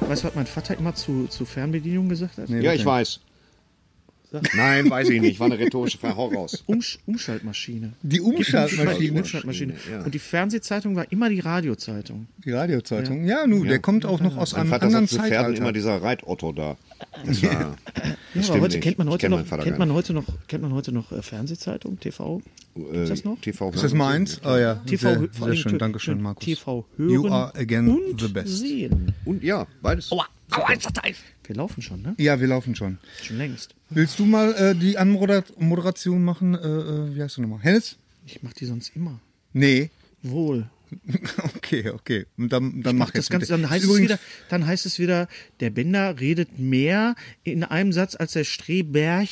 Weißt du, was mein Vater immer zu, zu Fernbedienung gesagt hat? ja, ich weiß. Nein, weiß ich nicht. War eine rhetorische Frage. Hau raus. Umsch Umschaltmaschine. Die Die Umschaltmaschine, Umschaltmaschine. ja. Und die Fernsehzeitung war immer die Radiozeitung. die Radiozeitung. Ja, nu, der kommt auch noch aus Mein einem Vater sagt anderen zu Pferden immer Zeitalter. dieser Reitotto da. Das war, das Ja, aber stimmt heute nicht. kennt man Ich heute kenn noch meinen Vater kennt gar man heute noch kennt man heute noch äh, Fernsehzeitung, TV. nicht. Gibt's das noch? TV Ist das meins? Ah ja, TV sehr, vor sehr allem schön. tö- Dankeschön, tö- Markus. TV hören You are again und the best. sehen. Und ja, beides. Oh, Äh, Aua, aua, ist das heiß. Wir laufen schon, ne? Ja, wir laufen schon. Schon längst. Willst du mal äh, die Anmoderation machen? Äh, äh, wie heißt du nochmal? Hennes? Ich mach die sonst immer. Nee. Wohl. Okay, okay. Und dann, dann Ich mach mach das jetzt Ganze, mit- dann heißt, Ist es übrigens- wieder, dann heißt es wieder, der Bender redet mehr in einem Satz als der Streberg,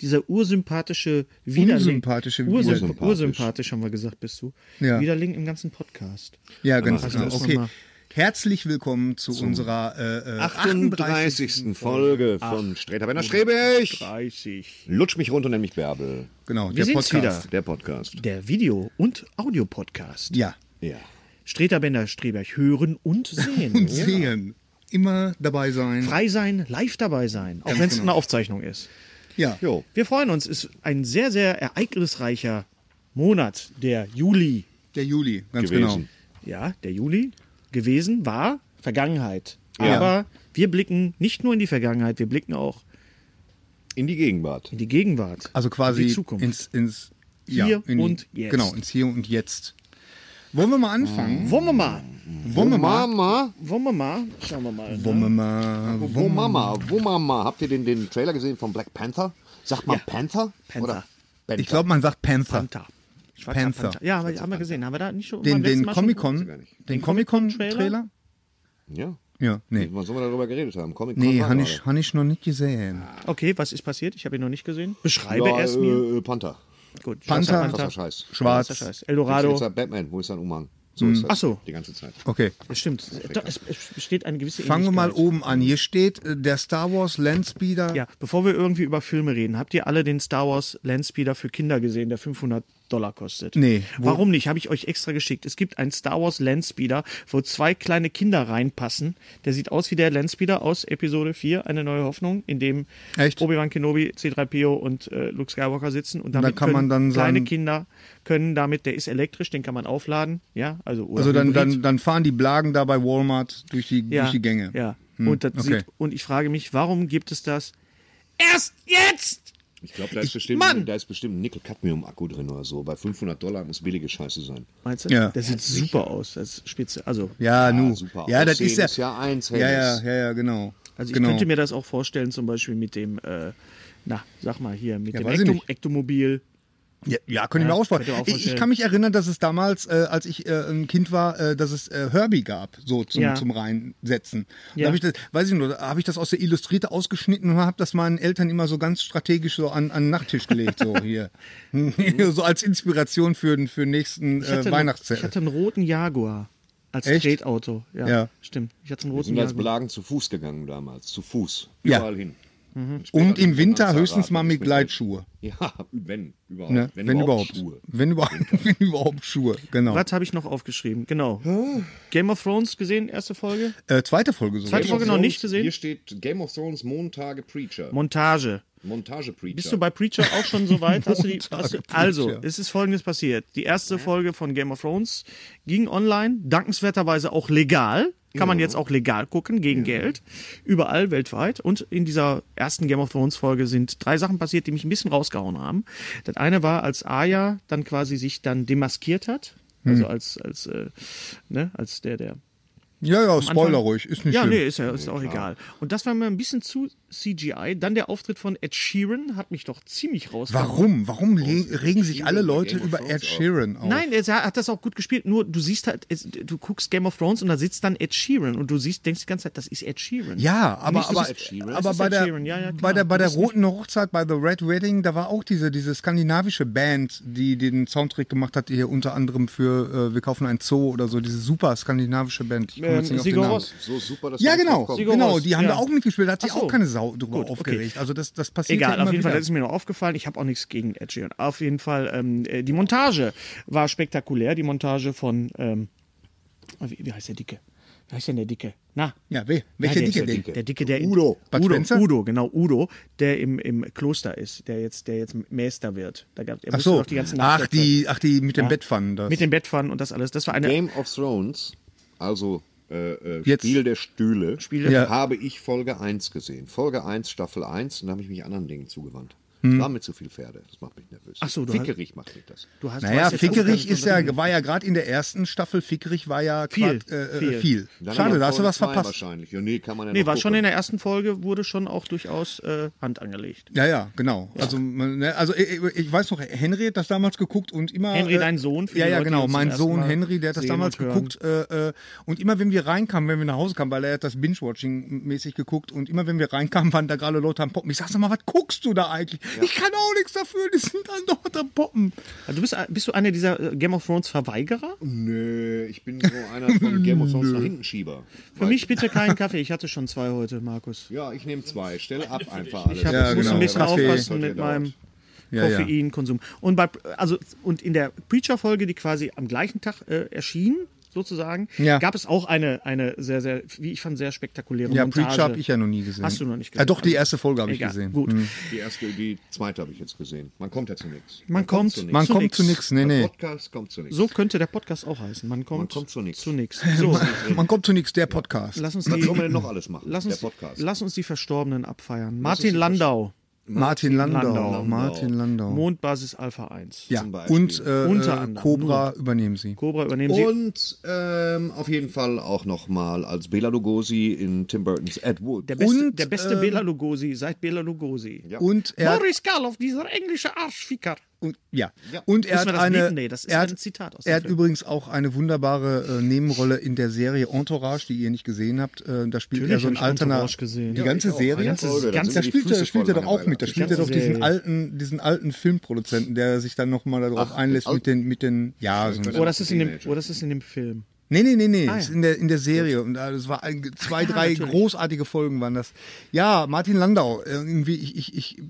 dieser ursympathische Widerling. Unsympathische Ursymp Widerling. Ursympathisch, haben wir gesagt, bist du. Ja. Widerling im ganzen Podcast. Ja, ganz machen genau. wir's Okay. nochmal. Herzlich willkommen zu unserer äh, äh, 38. Folge von Sträter Bender Strebig. 30. Lutsch mich runter, nenn mich Bärbel. Genau, Wir der sind's Podcast. wieder. Der Podcast. Der Video- und Audiopodcast. Ja. Ja. Streter Bender Streberg hören und sehen. Und sehen. Immer dabei sein. Frei sein, live dabei sein, auch genau. wenn es eine Aufzeichnung ist. ja. Jo. Wir freuen uns, ist ein sehr, sehr ereignisreicher Monat, der Juli. Der Juli, ganz genau. Gewesen. ja, der Juli gewesen war Vergangenheit. Ja. Aber wir blicken nicht nur in die Vergangenheit, wir blicken auch In die Gegenwart. in die Gegenwart. Also quasi in die Zukunft. ins, ins Hier in die- und jetzt. Genau, ins Hier und Jetzt. Wollen wir mal anfangen? wollen wir mal, Wollen wir mal? Mama, wollen wir mal, schauen wir mal. ne? Wollen wir mal? wo Mama, wo Mama? Habt ihr den, den Trailer gesehen von Black Panther? Sagt man Ja. Panther? Panther. Oder Panther? Ich glaube, man sagt Panther. Panther. Schwarzer Panther. Ja, aber die haben wir gesehen. Haben wir da nicht schon beim Den, letzten den Mal schon- Comic-Con, gar nicht. den Comic-Con-Trailer? Ja. Ja, nee. Wann sollen wir darüber geredet haben? Comic Nee, habe ich, hab ich noch nicht gesehen. Okay, was ist passiert? Ich habe ihn noch nicht gesehen. Beschreibe ja, erst mir. äh, Panther. Gut, Panther. schwarzer Krasser Scheiß. Schwarzer Schwarz. Scheiß. Jetzt Eldorado. ist er Batman, wo ist sein Umhang? So Mhm. ist das. Ach so. Die ganze Zeit. Okay, Das stimmt. Es, es besteht eine gewisse fangen wir mal Ähnlichkeit. oben an. Hier steht äh, der Star Wars Landspeeder. Ja, bevor wir irgendwie über Filme reden, habt ihr alle den Star Wars Landspeeder für Kinder gesehen, der 500 Dollar kostet? Nee. Wo- Warum nicht? Habe ich euch extra geschickt. Es gibt einen Star Wars Landspeeder, wo zwei kleine Kinder reinpassen. Der sieht aus wie der Landspeeder aus Episode 4, Eine neue Hoffnung, in dem Echt? Obi-Wan Kenobi, C-3PO und äh, Luke Skywalker sitzen. Und damit kann man können dann kleine sagen- Kinder können damit, der ist elektrisch, den kann man aufladen. Ja, also, oder Also dann, Hybrid. dann, dann fahren die Blagen da bei Walmart durch die, durch die Gänge. Ja. Hm, und, das okay. sieht, und ich frage mich, warum gibt es das erst jetzt? Ich glaube, da, ist bestimmt- Mann! da ist bestimmt ein Nickel-Cadmium-Akku drin oder so. Bei 500 Dollar muss billige Scheiße sein. Meinst du? Ja. Das sieht super aus. Das ist spitze. Also, Ja, nu. super. Ja, das Aussehen ist ja. ist ja eins, ja, ja, Hennes. ja, ja, genau. also ich genau. könnte mir das auch vorstellen, zum Beispiel mit dem, äh, na, sag mal hier, mit Ja, dem weiß ich Ektom nicht. Ektomobil. Ja, ja könnte ich mir auch vorstellen. könnte ich mir auch Ich, ich vorstellen. kann mich erinnern, dass es damals, äh, als ich äh, ein Kind war, äh, dass es äh, Herbie gab, so zum, Ja. zum Reinsetzen. Und Da Ja. hab ich das, weiß ich nur, da habe ich das aus der Illustrierte ausgeschnitten und habe das meinen Eltern immer so ganz strategisch so an, an den Nachttisch gelegt, so hier. so als Inspiration für den für den nächsten Ich hatte, äh, ich Weihnachtszettel. hatte einen roten Jaguar als Echt? Tretauto. Ja, Ja. stimmt. Ich hatte einen Wir roten sind als Jaguar. Belagen zu Fuß gegangen damals. Zu Fuß. Ja. Mhm. Überall hin. Später Und dann im mit Winter Panzerrad höchstens mal und mit mit- Gleitschuhe. Ja, wenn überhaupt. Ne? Wenn, überhaupt. Schuhe. Wenn überhaupt, wenn überhaupt Schuhe, genau. Was habe ich noch aufgeschrieben? Genau. Game of Thrones gesehen, erste Folge. Äh, zweite Folge sogar. Zweite Game of Folge noch nicht Thrones- gesehen? Hier steht Game of Thrones Montage Preacher. Montage. Montage Preacher. Bist du bei Preacher auch schon so weit? Hast du die, hast du, also, Preacher. es ist folgendes passiert. Die erste Folge von Game of Thrones ging online, dankenswerterweise auch legal. Kann man jetzt auch legal gucken, gegen Geld. Überall weltweit. Und in dieser ersten Game of Thrones Folge sind drei Sachen passiert, die mich ein bisschen rausgehauen haben. Das eine war, als Arya dann quasi sich dann demaskiert hat. Also als, als, äh, ne, als der, der Ja, ja, Spoiler Anfang- ruhig, ist nicht ja, schlimm. nee, ist ja ist auch egal. Und das war mir ein bisschen zu CGI. Dann der Auftritt von Ed Sheeran hat mich doch ziemlich raus. Warum? Oh, Warum le- regen sich alle Game of Leute über Thrones Ed auf. Sheeran auf? Nein, er hat das auch gut gespielt. Nur du siehst halt, es- du guckst Game of Thrones und da sitzt dann Ed Sheeran und du siehst, denkst die ganze Zeit, das ist Ed Sheeran. Ja, aber, Nicht, das aber, ist Ed Sheeran. aber Das ist bei, Ed der, Sheeran, ja, ja, bei klar. der, bei der Das ist nicht- roten Hochzeit, bei The Red Wedding, da war auch diese, diese skandinavische Band, die den Soundtrack gemacht hat, die hier unter anderem für äh, Wir kaufen ein Zoo oder so, diese super skandinavische Band. Ich komme Ähm, jetzt nicht auf Sigur den Namen. Rós. so super, dass Ja, du nicht genau, draufkommst. Sigur genau, Rós, die haben ja. da auch mitgespielt, da hat sich Ach so. auch keine Sau drüber Gut, okay. aufgeregt. Also das, das passiert ja Egal, immer auf jeden wieder. Fall, das ist mir noch aufgefallen. Ich habe auch nichts gegen Ed Sheeran. Auf jeden Fall, ähm, äh, die Montage war spektakulär. Die Montage von, ähm, wie, wie heißt der Dicke? Wie heißt denn der Dicke? Na, ja, wer, welcher Ja, der, Dicke denn? Der Dicke, der Udo. Bud Udo, Spencer? Udo, genau, Udo, der im, im Kloster ist, der jetzt, der jetzt Meister wird. Da gab, er Ach musste so, doch die ganzen ach Nachsätze die, ach die mit dem Bettpfannen. Das. mit dem Bettpfannen und das alles. Das war eine Game of Thrones, also äh, äh, Jetzt. Spiel der Stühle, Spiele- Ja. habe ich Folge 1 gesehen. Folge 1, Staffel 1, und da habe ich mich anderen Dingen zugewandt. Hm. War mir zu viel Pferde, das macht mich nervös. Ach so, du Fickerig macht mich das. Du hast, Naja, weißt jetzt auch gar Fickerich nicht, ist was ja, du- war ja gerade in der ersten Staffel, Fickerich war ja Viel, grad, äh, viel. viel. viel. Dann haben Schade, wir da hast du Folge was zwei verpasst. Wahrscheinlich. Ja, nee, kann man ja Nee, noch war schon in gucken. der ersten Folge, wurde schon auch durchaus äh, Hand angelegt. Ja, ja, genau. Also, man- ne, also ich, ich weiß noch, Henry hat das damals geguckt und immer. äh, Henry, dein Sohn, für die Ja, ja, Leute, die genau. uns Mein zum ersten Sohn Mal Henry, der hat das sehen damals und hören. geguckt. Äh, äh, und immer, wenn wir reinkamen, wenn wir nach Hause kamen, weil er hat das Binge-Watching-mäßig geguckt und immer, wenn wir reinkamen, waren da gerade Leute am Poppen. Ich sag sag mal, was guckst du da eigentlich? Ich kann auch nichts dafür, die sind dann dort am Poppen. Also du bist, bist du einer dieser äh, Game of Thrones Verweigerer? Nö, ich bin so einer von Game of Thrones nach hinten Schieber. Für mich bitte keinen Kaffee. Ich hatte schon zwei heute, Markus. Ja, ich nehme zwei. Stell ab einfach alles. Ich hab, Ja, muss genau. ein bisschen Kaffee. aufpassen mit meinem Ja, ja. Koffeinkonsum. Und, bei, also, und in der Preacher-Folge, die quasi am gleichen Tag äh, erschien, sozusagen, Ja. gab es auch eine, eine sehr, sehr, wie ich fand, sehr spektakuläre Ja, Montage. Preacher habe ich ja noch nie gesehen. Hast du noch nicht Ja, doch, die gesehen. Also, erste Folge habe ich Egal, gesehen. Mhm. Gut. Die erste, die zweite habe ich jetzt gesehen. Man kommt ja zu nichts. Man kommt- zu nichts. Man Zu kommt nix. zu nichts, nee, Der nee. Podcast kommt zu nichts. So könnte der Podcast auch heißen. Man kommt, Man kommt zu nix. Zu nix. So, Man kommt zu nichts, der Podcast. lass uns Was die, soll man denn noch alles machen? lass uns, der Podcast. lass uns die Verstorbenen abfeiern. Martin Landau, Martin Landau. Landau. Martin Landau. Mondbasis Alpha 1. Genau. ja, zum Beispiel. und äh, Unter äh, anderem. Cobra übernehmen sie. Cobra übernehmen Sie. Und ähm, auf jeden Fall auch nochmal als Bela Lugosi in Tim Burton's Ed Wood. Der beste, Und, der beste ähm, Bela Lugosi seit Bela Lugosi. Und er, Boris Karloff, dieser englische Arschficker. und, ja. und er Müssen hat wir das eine, bieten? Nee, das ist er hat, ein Zitat aus dem Er hat Film. übrigens auch eine wunderbare äh, Nebenrolle in der Serie Entourage, die ihr nicht gesehen habt. Äh, da spielt Natürlich er so hab ein ich alterner. Entourage gesehen. Die Ja, ganze ich auch. Serie. Eine Folge, da ganz, sind da mir die spielt er, Füße spielt er voll doch auch mit. Da Langeweile. spielt Die er doch ganze diesen Serie. alten, diesen alten Filmproduzenten, der sich dann nochmal darauf einlässt mit den, mit den, ja, so Oh, das ist in dem, oh, das ist in dem Film. Nee, nee, nee, nee. Ah, ja. Ist in, der, in der Serie. Und äh, das war ein, zwei, ja, drei natürlich. großartige Folgen waren das. Ja, Martin Landau, äh, irgendwie, ich, ich, ich,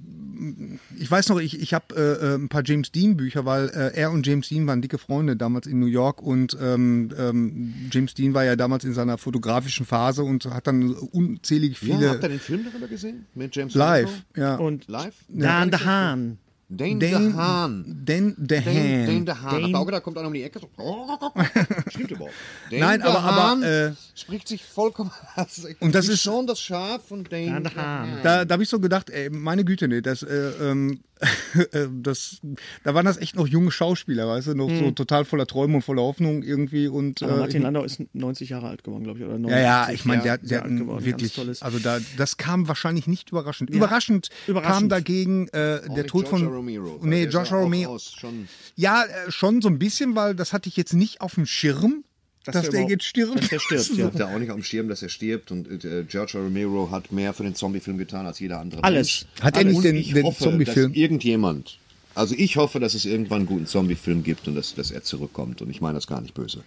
ich weiß noch, ich, ich habe äh, äh, ein paar James Dean Bücher, weil äh, er und James Dean waren dicke Freunde damals in New York und ähm, ähm, James Dean war ja damals in seiner fotografischen Phase und hat dann unzählig ja, viele habt ihr den Film darüber gesehen? Mit James live. Franco? Ja. Und Live? Dan the Hahn. Dane, Dane- Dane DeHaan. Dan, Dan, Dane, Dane DeHaan. Dane- Habt ihr auch gedacht, kommt einer um die Ecke? So, stimmt überhaupt. Dane Nein, aber- aber, DeHaan äh, spricht sich vollkommen... Und das Ich ist- schon das Schaf von Dane, Dan the DeHaan. Hahn. Da, da habe ich so gedacht, ey, meine Güte, nee, das, äh, ähm, äh, das, da waren das echt noch junge Schauspieler, weißt du, noch so total voller Träume und voller Hoffnung irgendwie und Mhm. Aber äh, Martin Landau ist 90 Jahre alt geworden, glaube ich. Oder ja, 90, ja, ich meine, der, hat- sehr der hat alt ein geworden, ganz wirklich, tolles. also da, das kam wahrscheinlich nicht überraschend. Überraschend, Überraschend. kam dagegen äh, der nicht Tod George von Romero. Nee, Der sah Joshua auch Romero. Aus, schon Ja, äh, schon so ein bisschen, weil das hatte ich jetzt nicht auf dem Schirm, dass, der der überhaupt- jetzt stirbt. dass der stirbt, ja. hat er auch nicht auf dem Schirm, dass er stirbt. Und äh, George Romero hat mehr für den Zombie-Film getan als jeder andere. Alles. Mensch. Hat er nicht Und den- ich den hoffe, Zombie-Film? dass Irgendjemand. Also ich hoffe, dass es irgendwann einen guten Zombie-Film gibt und dass, dass er zurückkommt. Und ich meine das gar nicht böse.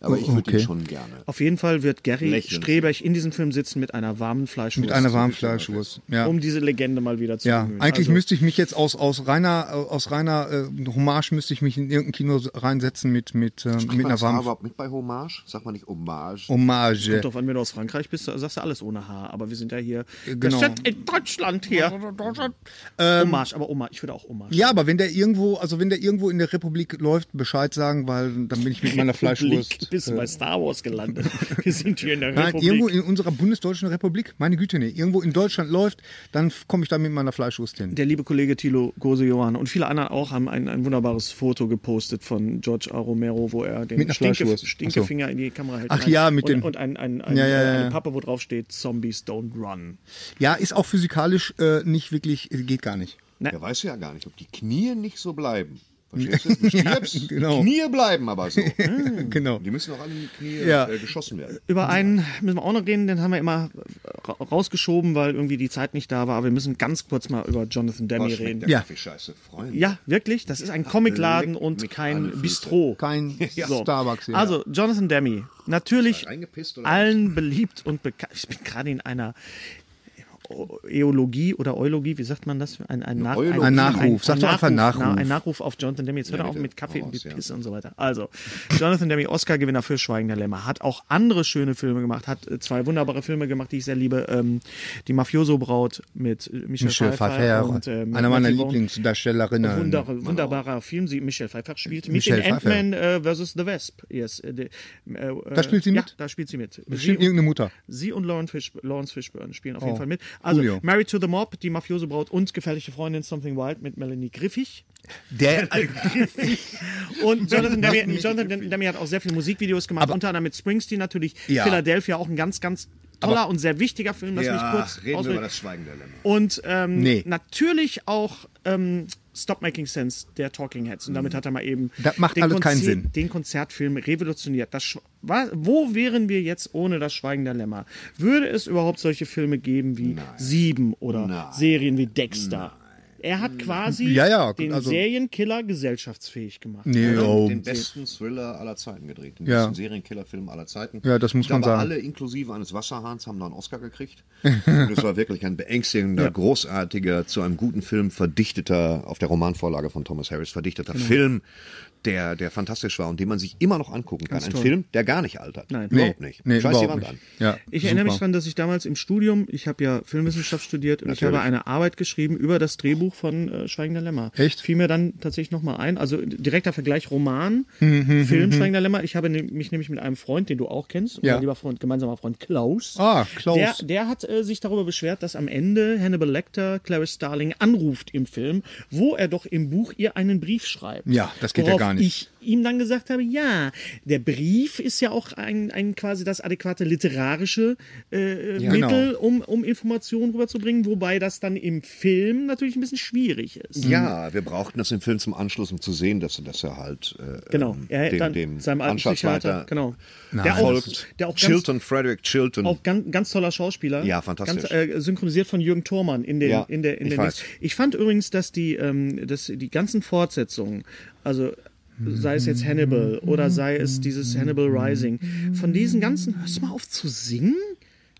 Aber ich würde ihn schon gerne. Auf jeden Fall wird Gary Lächeln. Streberch in diesem Film sitzen mit einer warmen Fleischwurst. Mit einer warmen Fleischwurst. Ja. Um diese Legende mal wieder zu ja, bemühen. eigentlich Also- müsste ich mich jetzt aus, aus reiner, aus reiner äh, Hommage müsste ich mich in irgendein Kino reinsetzen mit, mit, äh, mit einer Weiß Haar warmen Oh, überhaupt mit bei Hommage? Sagt man nicht Hommage? Hommage. Kommt drauf an, wenn du aus Frankreich bist, sagst du alles ohne Haar. Aber wir sind ja hier. Das genau. Ähm, ist in Deutschland hier. Hommage, aber Hommage. Ich würde auch Hommage. Ja, aber wenn der irgendwo, also wenn der irgendwo in der Republik läuft, Bescheid sagen, weil dann bin ich mit meiner Blick, Fleischwurst. bist du bei Star Wars gelandet. Wir sind hier in der Nein, Republik. irgendwo in unserer bundesdeutschen Republik, meine Güte, nee, irgendwo in Deutschland läuft, dann komme ich da mit meiner Fleischwurst hin. Der liebe Kollege Thilo Gose-Johann und viele andere auch haben ein, ein wunderbares Foto gepostet von George A. Romero, wo er Mit den einer Stinke, Fleischwurst. Ach so. Stinkefinger in die Kamera hält. Ach Nein, ja, mit und, dem- Und ein, ein, ein, Ja, ja, äh, ja. eine Pappe, wo drauf steht, Zombies don't run. Ja, ist auch physikalisch äh, nicht wirklich, äh, geht gar nicht. Ja, weißt du ja gar nicht, ob die Knie nicht so bleiben. Verstehst du? Du stirbst, genau. Knie bleiben aber so. Oh. Genau. Die müssen auch an die Knie Ja. äh, geschossen werden. Über einen müssen wir auch noch reden, den haben wir immer ra- rausgeschoben, weil irgendwie die Zeit nicht da war. Aber wir müssen ganz kurz mal über Jonathan Demme Oh, Boah, Oh, schmeckt reden. der Ja. Kaffee scheiße, Freunde. Ja, wirklich. Das ist ein Comicladen leck und mich alle kein Füße. Bistro. Kein So. Starbucks hier. Also, Jonathan Demme. Natürlich Reingepisst oder allen beliebt und bekannt. Ich bin gerade in einer Eologie oder Eologie, wie sagt man das? Ein, ein, Nach Eologie. Ein Nachruf. Sag doch einfach Nachruf. na, Ein Nachruf auf Jonathan Demme. Jetzt hört er auf bitte. mit Kaffee Hau und raus, ja. Pisse und so weiter. Also, Jonathan Demme, Oscar-Gewinner für Schweigen der Lämmer, hat auch andere schöne Filme gemacht, hat äh, zwei wunderbare Filme gemacht, die ich sehr liebe. Ähm, die Mafioso-Braut mit äh, Michelle, Michelle Pfeiffer, und äh, einer meiner Matthew Vaughn. Lieblingsdarstellerinnen. Wunder, wunderbarer Film. Sie, Michelle Pfeiffer spielt mit Genau. Michelle in Pfeiffer. Ant-Man äh, vs. The Wasp. Yes, äh, de- äh, äh, Da spielt sie ja, mit? Da spielt sie mit. Bestimmt sie, irgendeine Mutter. sie und Lawrence, Fish, Lawrence Fishburne spielen auf jeden Oh, Fall mit. Also Coolio. Married to the Mob, die mafiose Braut und gefährliche Freundin Something Wild mit Melanie Griffith. Der, Und Jonathan Demme, Jonathan Demme hat auch sehr viele Musikvideos gemacht, unter anderem mit Springsteen natürlich. Ja. Philadelphia auch ein ganz, ganz toller und sehr wichtiger Film. Lass mich Ja, kurz reden wir ausreden. über das Schweigen der Lämmer. Und ähm, Nee. natürlich auch ähm, Stop Making Sense der Talking Heads. Und damit hat er mal eben Das macht alles keinen Sinn. den Konzertfilm revolutioniert. Das, Sch- wa- wo wären wir jetzt ohne das Schweigen der Lämmer? Würde es überhaupt solche Filme geben wie Sieben oder Serien wie Dexter? Er hat quasi Ja, ja, den also- Serienkiller gesellschaftsfähig gemacht. nee, oh. Den besten Thriller aller Zeiten gedreht. Den Ja. besten Serienkillerfilm aller Zeiten. Ja, das Ich muss glaube, man sagen. alle inklusive eines Wasserhahns haben da einen Oscar gekriegt. Und das war wirklich ein beängstigender, großartiger, zu einem guten Film verdichteter, auf der Romanvorlage von Thomas Harris verdichteter Genau. Film, der, der fantastisch war und den man sich immer noch angucken kann. Ein Film, der gar nicht altert. Nein. Nee, überhaupt nicht. nee, Scheiß die überhaupt Wand nicht. an. Ja, Ich erinnere mich super. daran, dass ich damals im Studium, ich habe ja Filmwissenschaft studiert und ich habe eine Arbeit geschrieben über das Drehbuch von äh, Schweigender Lämmer. Echt? Fiel mir dann tatsächlich nochmal ein. Also direkter Vergleich Roman, Mhm, Film Schweigender Lämmer. Ich habe ne- mich nämlich mit einem Freund, den du auch kennst, Ja. unser lieber Freund, gemeinsamer Freund Klaus. Ah, Klaus. Der, der hat äh, sich darüber beschwert, dass am Ende Hannibal Lecter Clarice Starling anruft im Film, wo er doch im Buch ihr einen Brief schreibt. Ja, das geht ja Worauf gar nicht. Ich ihm dann gesagt habe, ja, der Brief ist ja auch ein, ein quasi das adäquate literarische äh, genau. Mittel, um, um Informationen rüberzubringen, wobei das dann im Film natürlich ein bisschen schwierig ist. Ja, wir brauchten das im Film zum Anschluss, um zu sehen, dass, dass er halt äh, Genau, Ähm, er dem, dann dem seinem alten Psychiater, Anschlussleiter genau. Der auch, folgt. der auch ganz Chilton, Frederick Chilton. Hm. Auch ganz, ganz toller Schauspieler. Ja, fantastisch. Ganz, äh, synchronisiert von Jürgen Thormann in den, Ja, in der, in ich den weiß. Ich fand übrigens, dass die, ähm, dass die ganzen Fortsetzungen, also sei es jetzt Hannibal oder sei es dieses Hannibal Rising, von diesen ganzen, hörst du mal auf zu singen?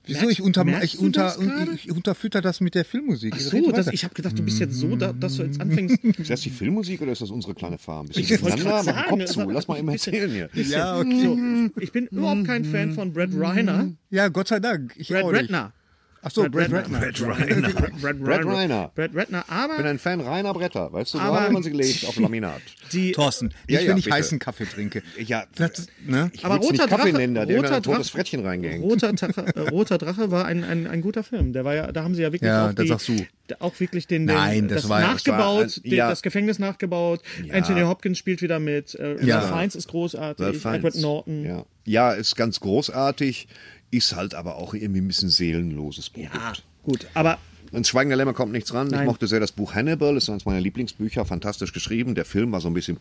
Wieso ich, Merkst- unter, merkst ich, du unter, das gerade? ich unterfütter das mit der Filmmusik. Ach Red so, weiter. Mm. das, ich habe gedacht, du bist jetzt so, da, dass du jetzt anfängst. Ist das die Filmmusik oder ist das unsere kleine Farm? Bisschen Ich wollte durcheinander, gerade sagen, mach den Kopf zu, also- lass mal eben erzählen hier. ja, okay. Mm. So, ich bin überhaupt kein Fan von Brad Reiner. ja, Gott sei Dank. Ich Brad auch nicht. Redner. Ach so, Brad Ratner. Redner. Brad Reiner. Brad Brad Reiner. Brad Reiner, aber. Ich bin ein Fan reiner Bretter, weißt du, so Aber- hat man sie gelegt, auf Laminat. die, Thorsten, nicht, Ja, ja, wenn ich bitte. heißen Kaffee trinke. Ja, äh, Das, ne? ich Aber will's nicht roter Kaffee Drache- nennen, da hat irgendeiner ein roter totes Drache- Frettchen reingehängt. Roter Drache, äh, Roter Drache war ein, ein, ein guter Film. Der war ja, da haben sie ja wirklich Ja, auch, das die, sagst du. da- auch wirklich den, den Nein, das war- das nachgebaut, war- den, ja. das Gefängnis nachgebaut. Anthony Hopkins spielt wieder mit. Äh, Ja. Ralph Fiennes ist großartig. Ralph Fiennes. Edward Norton. Ja. ja, ist ganz großartig, ist halt aber auch irgendwie ein bisschen seelenloses Produkt. Ah, gut, aber Ein Schweigen der Lämmer kommt nichts ran. Nein. Ich mochte sehr das Buch Hannibal, ist eines meiner Lieblingsbücher, fantastisch geschrieben. Der Film war so ein bisschen.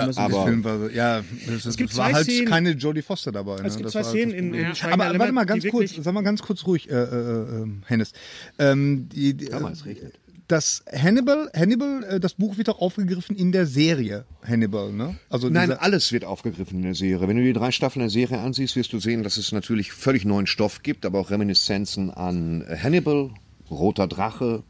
so ein bisschen- aber Film war, so- ja, das, es gibt war zwei halt Szenen- keine Jodie Foster dabei. ne? Es gibt Das zwei war halt Szenen das in, in Schweigen Aber der Lämmer, warte mal die ganz wirklich- kurz, sag mal ganz kurz ruhig, äh, äh, äh, ähm, Hennes. Ähm, die, die, äh, es regnet. das Hannibal, Hannibal, äh, das Buch wird auch aufgegriffen in der Serie Hannibal, ne? Also Nein, dieser, alles wird aufgegriffen in der Serie. Wenn du die drei Staffeln der Serie ansiehst, wirst du sehen, dass es natürlich völlig neuen Stoff gibt, aber auch Reminiszenzen an Hannibal, Roter Drache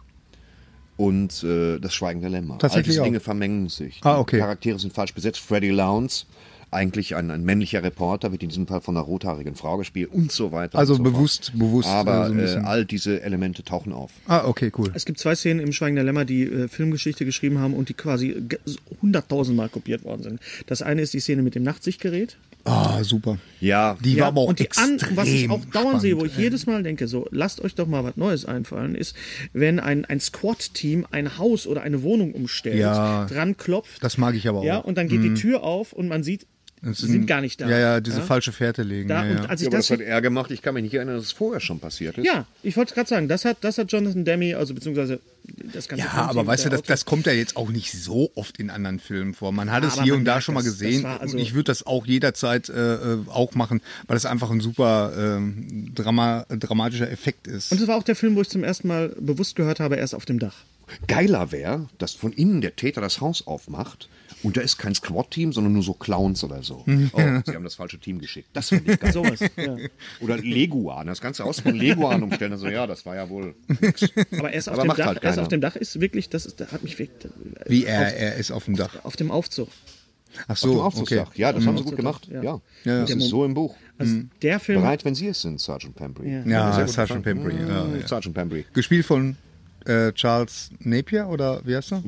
und äh, das Schweigen der Lämmer. Tatsächlich All diese auch. Dinge vermengen sich. Ah, okay. Die Charaktere sind falsch besetzt. Freddy Lowndes, eigentlich ein, ein männlicher Reporter, wird in diesem Fall von einer rothaarigen Frau gespielt und so weiter. Also und so fort. bewusst- bewusst, Aber äh, so ein äh, bisschen. all diese Elemente tauchen auf. ah, okay, cool. äh, Es gibt zwei Szenen im Schweigen der Lämmer, die äh, Filmgeschichte geschrieben haben und die quasi ge- hunderttausendmal kopiert worden sind. Das eine ist die Szene mit dem Nachtsichtgerät. Ah, super. Ja, Die war aber auch und die an, extrem was ich auch dauernd spannend. sehe, wo ich jedes Mal denke, so lasst euch doch mal was Neues einfallen, ist, wenn ein, ein Squad-Team ein Haus oder eine Wohnung umstellt, Ja. dran klopft, Das mag ich aber auch. Mhm. ja, und dann geht die Tür auf und man sieht, sie ein- sind gar nicht da. Ja, ja, diese falsche Fährte legen. Da, ja, ja. Und als ich ja aber das, das hat er gemacht. Ich kann mich nicht erinnern, dass es vorher schon passiert ist. ja, ich wollte gerade sagen, das hat, das hat Jonathan Demi, also beziehungsweise das ganze Ja, Filmteam aber weißt du, mit der das, das kommt ja jetzt auch nicht so oft in anderen Filmen vor. Man hat es aber hier man und da merkt, schon mal das- das gesehen. war also- und ich würde das auch jederzeit äh, äh, auch machen, weil das einfach ein super ähm, Drama, dramatischer Effekt ist. Und es war auch der Film, wo ich zum ersten Mal bewusst gehört habe, erst auf dem Dach. Geiler wäre, dass von innen der Täter das Haus aufmacht und da ist kein Squad-Team, sondern nur so Clowns oder so. Oh, sie haben das falsche Team geschickt. Das finde ich geil. Sowas. ja. Oder Leguan. Das ganze Haus von Leguan umstellen. Also ja, das war ja wohl nix. Aber erst auf, Aber dem macht Dach, halt erst keiner. auf dem Dach ist wirklich, das ist, das hat mich wirklich, Wie er, er ist auf dem Dach. auf dem Aufzug. Ach Auf dem so, okay. Aufzugsdach. Ja, das haben sie gut gemacht. Ja, das ist so im Buch. Also der Film, Mhm. Bereit, wenn sie es sind, Sergeant Pembry. Ja, sehr gut Sergeant gefallen. Pembry, ja, Mm, Sergeant Pembry. Gespielt von äh, Charles Napier oder wie heißt er?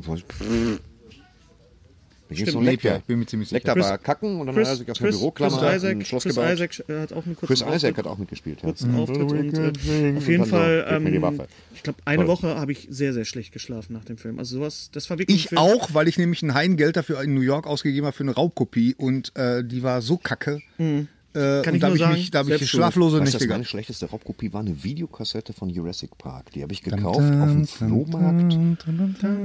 Da gibt's noch Stimmt, Napier, Lecter. ich bin mir ziemlich sicher. Lecter war kacken und dann hat er Chris, sich aus dem Chris, Büro Chris ein Isaac, Schloss Chris gebaut. Isaac äh, hat auch einen kurzen Chris Auftritt. Isaac hat auch mitgespielt. Ja. kurzen Auftritt und äh, auf jeden dann so, Fall, gib mir die ähm, Waffe. ich glaube, eine Woche habe ich sehr, sehr schlecht geschlafen nach dem Film. Also sowas, das war wirklich ein Ich Film, auch, weil ich nämlich ein Heingeld dafür in New York ausgegeben habe für eine Raubkopie und äh, die war so kacke. Äh, Mm. Kann und ich nur da habe ich, sagen, mich- da hab ich selbst Weißt schlaflose du, Nächte was gehabt. meine schlechteste Raubkopie war? Eine Videokassette von Jurassic Park. Die habe ich gekauft auf dem Flohmarkt,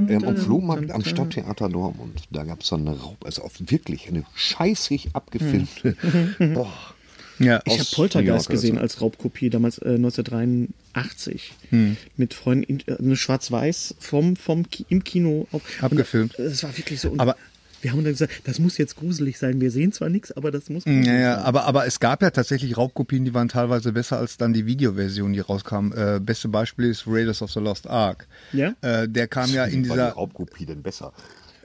ähm, am Flohmarkt am Stadttheater Dortmund. Da gab es so eine Raub, also auf wirklich eine scheißig abgefilmte. Hm. Boah. Ja. Ich habe aus New York Poltergeist oder so. gesehen als Raubkopie, damals äh, 1983. Mit Freunden, in, äh, eine schwarz-weiß vom, vom Ki im Kino. Auf, Abgefilmt. Und, äh, das war wirklich so. Und Aber- wir haben dann gesagt, das muss jetzt gruselig sein. Wir sehen zwar nichts, aber das muss. Ja, ja, aber, aber es gab ja tatsächlich Raubkopien, die waren teilweise besser als dann die Videoversion, die rauskam. Äh, beste Beispiel ist Raiders of the Lost Ark. Ja? Äh, der kam ja in Wie war dieser die Raubkopie denn besser?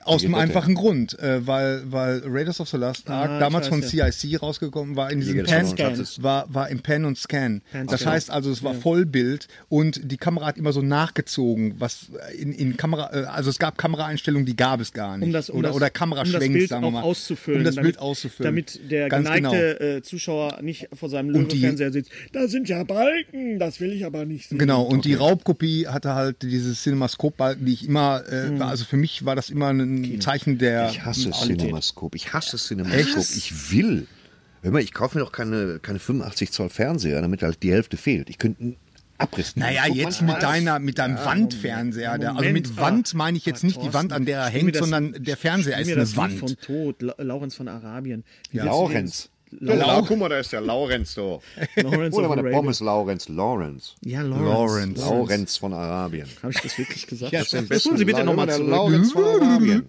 aus Wie dem geht das denn? einfachen Grund, äh, weil, weil Raiders of the Last Ark Ah, damals von scheiße. CIC rausgekommen war in diesem Jäger des Pan, verlorenen Schatzes. war, war im Pan und Scan. Pan das Scan. heißt also, es war Vollbild und die Kamera hat immer so nachgezogen, was in, in Kamera, äh, also es gab Kameraeinstellungen, die gab es gar nicht. Um das, um oder, das, oder um das Kameraschwenks, Bild sagen wir auch mal. auszufüllen. Um das damit, Bild auszufüllen. Damit der Ganz genau. geneigte äh, Zuschauer nicht vor seinem Und die- Löwenfernseher sitzt. Da sind ja Balken, das will ich aber nicht sehen. Genau, und die Raubkopie hatte halt diese Cinemascope-Balken, die ich immer, äh, Hm. also für mich war das immer ein Zeichen der Ich hasse Qualität. Cinemascope. Ich hasse Cinemascope. Echt? Ich will. Hör mal, ich kaufe mir doch keine, keine 85 Zoll Fernseher, damit halt die Hälfte fehlt. Ich könnte einen Abriss nehmen. Naja, Ich guck jetzt manchmal mit alles. deiner, mit deinem Wandfernseher. der, also mit Moment, Wand ah, meine ich jetzt ah, nicht die Wand, an der er Thorsten, hängt, spiel mir das- sondern der Fernseher spiel ist mir eine das Lied Wand. von Tod, La Lawrence von Arabien. Wie willst du Laurenz. den- Der Lau- Lau- Guck mal, da ist der Laurenz so. Lawrence Oder of war der Arabia. Pommes Laurenz? Lawrence. Ja, Lawrence. Lawrence. Laurenz von Arabien. Habe ich das wirklich gesagt? Ja, das ist das tun Sie bitte nochmal Der zurück. Laurenz von Arabien.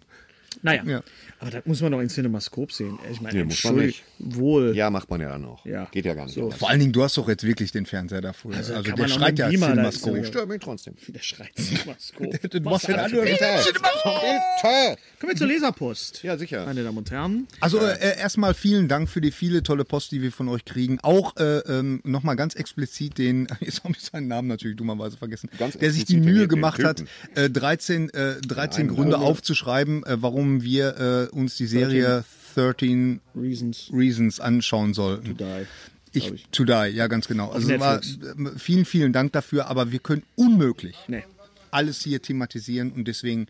Naja, Ja. aber das muss man doch in Cinemascope sehen. Ich meine, Nee, muss man entschuldigt, wohl. Ja, macht man ja dann auch. Ja. Geht ja gar nicht. So. anders. Vor allen Dingen, du hast doch jetzt wirklich den Fernseher davor. Also, kann der man auch schreit mit ja Beamer, da Cinemascope. ist Stört mich trotzdem. Der schreit Cinemascope. Du machst den Kommen anderen- Bitte! wir zur Leserpost. Ja, sicher. Meine Damen und Herren. Also äh, erstmal vielen Dank für die viele tolle Post, die wir von euch kriegen. Auch äh, ähm, nochmal ganz explizit den, jetzt habe ich seinen Namen natürlich dummerweise vergessen, Ganz der sich die explizit den- Mühe den gemacht hat, Typen. äh, 13, äh, 13 einen Gründe Grund. also- aufzuschreiben, äh, warum wir äh, uns die Serie 13 Reasons. Reasons anschauen sollten. Die. Ich, To Die, ja, ganz genau. Also war, Netflix. äh, vielen, vielen Dank dafür, aber wir können unmöglich Nee. alles hier thematisieren und deswegen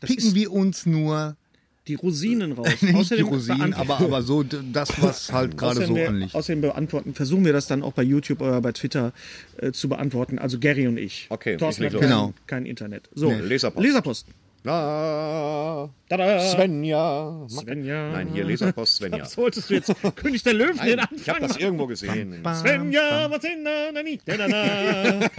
picken wir uns nur die Rosinen raus. Nicht die Außerdem Rosinen, beant- aber, aber so d- das, was halt gerade so außerdem, wir- anliegt. außerdem beantworten, versuchen wir das dann auch bei YouTube oder bei Twitter äh, zu beantworten. Also Gary und ich. Okay, Thorsten ich leg hat los. kein, Genau. kein Internet. So, Leserpost. Leserpost. Na, Tada. Svenja. Svenja. Nein, hier Leserpost Svenja. Was wolltest du jetzt? König der Löwen, den Anfang Ich habe das machen? irgendwo gesehen. Svenja, was in na, na, ni, da, da, da.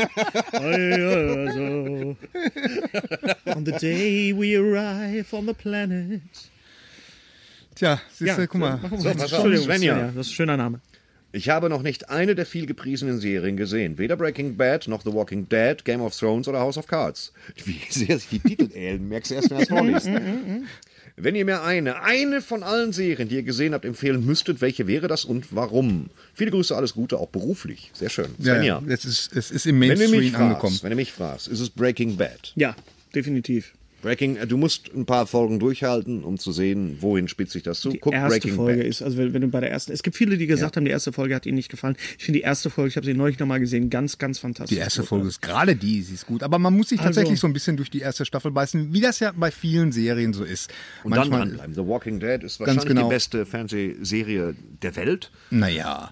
Oi, oi, oi, so. On the day we arrive on the planet. Tja, siehst du, guck mal. machen wir So, jetzt. pass auf, Entschuldigung, Svenja. Svenja, das ist ein schöner Name. Ich habe noch nicht eine der viel gepriesenen Serien gesehen. Weder Breaking Bad, noch The Walking Dead, Game of Thrones oder House of Cards. Wie sehr sich die Titel ähneln, merkst du erst, wenn du das Mhm, vorliest. Wenn ihr mir eine, eine von allen Serien, die ihr gesehen habt, empfehlen müsstet, welche wäre das und warum? Viele Grüße, alles Gute, auch beruflich. Sehr schön. Ja, Svenja, ja. Es, ist, es ist im wenn du mich Mainstream angekommen. fragst, wenn du mich fragst, ist es Breaking Bad. Ja, definitiv. Breaking, äh, du musst ein paar Folgen durchhalten, um zu sehen, wohin spitzt sich das zu. Die erste Folge ist, also wenn, wenn du bei der ersten, es gibt viele, die gesagt haben, die erste Folge hat ihnen nicht gefallen. Ich finde die erste Folge, ich habe sie neulich nochmal gesehen, ganz, ganz fantastisch. Die erste Folge ist gerade die, sie ist gut. Aber man muss sich Also- tatsächlich so ein bisschen durch die erste Staffel beißen, wie das ja bei vielen Serien so ist. Und dann dranbleiben. The Walking Dead ist wahrscheinlich genau. die beste Fernsehserie der Welt. Naja.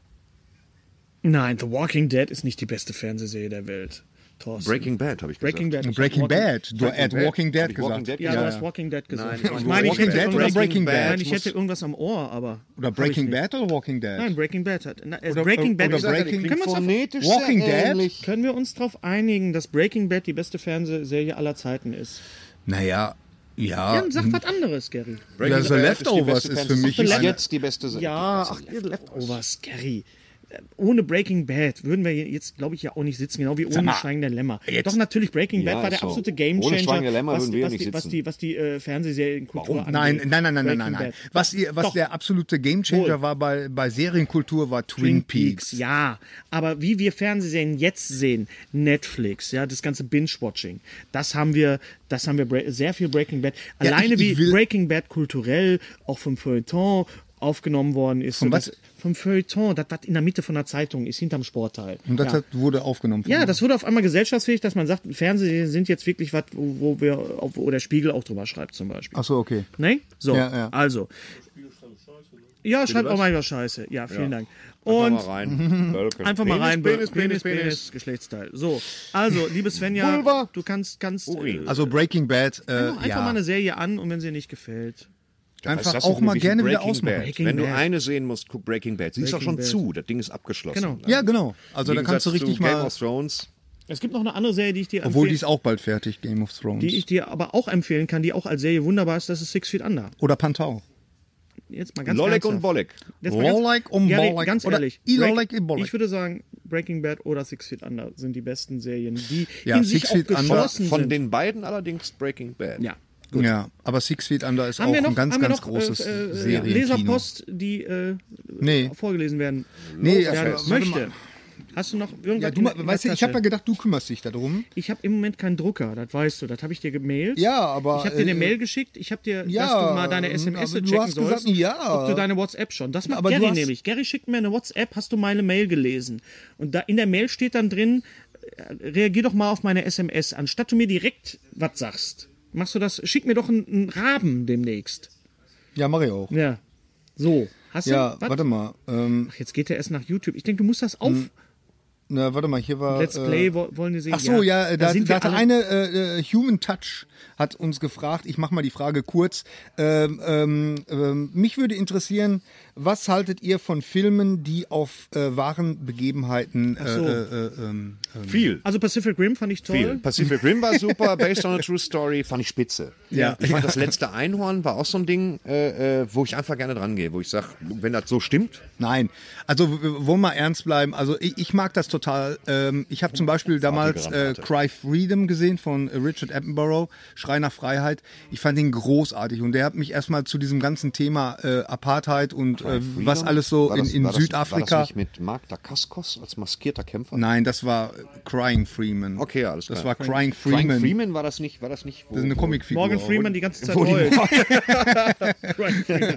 Nein, The Walking Dead ist nicht die beste Fernsehserie der Welt. Thorsten. Breaking Bad habe ich gesagt. Breaking Dead. Breaking Walking- Bad. Du Breaking at Bad. Walking Hab Dead ich gesagt. Walking Dead Ja, gesagt? du hast Walking Dead gesagt. Nein, ich ich meine, ich Walking hätte Dead oder irgendwas- Breaking Bad? Nein, ich hätte irgendwas am Ohr, aber. Oder hab ich Breaking nicht. Bad oder Walking Dead? Nein, Breaking Bad hat. Na, äh, Oder- Breaking Bad oder ist- Breaking- können, wir uns auf, phonetisch Walking sehr Dead? ähnlich. können wir uns darauf einigen, dass Breaking Bad die beste Fernsehserie aller Zeiten ist? Naja, ja. Dann sag was anderes, Gary. Breaking Also Bad Leftovers die ist beste für mich Fernseh- eine- die beste Serie. Ja, ach, ihr Leftovers, Gary. Äh, Ohne Breaking Bad würden wir jetzt, glaube ich, ja auch nicht sitzen, genau wie ohne mal, Schweigen der Lämmer. jetzt- Doch natürlich, Breaking Bad Ja, war der ist so. absolute Gamechanger. Ohne Schweigen der Lämmer was, würden wir was, nicht die, was sitzen. die, was die äh, Fernsehserienkultur angeht. Nein, nein, nein, nein, nein, Breaking nein, nein. Bad. Was, ihr, was Doch. der absolute Gamechanger war bei, bei Serienkultur, war Twin, Peaks. Ja, aber wie wir Fernsehserien jetzt sehen, Netflix, ja, das ganze Binge-Watching, das haben wir, das haben wir Bre- sehr viel Breaking Bad. Ja, Alleine ich- wie ich will- Breaking Bad kulturell auch vom Feuilleton aufgenommen worden ist. Von so was? das- Vom Feuilleton, das, was in der Mitte von der Zeitung ist, hinterm Sportteil. Und das ja. hat, wurde aufgenommen. Ja, das wurde auf einmal gesellschaftsfähig, dass man sagt, Fernsehen sind jetzt wirklich was, wo, wo wir, auf, wo der Spiegel auch drüber schreibt zum Beispiel. Achso, okay. Ne? So, Ja, ja. also. Ja, schreibt auch mal Scheiße. Ja, vielen Dank. Und Einfach mal rein. Völkel. Einfach mal Penis, rein. Penis, Penis, Penis. Geschlechtsteil. So, also, liebe Svenja, Vulva. du kannst, kannst Urin. äh, Also Breaking Bad, äh, einfach ja. mal eine Serie an und wenn sie nicht gefällt. einfach Das ist auch mal wirklich gerne wieder Breaking ausmachen. Bad. Breaking Wenn du Bad. eine sehen musst, guck Breaking Bad. Sie ist auch Breaking schon Bad. zu. Das Ding ist abgeschlossen. Genau. Ja, genau. Also äh, Im da kannst du Gegensatz richtig zu Game mal, of Thrones. Es gibt noch eine andere Serie, die ich dir obwohl die ist empfehle, auch bald fertig, Game of Thrones. die ich dir aber auch empfehlen kann, die auch als Serie wunderbar ist, das ist Six Feet Under. Oder Pantau. Jetzt mal ganz Lollek ernsthaft. und Bollek. Jetzt mal ganz- Lollek und Gary, Bollek Ganz oder ehrlich. Ilolek Break- und Bollek. Ich würde sagen, Breaking Bad oder Six Feet Under sind die besten Serien, die Ja, in sich Six auch Feet Under- geschlossen Von sind. den beiden allerdings Breaking Bad. ja. Ja, aber Six Feet Under ist Haben auch wir noch, ein ganz, haben wir ganz noch, großes äh, äh, Serienkino. Leserpost, die äh, Nee. vorgelesen werden Nee, ja, also, warte möchte. mal. Hast du noch irgendwas? Ja, du, in- ma- in weißt du, der ich habe ja Tasche? gedacht, du kümmerst dich darum. Ich hab im Moment keinen Drucker, das weißt du, das habe ich dir gemailt. Ja, aber, Ich habe dir eine äh, Mail geschickt, ich habe dir, ja, dass du mal deine SMS aber du checken hast gesagt, sollst, ja. ob du deine WhatsApp schon. Das macht aber du Gary hast- nämlich. Gary schickt mir eine WhatsApp, hast du meine Mail gelesen? Und da in der Mail steht dann drin, äh, reagier doch mal auf meine SMS, anstatt du mir direkt was sagst. Machst du das? Schick mir doch einen, einen Raben demnächst. Ja, mach ich auch. Ja. So. Hast Ja, du? was? warte mal. Hm. Ähm, Ach, jetzt geht er erst nach YouTube. Ich denke, du musst das auf. na, warte mal, hier war. Let's äh, Play wo- wollen die sehen. Ach so, ja, äh, da, da, sind wir hatte alle- eine äh, äh, Human Touch hat uns gefragt, ich mache mal die Frage kurz. Ähm, ähm, ähm, mich würde interessieren, was haltet ihr von Filmen, die auf äh, wahren Begebenheiten äh, so. äh, äh, ähm, ähm, Viel. Also Pacific Rim fand ich toll. Viel. Pacific Rim war super, based on a true story, fand ich spitze. Ja. Ich fand das letzte Einhorn war auch so ein Ding, äh, äh, wo ich einfach gerne dran gehe, wo ich sage, wenn das so stimmt, Nein, also w- w- wollen wir ernst bleiben. Also ich, ich mag das total. Ähm, ich habe zum Beispiel damals äh, Granate. Cry Freedom gesehen von äh, Richard Attenborough, Schrei nach Freiheit. Ich fand ihn großartig und der hat mich erstmal zu diesem ganzen Thema äh, Apartheid und äh, Freedom? was alles so War in, das- in war das- Südafrika. War das nicht mit Mark Dacascos als maskierter Kämpfer? Nein, das war äh, Crying Freeman. Okay, alles klar. Das war Crying Freeman. Frank Freeman. war das nicht, war das nicht? Wo, Das ist eine wo- Comicfigur. Morgan Freeman die ganze Zeit Wo die- heult. Brian Freeman.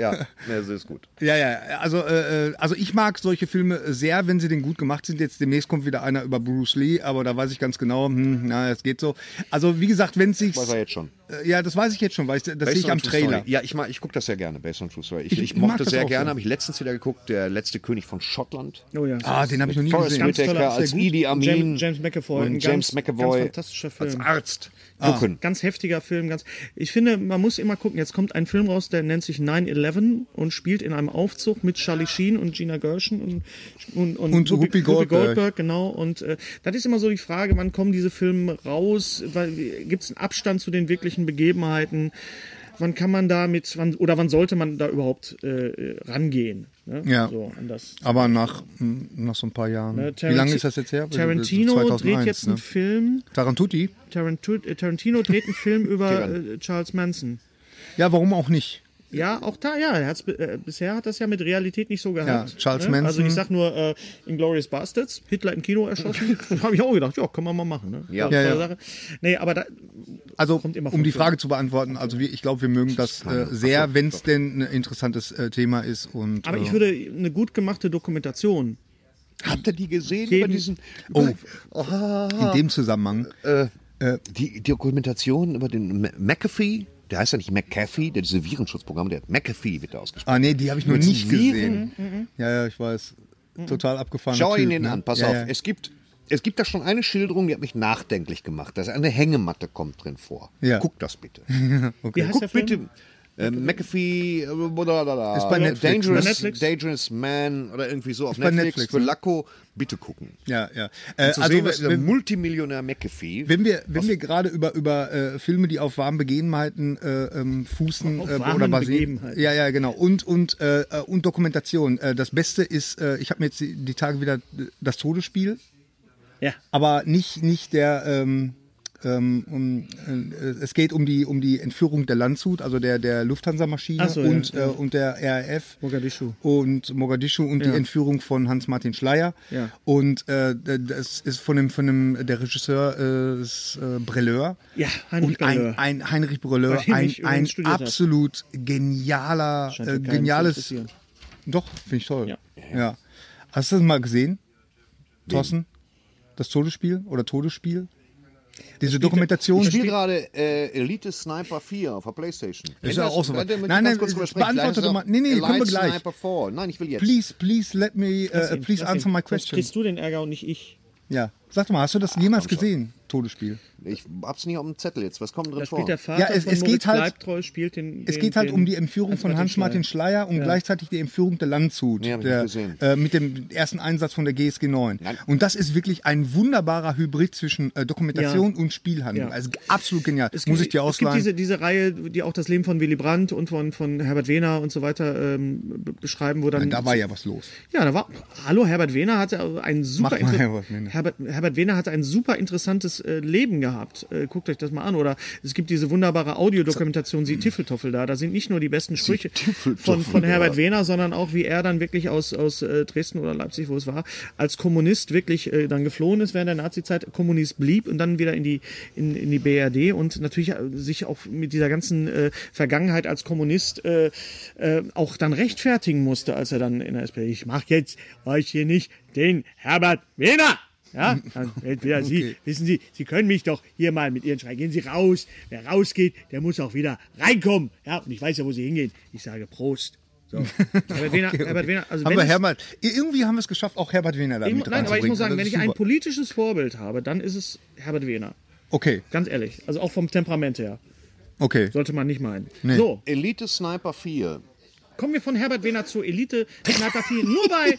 Ja, ne, das ist gut. Ja, ja, also, äh, äh, also ich mag solche Filme sehr, wenn sie denn gut gemacht sind. Jetzt demnächst kommt wieder einer über Bruce Lee, aber da weiß ich ganz genau, hm, na, es geht so. Also wie gesagt, wenn es sich... Weiß er jetzt schon. Äh, Ja, das weiß ich jetzt schon, weil ich, das sehe Based ich on am True Trailer. Story. Ja, ich, mag- ich gucke das sehr gerne, Based on True Story. Ich, Ich- ich, ich mag mochte das sehr auch gerne, so. habe ich letztens wieder geguckt, der letzte König von Schottland. Oh ja. Ah, den habe ich noch nie Forrest gesehen. Ganz toller- Whitaker als sehr gut. Idi Amin. James- James McAvoy, ein Und ganz- James ganz McAvoy. fantastischer Als Film. Ah. Arzt. Gucken. Ganz heftiger Film, ganz. Ich finde, man muss immer gucken. Jetzt kommt ein Film raus, der nennt sich 9-11 und spielt in einem Aufzug mit Charlie Sheen und Gina Gershon und, und, Ah. Und Whoopi Goldberg. Genau. Und äh, das ist immer so die Frage, wann kommen diese Filme raus? Gibt es einen Abstand zu den wirklichen Begebenheiten? Wann kann man da mit, wann, oder wann sollte man da überhaupt äh, äh, rangehen? Ne? Ja. So, an das. Aber nach, hm, nach so ein paar Jahren. Äh, Wie Tarant- lange ist das jetzt her? Tarantino dreht jetzt einen ne? Film. Tarantuti? Tarantu- äh, Tarantino dreht einen Film über äh, Charles Manson. Ja, warum auch nicht? Ja, auch da, ja. Er hat's, be- äh, bisher hat das ja mit Realität nicht so gehabt. Ja, Charles ne? Manson. Also ich sag nur, äh, Inglourious Bastards, Hitler im Kino erschossen. Habe ich auch gedacht, ja, kann man mal machen. Ne? Ja. Tolle Ja, ja. Sache. Nee, aber da, Also, Kommt immer um vom die Film. Frage zu beantworten, also wir, ich glaube, wir mögen das äh, sehr, wenn es denn ein interessantes äh, Thema ist. Und, aber äh, ich würde eine gut gemachte Dokumentation. Habt ihr die gesehen Jeden- über diesen. Oh, in dem Zusammenhang. Die Dokumentation über den Ma- McAfee, der heißt ja nicht McAfee, der diese Virenschutzprogramme, der hat McAfee wird da ausgesprochen. Ah, nee, die habe ich noch nicht Viren? Mhm. gesehen. Mhm, Ja, ja, ich weiß. Total Ah, abgefahren. Schau ihn typ, den ne? an, pass ja, auf. Ja. Es gibt. Es gibt da schon eine Schilderung, die hat mich nachdenklich gemacht. Da ist eine Hängematte kommt drin vor. Ja. Guck das bitte. Wie heißt Guck der Film? bitte. Äh, McAfee, äh, blablabla. Ist bei Netflix, Dangerous, ne? Netflix? Dangerous Man oder irgendwie so auf bei Netflix, Netflix, für ne? Lacko. Bitte gucken. ja, ja. Äh, Zu also also, sehen, was dieser wenn, Multimillionär McAfee. wenn wir, wenn wir gerade über, über äh, Filme, die auf warmen Begebenheiten äh, ähm, fußen Auf äh, warmen oder basieren. Begebenheiten. Ja, ja, genau. Und, und, äh, äh, und Dokumentation. Äh, das Beste ist, äh, ich habe mir jetzt die, die Tage wieder äh, das Todesspiel Ja. aber nicht, nicht der. Ähm, ähm, um, äh, es geht um die, um die Entführung der Landshut, also der, der Lufthansa-Maschine Ach so, ja, und, ja. Äh, und der RAF. Mogadischu. Und Mogadischu und die Entführung von Hans-Martin Schleyer. Ja. Und äh, das ist von dem, von dem der Regisseur äh, ist, äh, Breleur. Ja, Heinrich und ein, Breleur. Ein Heinrich Breleur, Bei dem ein, ich übrigens ein studiert hab. absolut genialer, Scheint ja äh, keinen zu geniales. interessieren. Doch, finde ich toll. Ja. ja. Hast du das mal gesehen? Thorsten? Das Todesspiel oder Todesspiel? Diese Dokumentation. ich spiele gerade äh, Elite Sniper 4 auf der Playstation. Ist ja auch so was. Nein, Nein, nein, nein, kurz drüber jetzt sprechen. Gleich beantwortet ist noch doch mal. Nee, nee, Elite kommen wir gleich. Sniper 4. Nein, ich will jetzt. Please, please let me, Lass uh, ihn, please lass ihn. answer my Sonst question. Kriegst du den Ärger und nicht ich? Ja. Sag doch mal, hast du das jemals gesehen? Todesspiel. Ich hab's nicht auf dem Zettel jetzt. Was kommt denn drin Da vor? spielt der Vater Ja, es- von es geht Moritz halt- Bleibtreu, spielt den, den Es geht halt den um die Entführung von Hans-Martin Hans-Martin Schleyer und Ja. gleichzeitig die Entführung der Landshut. Nee, hab ich der, nicht gesehen. Äh, mit dem ersten Einsatz von der GSG 9. Nein. Und das ist wirklich ein wunderbarer Hybrid zwischen äh, Dokumentation und Spielhandlung. Ja. Also absolut genial. Es Muss gibt- ich dir ausleihen. Es gibt diese, diese Reihe, die auch das Leben von Willy Brandt und von, von Herbert Wehner und so weiter ähm, be- beschreiben, wo dann. da war ja was los. Ja, da war. Hallo, Herbert Wehner hatte ein super. Mach mal inter- Herbert Wehner. Herbert, Herbert Wehner hatte ein super interessantes äh, Leben gehabt. Äh, guckt euch das mal an. Oder es gibt diese wunderbare Audiodokumentation, Sie Tiffeltoffel da. Da sind nicht nur die besten Sprüche von, von Herbert Wehner, sondern auch, wie er dann wirklich aus, aus äh, Dresden oder Leipzig, wo es war, als Kommunist wirklich äh, dann geflohen ist während der Nazizeit, Kommunist blieb und dann wieder in die, in, in die BRD und natürlich äh, sich auch mit dieser ganzen äh, Vergangenheit als Kommunist äh, äh, auch dann rechtfertigen musste, als er dann in der SPD, ich mache jetzt euch hier nicht den Herbert Wehner. Ja, dann entweder Sie, wissen Sie, Sie können mich doch hier mal mit Ihren Schreien, gehen Sie raus. Wer rausgeht, der muss auch wieder reinkommen. Ja, und ich weiß ja, wo Sie hingehen. Ich sage Prost. So. Herbert Wehner, Herbert Wehner, also haben wenn wir es- Herbert, irgendwie haben wir es geschafft, auch Herbert Wehner da ich, mu- mit nein, aber ich muss sagen, wenn reinzubringen. ich ein Also das ist politisches Vorbild habe, dann ist es Herbert Wehner. super. Okay, Ganz ehrlich. Also auch vom Temperament her. okay. Sollte man nicht meinen. So, Elite Sniper 4. kommen wir von Herbert Wehner zur Elite. Knatter viel nur bei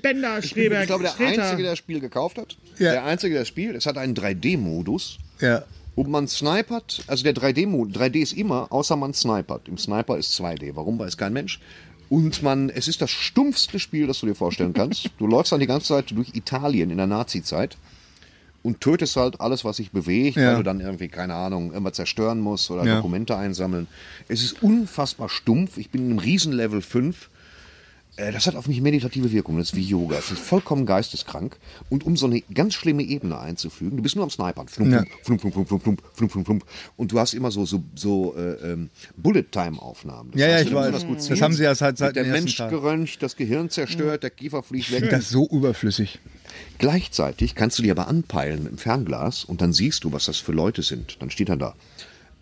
Bender, Schreberg, Ich glaube, der Streter. Einzige, der das Spiel gekauft hat. Ja. Der Einzige, der das Spiel. Es hat einen 3D-Modus. Ja. Ob man snipert, also der 3D-Modus, 3D ist immer, außer man snipert. Im Sniper ist 2D. Warum weiß kein Mensch. Und man, es ist das stumpfste Spiel, das du dir vorstellen kannst. Du läufst dann die ganze Zeit durch Italien in der Nazi-Zeit und tötest halt alles, was sich bewegt, Ja. weil du dann irgendwie, keine Ahnung, irgendwas zerstören musst oder Ja. Dokumente einsammeln. Es ist unfassbar stumpf. Ich bin im Riesenlevel 5. Äh, Das hat auf mich meditative Wirkung, das ist wie Yoga. Es ist vollkommen geisteskrank. Und um so eine ganz schlimme Ebene einzufügen, du bist nur am Snipern. Flump, Ja. flump, flump, flump, flump, flump, flump, flump, flump. Und du hast immer so, so, so äh, ähm, Bullet-Time-Aufnahmen. Das Ja, ja, heißt, ich wenn du weiß. Das, gut Das zielst, haben sie ja seit- seit wird der dem ersten Mensch Tag. geröntgt, das Gehirn zerstört, der Kiefer fliegt weg. Das ist so überflüssig. Gleichzeitig kannst du die aber anpeilen mit dem Fernglas und dann siehst du, was das für Leute sind. Dann steht dann da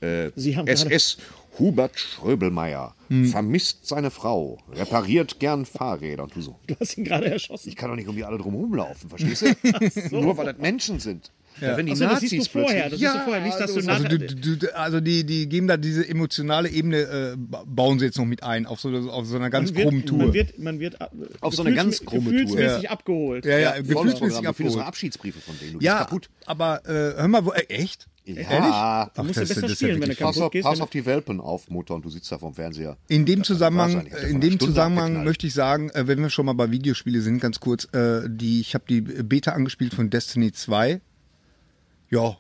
Äh, Sie haben SS Hubert Schröbelmeier Hm. vermisst seine Frau, repariert gern Fahrräder. Und du so, Du hast ihn gerade erschossen. ich kann doch nicht um die alle drum rumlaufen, verstehst du? Nur weil das Menschen sind. Ja. Wenn die Ach so, das Nazis siehst du vorher, das plötzlich, siehst du vorher nicht, dass du Also, nachher- du, du, du, also die, die geben da diese emotionale Ebene, äh, ba- bauen sie jetzt noch mit ein, auf so, auf so einer ganz Man wird- krummen Tour. Man wird, man wird ab- Auf so eine ganz gefühlsmä- krumme Tour. gefühlsmäßig abgeholt. ja, ja, ja, gefühlsmäßig Vollprogramm. Du findest noch abgeholt. Abschiedsbriefe von denen, du Ja, bist kaputt. aber äh, hör mal, wo, äh, echt? Ja, Du musst das- ja besser das ist ja spielen, wenn du wirklich- pass, kaputt auf, gehst. pass wenn- auf die Welpen auf, Mutter, und du sitzt da vorm Fernseher. In dem Das kann Zusammenhang, äh, nicht wahr sein. Ich hab dir vor in einer dem Stunde Zusammenhang abgeknallt. möchte ich sagen, äh, wenn wir schon mal bei Videospiele sind, ganz kurz, äh, die, ich habe die Beta angespielt von Destiny 2. Ja,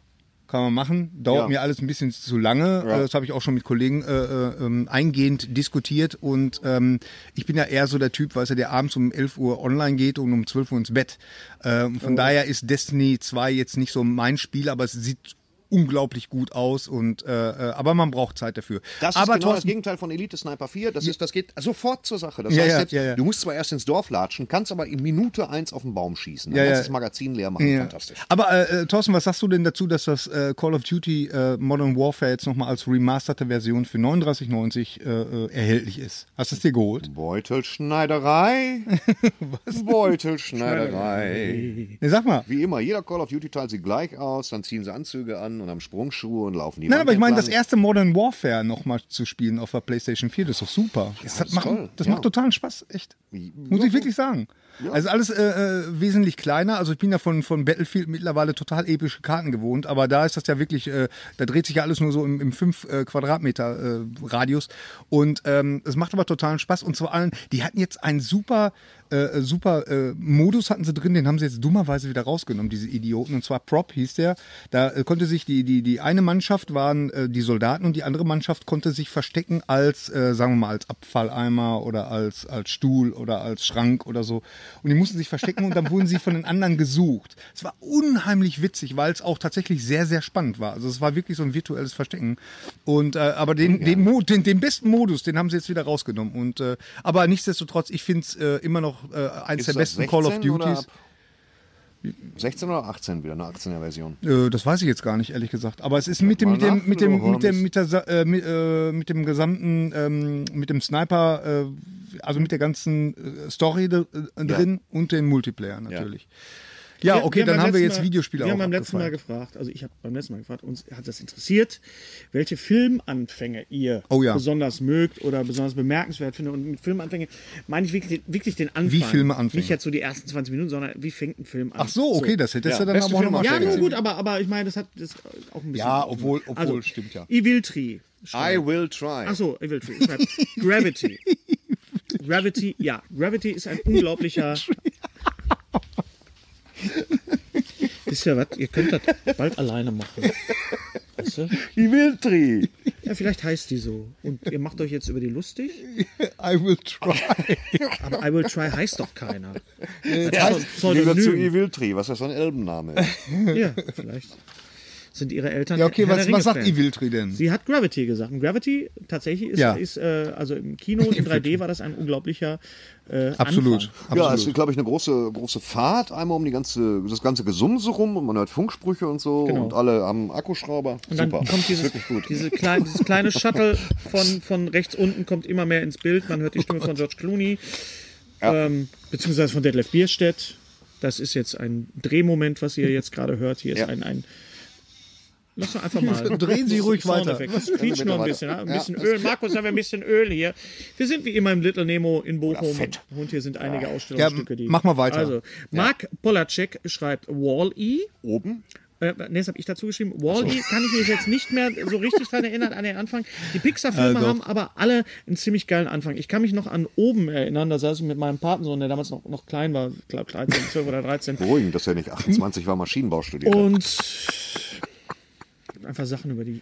kann man machen. Dauert Ja. mir alles ein bisschen zu lange. Äh, Das habe ich auch schon mit Kollegen äh, äh, ähm, eingehend diskutiert. Und ähm, ich bin ja eher so der Typ, weißt du, der abends um 11 Uhr online geht und um 12 Uhr ins Bett. Ähm, Mhm. von daher ist Destiny 2 jetzt nicht so mein Spiel, aber es sieht unglaublich gut aus und äh, äh, aber man braucht Zeit dafür. Das ist genau aber das Thorsten, Gegenteil von Elite Sniper 4. Das, ist, das geht sofort zur Sache. Das Ja, heißt, ja, selbst, ja, ja. du musst zwar erst ins Dorf latschen, kannst aber in Minute eins auf den Baum schießen. Dann Ja, kannst ja. das Magazin leer machen. Fantastisch. Aber äh, äh, Thorsten, was sagst du denn dazu, dass das äh, Call of Duty äh, Modern Warfare jetzt nochmal als remasterte Version für 39,90 äh, äh, erhältlich ist? Hast du es dir geholt? Beutelschneiderei. Beutelschneiderei. Nee, sag mal. Wie immer, jeder Call of Duty-Teil sieht gleich aus, dann ziehen sie Anzüge an und haben Sprungschuhe und laufen die Nein, Wand aber ich meine, das entlang. erste Modern Warfare nochmal zu spielen auf der PlayStation 4, das ist doch super. das hat, ist macht, toll, das ja. macht totalen Spaß, echt. Muss Ja. ich wirklich sagen. Also alles äh, äh, wesentlich kleiner. Also ich bin ja von, von Battlefield mittlerweile total epische Karten gewohnt, aber da ist das ja wirklich, äh, da dreht sich ja alles nur so im, im 5 äh, Quadratmeter äh, Radius. Und ähm, es macht aber totalen Spaß. Und vor allem, die hatten jetzt einen super, äh, super äh, Modus hatten sie drin, den haben sie jetzt dummerweise wieder rausgenommen, diese Idioten. Und zwar Prop hieß der. Da äh, konnte sich die, die, die eine Mannschaft waren äh, die Soldaten und die andere Mannschaft konnte sich verstecken als, äh, sagen wir mal, als Abfalleimer oder als, als Stuhl oder als Schrank oder so. Und die mussten sich verstecken und dann wurden sie von den anderen gesucht. Es war unheimlich witzig, weil es auch tatsächlich sehr, sehr spannend war. Also es war wirklich so ein virtuelles Verstecken. Und äh, aber den, den, Mo den, den besten Modus, den haben sie jetzt wieder rausgenommen. Und äh, aber nichtsdestotrotz, ich finde es äh, immer noch äh, eins Ist der das besten Call of 16 oder Duties. ab 16 oder 18 wieder, eine 18er-Version. Äh, das weiß ich jetzt gar nicht, ehrlich gesagt. Aber es ist mit dem, mal mit dem, nach, mit wenn du dem, mit dem, hornst. mit der, Sa- äh, mit, äh, mit dem gesamten, ähm, mit dem Sniper, äh, also mit der ganzen äh, Story dr- äh, drin und den Multiplayer natürlich. Ja, Wir- okay, dann beim haben wir letzten jetzt Mal- Videospiele Wir auch haben beim letzten Mal abgefeiert. gefragt, also ich habe beim letzten Mal gefragt, uns hat das interessiert, welche Filmanfänge ihr Oh ja. besonders mögt oder besonders bemerkenswert findet. Und mit Filmanfänge meine ich wirklich, wirklich den Anfang. Wie Filmeanfänge? Nicht jetzt so die ersten 20 Minuten, sondern wie fängt ein Film an? Ach so, okay, das hättest Ja, du dann beste aber auch nochmal Filme- Ja, Sehr nun geil. gut, aber, aber ich meine, das hat das auch ein bisschen. Also, Ja, obwohl- obwohl, stimmt ja. Evil Tree. I will try. Also, Achso, Evil Tree. schreibt Gravity. Gravity, ja. Gravity ist ein unglaublicher. Wisst ihr was? Ihr könnt das bald alleine machen. Weißt du? I will try. Ja, vielleicht heißt die so. Und ihr macht euch jetzt über die lustig. I will try. Aber I Will Try heißt doch keiner. Ja, Das ist doch ein Lieber zu Pseudonym. Eviltri, was ist das für ein Elbenname? Ja, vielleicht. Sind ihre Eltern. ja, okay, Herr was, der was sagt Ringe-Fans. Iviltri denn? Sie hat Gravity gesagt. Und Gravity tatsächlich ist, Ja. ist äh, also im Kino in 3D war das ein unglaublicher äh, Absolut. Anfang. also ja, absolut. es ist, glaube ich, eine große, große Fahrt, einmal um die ganze, das ganze Gesumse rum und man hört Funksprüche und so Genau. und alle haben Akkuschrauber. Und dann Super, kommt dieses, wirklich gut. Diese klein, dieses kleine Shuttle von, von rechts unten kommt immer mehr ins Bild. Man hört die Stimme von George Clooney, ähm, beziehungsweise von Detlef Bierstedt. Das ist jetzt ein Drehmoment, was ihr jetzt gerade hört. Hier ist Ja. ein, ein Lass doch einfach mal. Drehen Sie ruhig weiter. Soundeffekt. Das quietscht bitte noch ein weiter. bisschen. Ja? Ein Ja. bisschen Öl. Markus, haben wir ein bisschen Öl hier. Wir sind wie immer im Little Nemo in Bochum. Fett. Und hier sind einige Ausstellungsstücke. Die mach mal weiter. Also, Mark Polacek schreibt Wall-E. Oben? Äh, nee, das habe ich dazu geschrieben. Wall-E kann ich mich jetzt nicht mehr so richtig dran erinnern an den Anfang. Die Pixar-Filme haben aber alle einen ziemlich geilen Anfang. Ich kann mich noch an oben erinnern, da saß ich mit meinem Patensohn, der damals noch, noch klein war, ich glaube 13, 12 oder 13. Beruhigend, dass er nicht 28 war, Maschinenbau studiert. Oh. hat. Und einfach Sachen über die.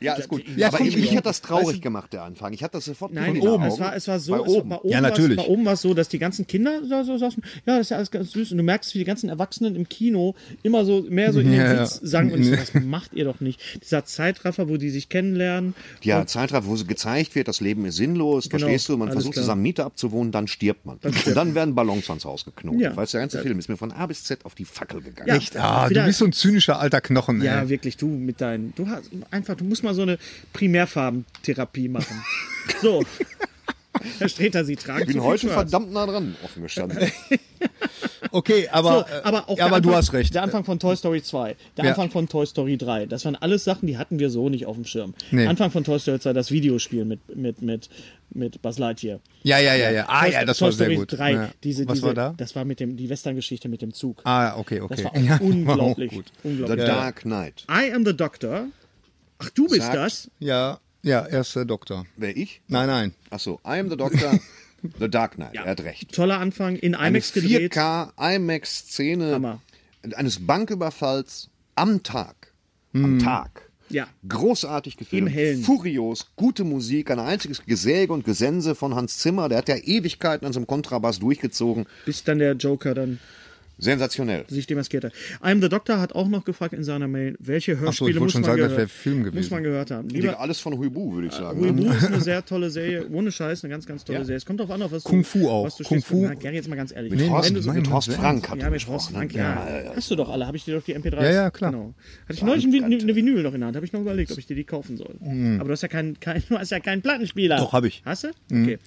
ja, ist gut. Ja, Aber komm, ich, ich- ich hatte das traurig gemacht, der Anfang. Ich hatte das sofort Nein, genau. von oben. es war, es war so, Bei es oben. War, bei oben Ja, war es- natürlich. Bei oben war es so, dass die ganzen Kinder da so saßen, ja, das ist ja alles ganz süß. Und du merkst, wie die ganzen Erwachsenen im Kino immer so mehr so in den Ja, Sitz ja. sanken. Und ich so, das macht ihr doch nicht. Dieser Zeitraffer, wo die sich kennenlernen. Ja, Zeitraffer, wo gezeigt wird, das Leben ist sinnlos, verstehst du? Man Genau, alles versucht klar. zusammen Miete abzuwohnen, dann stirbt man. und dann werden Ballons ans Haus geknotet. Ja. Weißt du, der ganze Film ist mir von A bis Z auf die Fackel gegangen. Ja. Echt? Ah, du Wieder- bist so ein zynischer alter Knochen, Ja, ey. wirklich, du mit deinen. Du hast einfach, du musst mal mal so eine Primärfarbentherapie machen. So. Herr Streter, Sie tragen Ich bin zu heute viel Schwarz. verdammt nah dran, offen gestanden. Okay, aber, so, aber, auch äh, der aber du Anfang- hast recht. Der Anfang von Toy Story 2, der Ja. Anfang von Toy Story 3, das waren alles Sachen, die hatten wir so nicht auf dem Schirm. Nee. Anfang von Toy Story 2, das Videospiel mit, mit, mit, mit Buzz Lightyear. Ja, ja, ja, ja. Ah, Toy- ja, das Toy war sehr Story gut. 3, Ja. diese, Was diese, war da? Das war mit dem, die Western-Geschichte mit dem Zug. Ah, okay, okay. Das war auch Ja, war auch unglaublich. gut. The unglaublich. Dark Knight. I am the Doctor. Ach, du bist Sagt- das? Ja, ja, er ist der Doktor. Wer ich? Nein, nein. Achso, I am the Doctor. The Dark Knight, er hat recht. Toller Anfang, in Eine IMAX gedreht. 4K IMAX-Szene Hammer. eines Banküberfalls am Tag. Hm. Am Tag. Ja. Großartig gefilmt. Im Hellen. Furios, gute Musik, ein einziges Gesäge und Gesense von Hans Zimmer. Der hat ja Ewigkeiten an so einem Kontrabass durchgezogen. Bis dann der Joker dann Sensationell. sich demaskiert hat. I'm the Doctor hat auch noch gefragt in seiner Mail, welche Hörspiele ich wollte muss, schon man sagen, das gehört, wäre Film muss gewesen. man gehört haben. Liegt Lieber alles von Huibu, Äh, würde ich sagen. ne? Uibu ist eine sehr tolle Serie, ohne Scheiß, eine ganz, ganz tolle Serie. Es kommt drauf an, auf was Kung du, Fu auch. Was du Kung stehst. Fu. Na, Gary, jetzt mal ganz ehrlich. Mit Wenn Horst, du so- mein mit Gott, Horst wer- Frank hat ja, mit Horst Frank, ne? ja. Hast du doch alle. Habe ich dir doch die MP3? Ja, ja, klar. Genau. Hatte ich neulich ein Vin- eine Vinyl noch in der Hand. Habe ich noch überlegt, ob ich dir die kaufen soll. Aber du hast ja keinen, kein, du hast ja keinen Plattenspieler. Hm. Doch, hab ich. Hm. Hast du? Okay.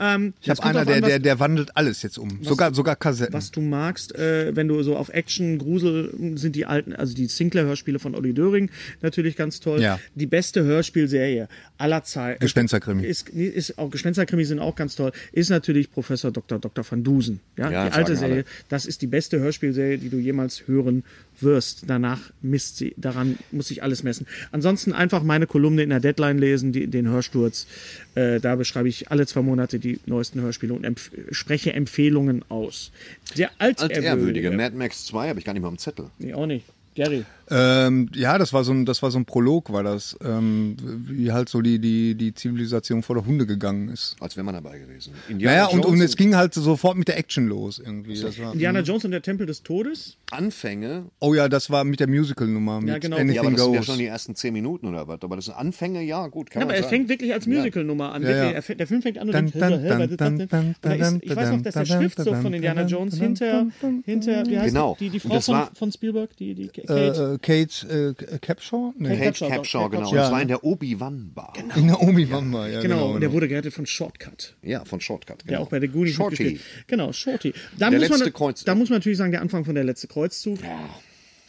Ähm, Ich habe einer, der, der, der wandelt alles jetzt um. sogar, sogar Kassetten. was du magst, äh, wenn du so auf Action, Grusel mh, sind die alten, also die Sinclair-Hörspiele von Olli Döring natürlich ganz toll. Ja. Die beste Hörspielserie aller Zeiten. Gespensterkrimi. Ist, ist auch Gespensterkrimi sind auch ganz toll. Ist natürlich Professor Dr. Dr. van Dusen. Ja, Ja, die alte sagen alle. Serie. Das ist die beste Hörspielserie, die du jemals hören wirst. Danach misst sie, daran muss sich alles messen. Ansonsten einfach meine Kolumne in der Deadline lesen, die, den Hörsturz. Äh, da beschreibe ich alle zwei Monate die neuesten Hörspiele und empf spreche Empfehlungen aus. Der Altehrwürdige. ne? altehrwürdige. Mad Max 2 habe ich gar nicht mal am Zettel. Nee, auch nicht. Gary. Ähm, ja, das war so ein, das war so ein Prolog, war das, ähm, wie halt so die, die, die Zivilisation vor der Hunde gegangen ist. Als wäre man dabei gewesen. Naja, Indiana und, Jones und es ging halt sofort mit der Action los irgendwie. Das war, Mhm. Indiana Jones und der Tempel des Todes. Anfänge oh ja, das war mit der Musical-Nummer, mit genau. Anything Ja, aber das sind ja Goes. schon die ersten zehn Minuten oder was. Aber das sind Anfänge, ja, gut, kann Ja, man aber er sagen. fängt wirklich als Musical-Nummer an. Wirklich. ja. Er fängt- Der Film fängt an und Dun, denkt, hä, dun, hä, was ist das dun, denn? dun, Und da ist- dun, Ich weiß noch, dass der dun, Schriftzug dun, von Indiana dun, Jones dun, hinter, dun, dun, hinter wie heißt Genau. die, die Und Frau das von, war- von Spielberg, die, die Kate. Äh, äh, Kate äh, Capshaw? Nee. Kate Page Capshaw, genau. Und Ja. zwar in der Obi-Wan-Bar. In der Obi-Wan-Bar, ja. Genau, Genau, und der wurde gerettet von Shortcut. Ja, von Shortcut. Genau. Der auch bei der Goonies Shorty. mitgespielt. Genau, Shorty. Da Der muss man, letzte Kreuzzug. Da muss man natürlich sagen, der Anfang von der letzte Kreuzzug.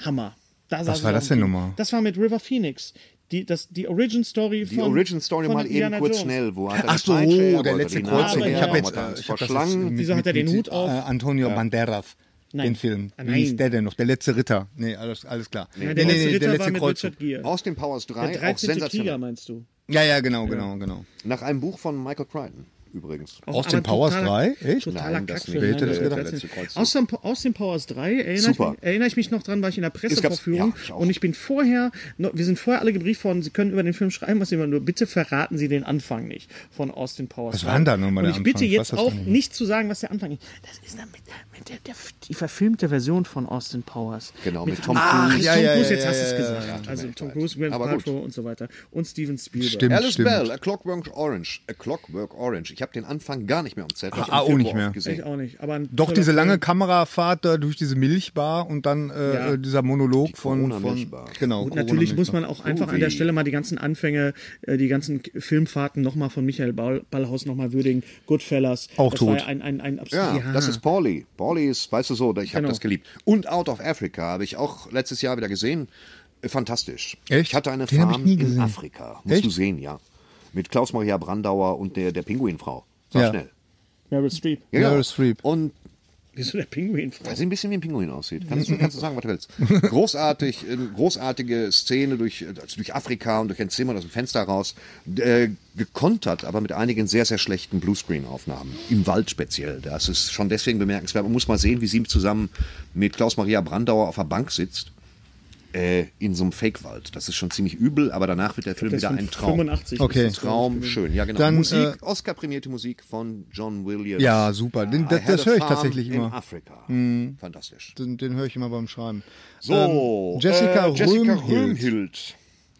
Hammer. Da saß war ich das auch denn im nochmal? Kino. Das war mit River Phoenix. Die, das, die Origin Story Die von. Origin Story von mal eben Indiana kurz Jones. schnell. Wo hat er Ach die so, oh, Peitsche, der wo hat er letzte die Nase Kreuzung. Ich her, habe wo jetzt, hat er äh, Angst ich vor hab das jetzt Schlangen. mit- Wieso hat er mit- den mit- Hut auf? Äh, Antonio Banderas. Nein. Den Film. Ah, Wie hieß nein. der denn noch? Der letzte Ritter. Nee, alles, alles klar. Ja, der nee, letzte nee, Ritter der war letzte mit Kreuzzug. Richard Gere. Aus den Powers 3, der auch 13. Krieger, sensationell. meinst du? Ja, ja, genau, genau, genau. Nach einem Buch von Michael Crichton übrigens. Auch Aus den aber Powers totaler- 3? Echt? Totaler Nein, das Kackfilm. nicht. Wer hätte das Nein, gedacht? das Letzte nicht. Kreuzzug. Aus, dem, aus den Powers 3 erinnere ich, Super. mich, erinnere ich mich noch dran, war ich in der Pressevorführung ja, ich auch. und ich bin vorher, noch- wir sind vorher alle gebrieft worden, Sie können über den Film schreiben, was Sie wollen, nur bitte verraten Sie den Anfang nicht von Austin Powers. Was 3. war denn da nochmal Und der ich Anfang? bitte Ich weiß jetzt das auch gar nicht nicht. mehr. zu sagen, was der Anfang ist. Das ist dann mit, mit der, der, die verfilmte Version von Austin Powers. Genau, mit Tom Ach, Cruise. ja, Tom Cruise, jetzt hast du es gesagt. also mir Tom leid. Cruise, Gwyneth Aber gut. Paltrow und so weiter und Steven Spielberg. Stimmt, Alice stimmt. Bell, A Clockwork Orange. A Clockwork Orange. Ich habe den Anfang gar nicht mehr am Zettel. Ich hab Ah, ihn auch im nicht Februar mehr. oft Ich Gesehen. auch nicht. Aber ein Doch toller diese lange Film. Kamerafahrt da durch diese Milchbar und dann äh, Ja. äh, dieser Monolog von, von Corona-Milchbar. genau. Und natürlich muss man auch einfach an der Ui. Stelle mal die ganzen Anfänge, äh, die ganzen K- Filmfahrten nochmal von Michael Ball Ballhaus nochmal würdigen. Goodfellas. Auch das tot. War ja ein, ein, ein absolut, Ja, das ist Pauli. Pauli ist, weißt du so, ich habe Genau. das geliebt. Und Out of Africa habe ich auch letztes Jahr wieder gesehen. Äh, Fantastisch. Echt? Ich hatte eine Den hab ich Farm nie in gesehen. Afrika. Musst Echt? du sehen, ja. Mit Klaus-Maria Brandauer und der, der Pinguinfrau. Sag Ja. schnell. Meryl Streep. Ja, Meryl Streep. Genau. Und Wieso der Pinguin? weil sie ein bisschen wie ein Pinguin aussieht. Kannst du, kannst du sagen, was du willst. Großartig, äh, großartige Szene durch, äh, also durch Afrika und durch ein Zimmer aus dem Fenster raus. Äh, gekontert, aber mit einigen sehr, sehr schlechten Bluescreen-Aufnahmen. Im Wald speziell. Das ist schon deswegen bemerkenswert. Man muss mal sehen, wie sie zusammen mit Klaus-Maria Brandauer auf der Bank sitzt. Äh, in so einem Fake-Wald. Das ist schon ziemlich übel, aber danach wird der Film Der ist wieder von ein Traum. 85. Okay. Das ist- Traum, schön, ja genau. Dann, Musik, äh, Oscar-prämierte Musik von John Williams. Ja, super. Den, I das had das a höre ich farm tatsächlich in immer. Mhm. Afrika. Fantastisch. Den, den höre ich immer beim Schreiben. Ähm, So, äh, Jessica Jessica Röhmhild. Röhmhild.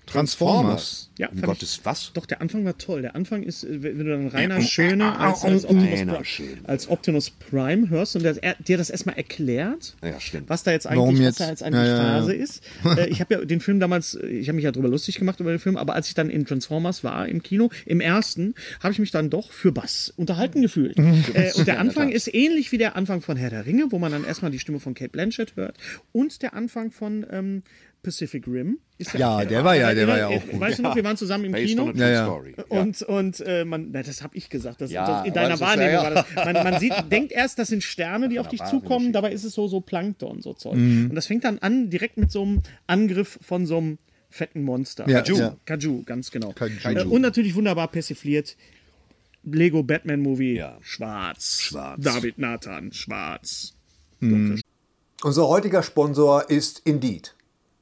Transformers. Ja, um fand Gottes was? Doch, der Anfang war toll. Der Anfang ist, äh, wenn wenn du dann Rainer Schöne als, als, Optimus, äh, Rainer Pri- Schöne. als Optimus Prime hörst und der, er, dir das erstmal erklärt, Ja, stimmt. was da jetzt Warum eigentlich, jetzt? Was da jetzt eigentlich Ja, ja, ja. Phase ist. Äh, ich habe ja den Film damals, äh, ich habe mich ja drüber lustig gemacht über den Film, aber als ich dann in Transformers war, im Kino, im ersten, habe ich mich dann doch für Bass unterhalten gefühlt. Mhm. äh, und der Anfang ist ähnlich wie der Anfang von Herr der Ringe, wo man dann erstmal die Stimme von Kate Blanchett hört und der Anfang von... Ähm, Pacific Rim. Ist Ja, der war ja- der war ja äh, auch gut. Weißt du noch, wir waren zusammen im Based Kino. on a true Ja, ja. story. Und, und äh, man, na, das habe ich gesagt, das, Ja, das, in aber deiner das ist ja- Wahrnehmung ja. war das. Man, man sieht, denkt erst, das sind Sterne, die auf dich wahnsinnig zukommen, schick. dabei ist es so, so Plankton, so Zeug. Mhm. Und das fängt dann an, direkt mit so einem Angriff von so einem fetten Monster. Ja, Kaju. ja. Kaju, ganz genau. Kaju. Äh, und natürlich wunderbar persifliert. Lego Batman Movie, Ja. schwarz. Schwarz. David Nathan, schwarz. Unser heutiger Sponsor ist Indeed.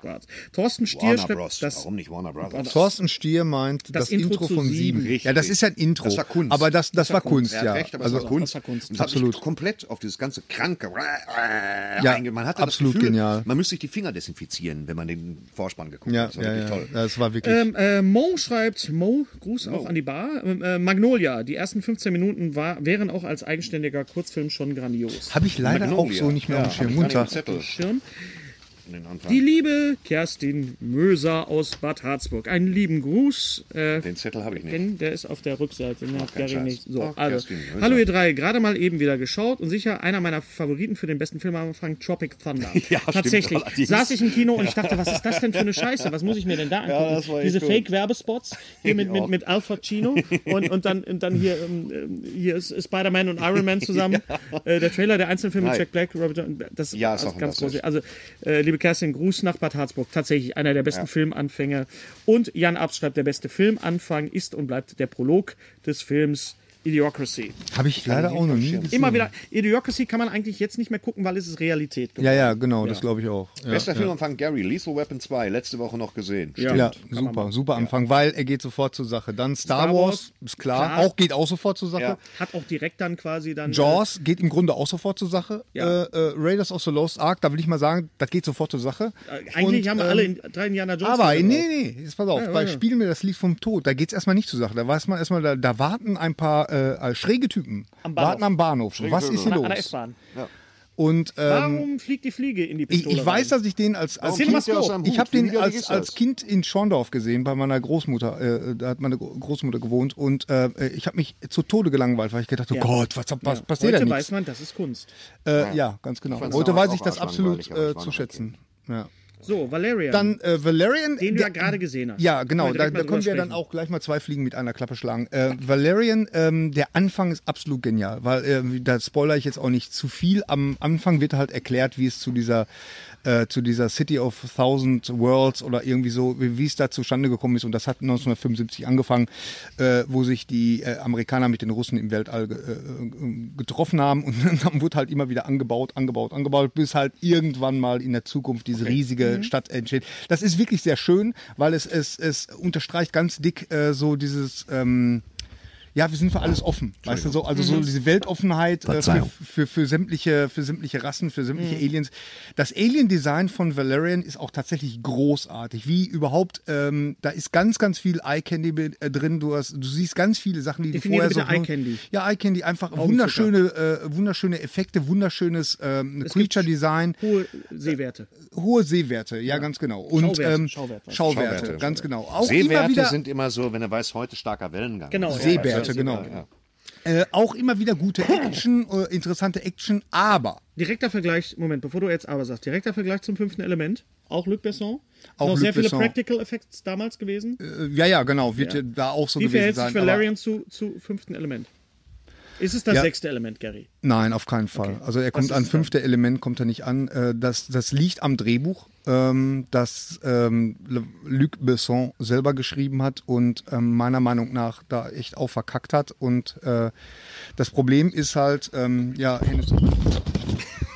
Schwarz. Thorsten Stier Warner schreibt, Bros. das Warum nicht Warner Brothers? Thorsten Stier meint das, Intro, von sieben. Richtig. Ja, das ist ja ein Intro. Das war Kunst. Aber das, das, war Kunst, Er hat ja. recht, aber es also, war Kunst. das war Kunst. Und es hat sich Absolut. komplett auf dieses ganze kranke. Ja, einge- man hatte absolut das Gefühl, genial. Man müsste sich die Finger desinfizieren, wenn man den Vorspann geguckt ja, hat. Das war ja, wirklich ja. toll. Das war wirklich. Ähm, äh, Mo schreibt, Mo, Gruß auch an die Bar. Ähm, Äh, Magnolia, die ersten 15 Minuten war, wären auch als eigenständiger Kurzfilm schon grandios. Habe ich leider auch Magnolia. so nicht mehr Ja, auf dem Schirm. hab ich gar Munter. nicht im Zettel Schirm. in den Anfang. Die liebe Kerstin Möser aus Bad Harzburg. Einen lieben Gruß. Äh, den Zettel habe ich nicht. denn der ist auf der Rückseite. Ne? auf kein der Ring Scheiß. nicht. So, Ach, also. Kerstin Möser. Hallo ihr drei, gerade mal eben wieder geschaut und sicher einer meiner Favoriten für den besten Film am Anfang, Tropic Thunder. Ja, stimmt, Tatsächlich. allerdings. saß ich im Kino und ich dachte, was ist das denn für eine Scheiße? Was muss ich mir denn da Ja, angucken? das war echt Diese cool. Fake-Werbespots hier mit, mit, auch. mit Al Pacino und, und, dann, und dann hier, ähm, ähm, hier ist Spider-Man und Iron Man zusammen. Äh, der Trailer der einzelnen Filme, Nein. Jack Black, Robert Downey, das Ja, ist also auch ganz fantastisch. große. Also, äh, liebe Kerstin, Gruß nach Bad Harzburg. Tatsächlich einer der besten Filmanfänge. Und Jan Abs schreibt, der beste Filmanfang ist und bleibt der Prolog des Films Idiocracy. Habe ich leider auch noch nie gesehen. Immer wieder, Idiocracy kann man eigentlich jetzt nicht mehr gucken, weil es ist Realität geworden. Ja, ja, genau, das glaube ich auch. Ja, Bester Film Anfang Gary, Lethal Weapon 2, letzte Woche noch gesehen. Ja. ja super, super Anfang, weil er geht sofort zur Sache. Dann Star, Star Wars, Wars, ist klar, klar. auch geht auch sofort zur Sache. Ja. Hat auch direkt dann quasi dann. äh, Jaws geht im Grunde auch sofort zur Sache. Ja. Äh, äh, Raiders of the Lost Ark, da will ich mal sagen, das geht sofort zur Sache. Äh, eigentlich Und, ähm, haben wir alle in, drei Indiana Jones. Aber nee, Filme drauf. nee, jetzt pass auf, bei Spiel mir das Lied vom Tod, da geht's erstmal nicht zur Sache. Da weiß man erstmal, da, da warten ein paar äh, schräge Typen. Am Bahnhof. warten am Bahnhof. Was ist hier An- An der los? S-Bahn. Und ähm, Warum fliegt die Fliege in die ich, Pistole? ich weiß, rein? dass ich den als, Warum als Kind, fliegt der aus seinem ich Hut? habe Wie den widerlich als, ist das? als Kind in Schorndorf gesehen bei meiner Großmutter. Äh, da hat meine Gro- Großmutter gewohnt und äh, ich habe mich zu Tode gelangweilt, weil ich gedacht habe, Ja. Gott, was, was Ja. passiert Heute da weiß nichts? man, das ist Kunst. Äh, ja, ganz genau. fand's Heute damals weiß ich auch das absolut arschlangweilig, aber äh, es war zu noch schätzen. Ja. So, Valerian. Dann äh, Valerian. den du der- ja gerade gesehen hast. Ja, genau. Können Da, direkt da mal können drüber wir dann sprechen. auch gleich mal zwei Fliegen mit einer Klappe schlagen. Äh, Valerian, ähm, der Anfang ist absolut genial, weil äh, da spoiler ich jetzt auch nicht zu viel. Am Anfang wird halt erklärt, wie es zu dieser, äh, zu dieser City of Thousand Worlds oder irgendwie so, wie, wie es da zustande gekommen ist. Und das hat 1975 angefangen, äh, wo sich die äh, Amerikaner mit den Russen im Weltall ge äh, getroffen haben. Und dann wurde halt immer wieder angebaut, angebaut, angebaut, bis halt irgendwann mal in der Zukunft diese riesige Stadt entsteht. Das ist wirklich sehr schön, weil es, es, es unterstreicht ganz dick äh, so dieses, ähm, ja, wir sind für alles offen. Weißt du, so, also so diese Weltoffenheit äh, für, Verzeihung. für, für, sämtliche, für sämtliche Rassen, für sämtliche Aliens. Das Alien-Design von Valerian ist auch tatsächlich großartig. Wie überhaupt, ähm, da ist ganz, ganz viel Eye-Candy mit, äh, drin. Du, hast, du siehst ganz viele Sachen, die Definiere du vorher bitte so. Eye-Candy. Ja, Eye-Candy, einfach wunderschöne, äh, wunderschöne Effekte, wunderschönes ähm, gibt- Creature-Design Hohe Sehwerte. hohe Sehwerte, ja, ganz genau. Und Schauwerte, ähm, Schauwerte. Schauwerte, Schauwerte. ganz genau. Auch immer Seewerte wieder, sind immer so, wenn er weiß, heute starker Wellengang. Genau, Also, Seewerte, weißt du, genau. ja. äh, auch immer wieder gute Action, äh, interessante Action, aber Direkter Vergleich, Moment, bevor du jetzt aber sagst, direkter Vergleich zum fünften Element, auch Luc Besson. Auch noch Luc sehr viele Besson. Practical Effects damals gewesen. äh, ja, ja, genau, wird ja. da auch so Wie gewesen verhält sich sein. Valerian zu, zu fünften Element? Ist es das Ja. sechste Element, Gary? Aber, nein, auf keinen Fall. Also er kommt ist an es fünfte Element, kommt er nicht an. Äh, das, das liegt am Drehbuch, ähm, das ähm, Le- Luc Besson selber geschrieben hat und ähm, meiner Meinung nach da echt auch verkackt hat. Und äh, das Problem ist halt, ähm, ja, Hennes,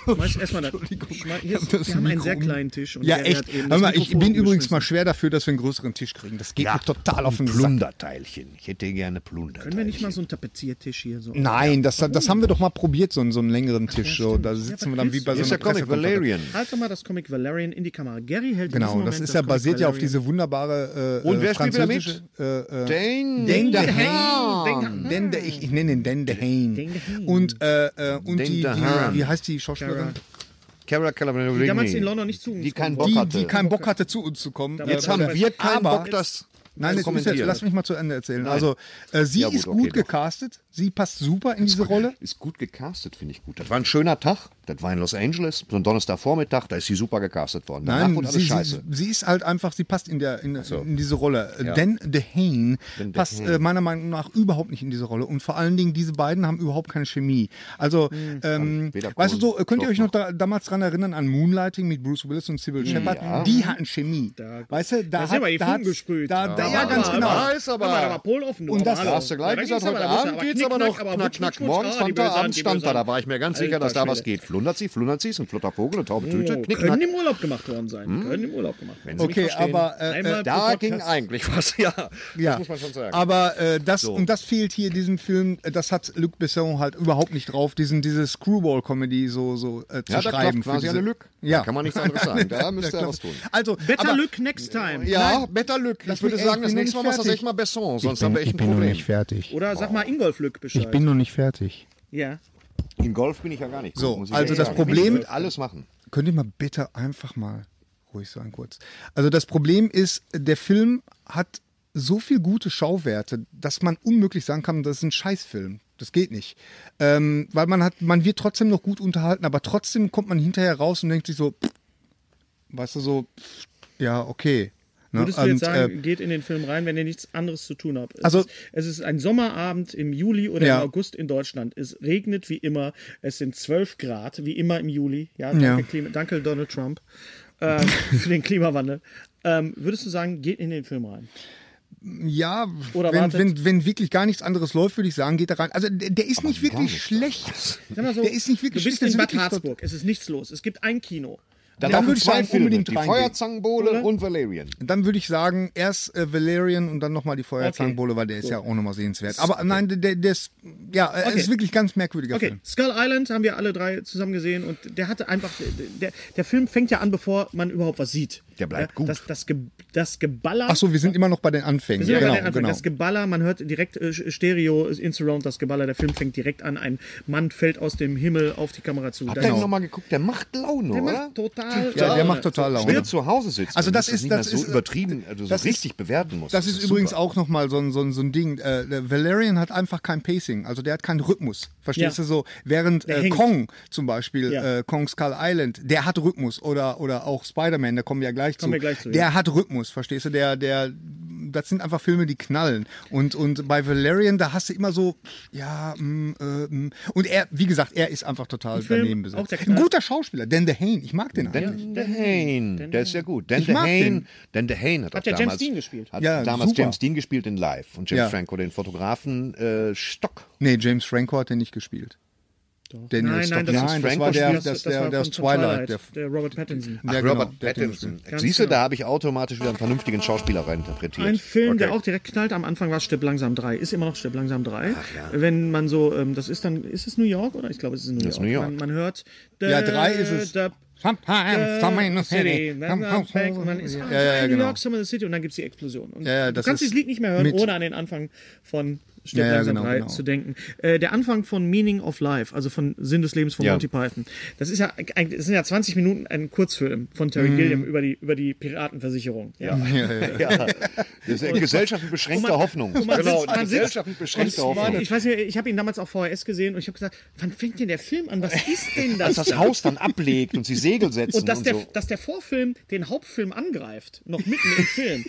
Schmeiß erstmal das. Schmeiß, hier ist, wir haben einen sehr kleinen Tisch. Und um. Ja, Gary echt. hat eben Hör das mal, ich Mikrofon bin übrigens mal umgeschmissen. schwer dafür, dass wir einen größeren Tisch kriegen. Das geht Ja, mir total auf ein den Sack. Plunderteilchen. Ich hätte gerne Plunderteilchen. Können wir nicht mal so einen Tapeziertisch hier so. Nein, das, das haben wir doch mal probiert, so einen, so einen längeren Tisch. So, da sitzen wir dann wie bei Hier so ist einer der Comic Pressekonferenz. Valerian. Halt doch mal das Comic Valerian in die Kamera. Gary hält in diesem Genau, Moment das ist ja Comic basiert ja auf Valerian. diese wunderbare äh, Und äh, wer spielt wieder französische. Äh, äh, Dane, Dane Dane DeHaan. Dane De- Ich, ich nenne ihn Dane DeHaan. DeHaan. Und, äh, äh, und Dane die, die, DeHaan. wie heißt die Schauspielerin? Cara Calabrini. Die damals in London nicht zu uns Die kommen keinen Bock Die, hatte. die keinen Bock hatte, zu uns zu kommen. Jetzt Äh, haben aber- wir keinen aber- Bock, das Nein, zu jetzt, müsst Also ihr- kommentieren. lass mich mal zu Ende erzählen. Also, äh, sie Ja, gut, ist okay, gut doch. gecastet, sie passt super in diese Rolle. Ist gut gecastet, finde ich gut. Das war ein schöner Tag. Das war in Los Angeles. So ein Donnerstagvormittag, da ist sie super gecastet worden. Danach Nein, wurde alles sie, scheiße. sie, sie ist halt einfach, sie passt in, der, in, in diese Rolle. Dan DeHane passt äh, meiner Meinung nach überhaupt nicht in diese Rolle. Und vor allen Dingen, diese beiden haben überhaupt keine Chemie. Also, ähm, Hm, Weder Kohlen, weißt du so, äh, könnt ihr Stoff euch noch da, damals dran erinnern an Moonlighting mit Bruce Willis und Hm, Sybil Shepard? Die hatten Chemie. weißt du, da Da sind hat, aber die da Funken hat's- gesprüht. Da, da, ja, ganz aber- genau. da ist aber- Da war aber poloffen. Und das- Da hast du gleich gesagt, heute Abend geht's aber noch knack, knack. Morgens ah, stand da, abends stand da. Da war ich mir ganz sicher, dass da was geht. Flundert sie, flundert sie, ist ein flotter Vogel, eine taube Tüte. Oh, Knick, können knack. im Urlaub gemacht worden sein. Können im Urlaub gemacht werden. Hm? Sie mich Okay, verstehen. aber äh, äh, Einmal Da pro ging Podcast. eigentlich was, ja. Ja, Das muss man schon sagen. aber äh, das und das fehlt hier diesem Film. äh, Das hat Luc Besson halt überhaupt nicht drauf, diesen diese Screwball-Comedy so so äh, zu ja, da klafft schreiben. für quasi diese- eine Lücke. Ja, Da kann man nichts anderes sagen. Da müsste er klafft- was tun. Also Better aber- Luck next time. Ja, Better Lück. lass Ich würde mich- sagen, ich das bin noch nächste Mal machst du nicht das fertig. echt mal Besson, Ich sonst haben bin, wir echt ich ein bin noch Problem. nicht fertig. Oder sag mal Ingolf Lück Ich Bescheid. bin noch nicht fertig. Ja. In Golf bin ich ja gar nicht. gut, So, muss ich also ehrlich das sagen. Problem- Ich will alles machen. Könnt ihr mal bitte einfach mal ruhig sein kurz. Also das Problem ist, der Film hat so viel gute Schauwerte, dass man unmöglich sagen kann, das ist ein Scheißfilm. Das geht nicht. Ähm, weil man hat, man wird trotzdem noch gut unterhalten, aber trotzdem kommt man hinterher raus und denkt sich so, pff, weißt du, so, pff, ja, okay. Ne? Würdest du jetzt Und, sagen, äh, geht in den Film rein, wenn ihr nichts anderes zu tun habt? Es Also- ist, es ist ein Sommerabend im Juli oder Ja. im August in Deutschland. Es regnet wie immer. Es sind 12 Grad, wie immer im Juli. Ja, danke, Ja. Klima, danke Donald Trump ähm, für den Klimawandel. Ähm, würdest du sagen, geht in den Film rein? ja, Oder wenn, wartet- wenn, wenn wirklich gar nichts anderes läuft, würde ich sagen, geht da rein. Also der, der ist nicht wirklich nicht. schlecht. Sag mal so, der ist nicht wirklich du bist schlecht. der ist in Bad wirklich- Harzburg. Es ist nichts los. Es gibt ein Kino. Da Ja, laufen würde ich zwei sagen, Filme, unbedingt die reingehen. Feuerzangenbowle und Valerian. Dann würde ich sagen, erst äh, Valerian und dann nochmal die Feuerzangenbowle, weil der ist ja auch nochmal sehenswert. Aber nein, der, der, der ist, ja, äh, Okay. ist wirklich ganz merkwürdiger Okay, Film. Skull Island haben wir alle drei zusammen gesehen und der hatte einfach, der, der Film fängt ja an, bevor man überhaupt was sieht. Der bleibt ja, gut. Das, das, Ge das Geballer. Ach so, wir sind immer noch bei den Wir Anfängen. sind Also ja genau, bei den Anfang. genau. Das Geballer, man hört direkt äh, Stereo in Surround, das Geballer, der Film fängt direkt an. Ein Mann fällt aus dem Himmel auf die Kamera zu. Habt Da ihr noch ist- nochmal geguckt? Der macht Laune, genau. der oder? macht total. ja, der Laune. macht total Laune. Wenn du zu Hause sitzt, Also dann das ist es ist- nicht mehr das so ist- übertrieben, also so das ist- richtig bewerten musst. Das ist übrigens super. auch nochmal so ein, so, ein, so ein Ding. Äh, der Valerian hat einfach kein Pacing, also der hat keinen Rhythmus. Verstehst Ja. du so? Während Der äh, hängt. Kong zum Beispiel, Ja. äh, Kong Skull Island, der hat Rhythmus. Oder, oder auch Spider-Man, da kommen wir ja gleich, Kommen zu. wir gleich zu, Der ja. hat Rhythmus, verstehst du? Der, der, das sind einfach Filme, die knallen. Und, und bei Valerian, da hast du immer so, ja, mm, äh, mm. und er, wie gesagt, er ist einfach total Film, daneben auch besetzt. der Ein Knall. guter Schauspieler, Dan DeHane, ich mag den eigentlich. Dan DeHane, der ist ja gut. Dan Ich mag DeHane, den. Dan DeHane hat, Hat auch ja James damals, Dean gespielt. Hat Ja, damals super. James Dean gespielt in Live und James Ja. Franco den Fotografen äh, Stock. Nee, James Franco hat den nicht gespielt. doch. Daniels nein, nein, doch. das, Nein, ist das Frank war der- das, das- das der- war von- der aus von Twilight, der, Robert Pattinson. Ja, genau, Robert der Pattinson. Ganz Siehst du, genau. da habe ich automatisch wieder einen vernünftigen Schauspieler reininterpretiert. Ein Film, der Okay. auch direkt knallt. Am Anfang war es Stipp langsam 3. Ist immer noch Stipp langsam 3. Wenn man so, ähm, das ist dann, ist es New York oder? Ich glaube, es ist New York. ist New York. Man, man hört. Ja, drei ist es. Da, Äh, Sometimes, somewhere in the city. Dann am Back, und dann ist Ja, ah, ja, ja, New genau. York, Summer in the City und dann gibt es die Explosion. Und Ja, ja, das du kannst ist das Lied nicht mehr hören, mit- ohne an den Anfang von Stipp Ja, ja, langsam genau, 3 genau. zu denken. Äh, der Anfang von Meaning of Life, also von Sinn des Lebens von Ja. Monty Python. Das ist ja eigentlich, das sind ja 20 Minuten ein Kurzfilm von Terry Mhm. Gilliam über die, über die Piratenversicherung. Ja. Ja. Das ist eine gesellschaftlich beschränkte Und man- Hoffnung. und man genau, sitzt- eine man sitzt- gesellschaftlich beschränkte Und Hoffnung. Ich weiß nicht, ich habe ihn damals auf VHS gesehen und ich habe gesagt, wann fängt denn der Film an? Was ist denn das? Dass das da? Haus dann ablegt und sie Segel setzen und und, dass der, so. dass der Vorfilm den Hauptfilm angreift, noch mitten im Film.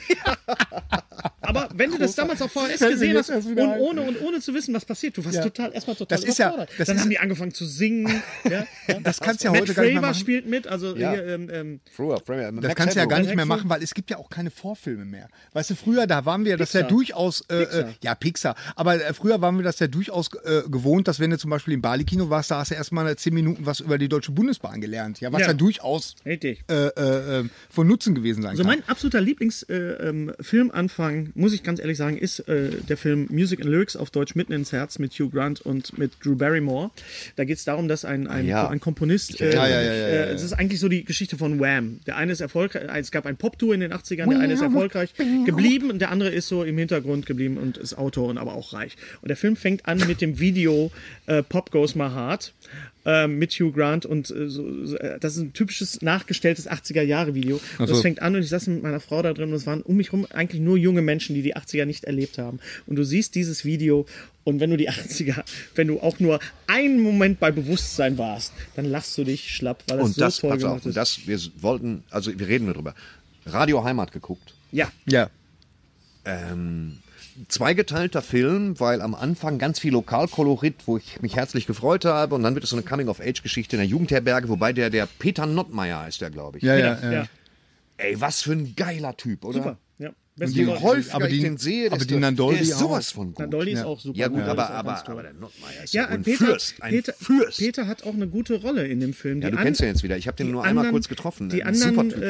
Aber wenn du das damals auf VHS Fällt mir gesehen jetzt hast erst und wieder ein. ohne, und ohne zu wissen, was passiert, du warst Ja. total erstmal total Das ist ja- überfordert. das Dann ist- haben die angefangen zu singen. Ja? Das kannst du ja Matt heute gar nicht mehr Fraver machen. spielt mit, also Ja. hier, ähm, ähm, Früher, früher, Das Max kannst du ja gar Headroom. nicht mehr machen, weil es gibt ja auch keine Vorfilme mehr. Weißt du, früher, da waren wir das ja durchaus, äh, äh, ja, Pixar, aber äh, früher waren wir das ja durchaus äh, gewohnt, dass wenn du zum Beispiel im Bali-Kino warst, da hast du erstmal zehn Minuten was über die Deutsche Bundesbahn gelernt. Ja, was ja, Ja. durchaus richtig. äh, äh, äh, von Nutzen gewesen sein Also kann. mein absoluter Lieblingsfilmanfang, äh, ähm, Filmanfang, muss ich ganz ehrlich sagen, ist äh, der Film Music and Lyrics auf Deutsch mitten ins Herz mit Hugh Grant und mit Drew Barrymore. Da geht es darum, dass ein, Ah ein, Ja. ein Komponist. Äh, Ja, ja, ja, ja, äh, es ist eigentlich so die Geschichte von Wham. Der eine ist erfolgreich, äh, es gab ein Pop-Tour in den 80ern, der eine ist erfolgreich geblieben und der andere ist so im Hintergrund geblieben und ist Autor und aber auch reich. Und der Film fängt an mit dem Video äh, Pop Goes My Heart. äh, Mit Hugh Grant und äh, so, so, äh, das ist ein typisches nachgestelltes 80er-Jahre-Video. Und das so. fängt an und ich saß mit meiner Frau da drin und es waren um mich rum eigentlich nur junge Menschen, die die 80er nicht erlebt haben. Und du siehst dieses Video und wenn du die 80er, wenn du auch nur einen Moment bei Bewusstsein warst, dann lachst du dich schlapp, weil das Und so das, voll pass gemacht auf, ist. und das, wir wollten, also wir reden darüber. Radio Heimat geguckt. ja, ja. zweigeteilter Film, weil am Anfang ganz viel Lokalkolorit, wo ich mich herzlich gefreut habe, und dann wird es so eine Coming-of-Age-Geschichte in der Jugendherberge, wobei der, der Peter Nottmeier heißt der, glaube ich. Ja, ja, ja, ja. ja, Ey, was für ein geiler Typ, oder? super. Ja. Beste Je Rolle. häufiger aber ich die- den sehe, aber desto, die Nandoldi der ist sowas auch. von gut. Dolly ist auch super. ja gut, Dolly aber, ist auch ganz aber, toll. aber der Nottmeier ist ja, ein Peter, Fürst, ein Peter, Fürst. Peter hat auch eine gute Rolle in dem Film. ja, Die du an- kennst ihn jetzt wieder. Ich habe den die nur einmal anderen- kurz getroffen. Die Ein super anderen, Typ.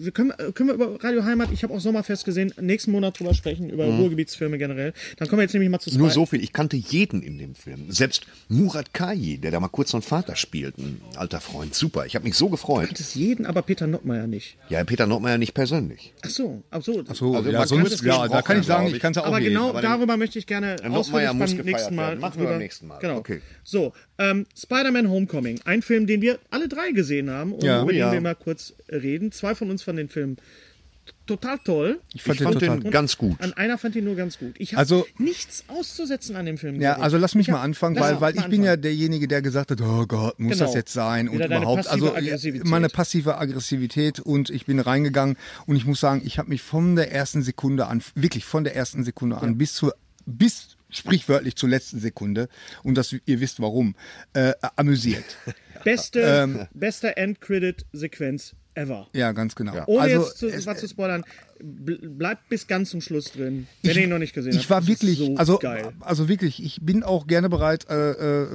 äh, wir können, äh, können wir über Radio Heimat, ich habe auch Sommerfest gesehen, nächsten Monat drüber sprechen, über Ruhrgebietsfilme generell. Dann kommen wir jetzt nämlich mal zu Spy. Mhm. Nur so viel, ich kannte jeden in dem Film. Selbst Murat Kayi, der da mal kurz so einen Vater spielt, ein alter Freund. Super, ich habe mich so gefreut. Das ist jeden, aber Peter Nottmeier nicht. Ja, Peter Nottmeier nicht persönlich. Ach so, ach so. Ach so, Also ja, man kann sonst, es ja, da gesprochen, kann ich sagen, glaub ich ich. kann es ja auch aber lesen, genau aber dann- darüber möchte ich gerne Nottmeier ausführlich muss beim gefeiert nächsten Mal. werden. Machen wir beim drüber- nächsten Mal. Genau. Okay. So, ähm, Spider-Man Homecoming. Ein Film, den wir alle drei gesehen haben und Ja. über Oh, den ja. wir mal kurz reden. Zwei von uns fanden den Film total toll. Ich fand Ich fand den total. den ganz gut. An einer fand ihn nur ganz gut. Ich habe Also- nichts auszusetzen an dem Film. Ja, Gerrit. also lass mich Ich mal hab- anfangen, lass weil, uns weil mal ich bin ja anfangen. derjenige, der gesagt hat, oh Gott, muss Genau. das jetzt sein und Wieder deine überhaupt. passive Also Aggressivität. meine passive Aggressivität und ich bin reingegangen und ich muss sagen, ich habe mich von der ersten Sekunde an, wirklich von der ersten Sekunde an bis zur, bis sprichwörtlich zur letzten Sekunde und das, ihr wisst warum, äh, amüsiert. Beste, beste End-Credit-Sequenz ever. ähm, ja, ganz genau. Ohne also, jetzt zu, es- was zu spoilern, bl- bleibt bis ganz zum Schluss drin, wenn ihr ihn noch nicht gesehen habt. Ich war Das ist wirklich, so also, geil. also wirklich, ich bin auch gerne bereit, äh, äh,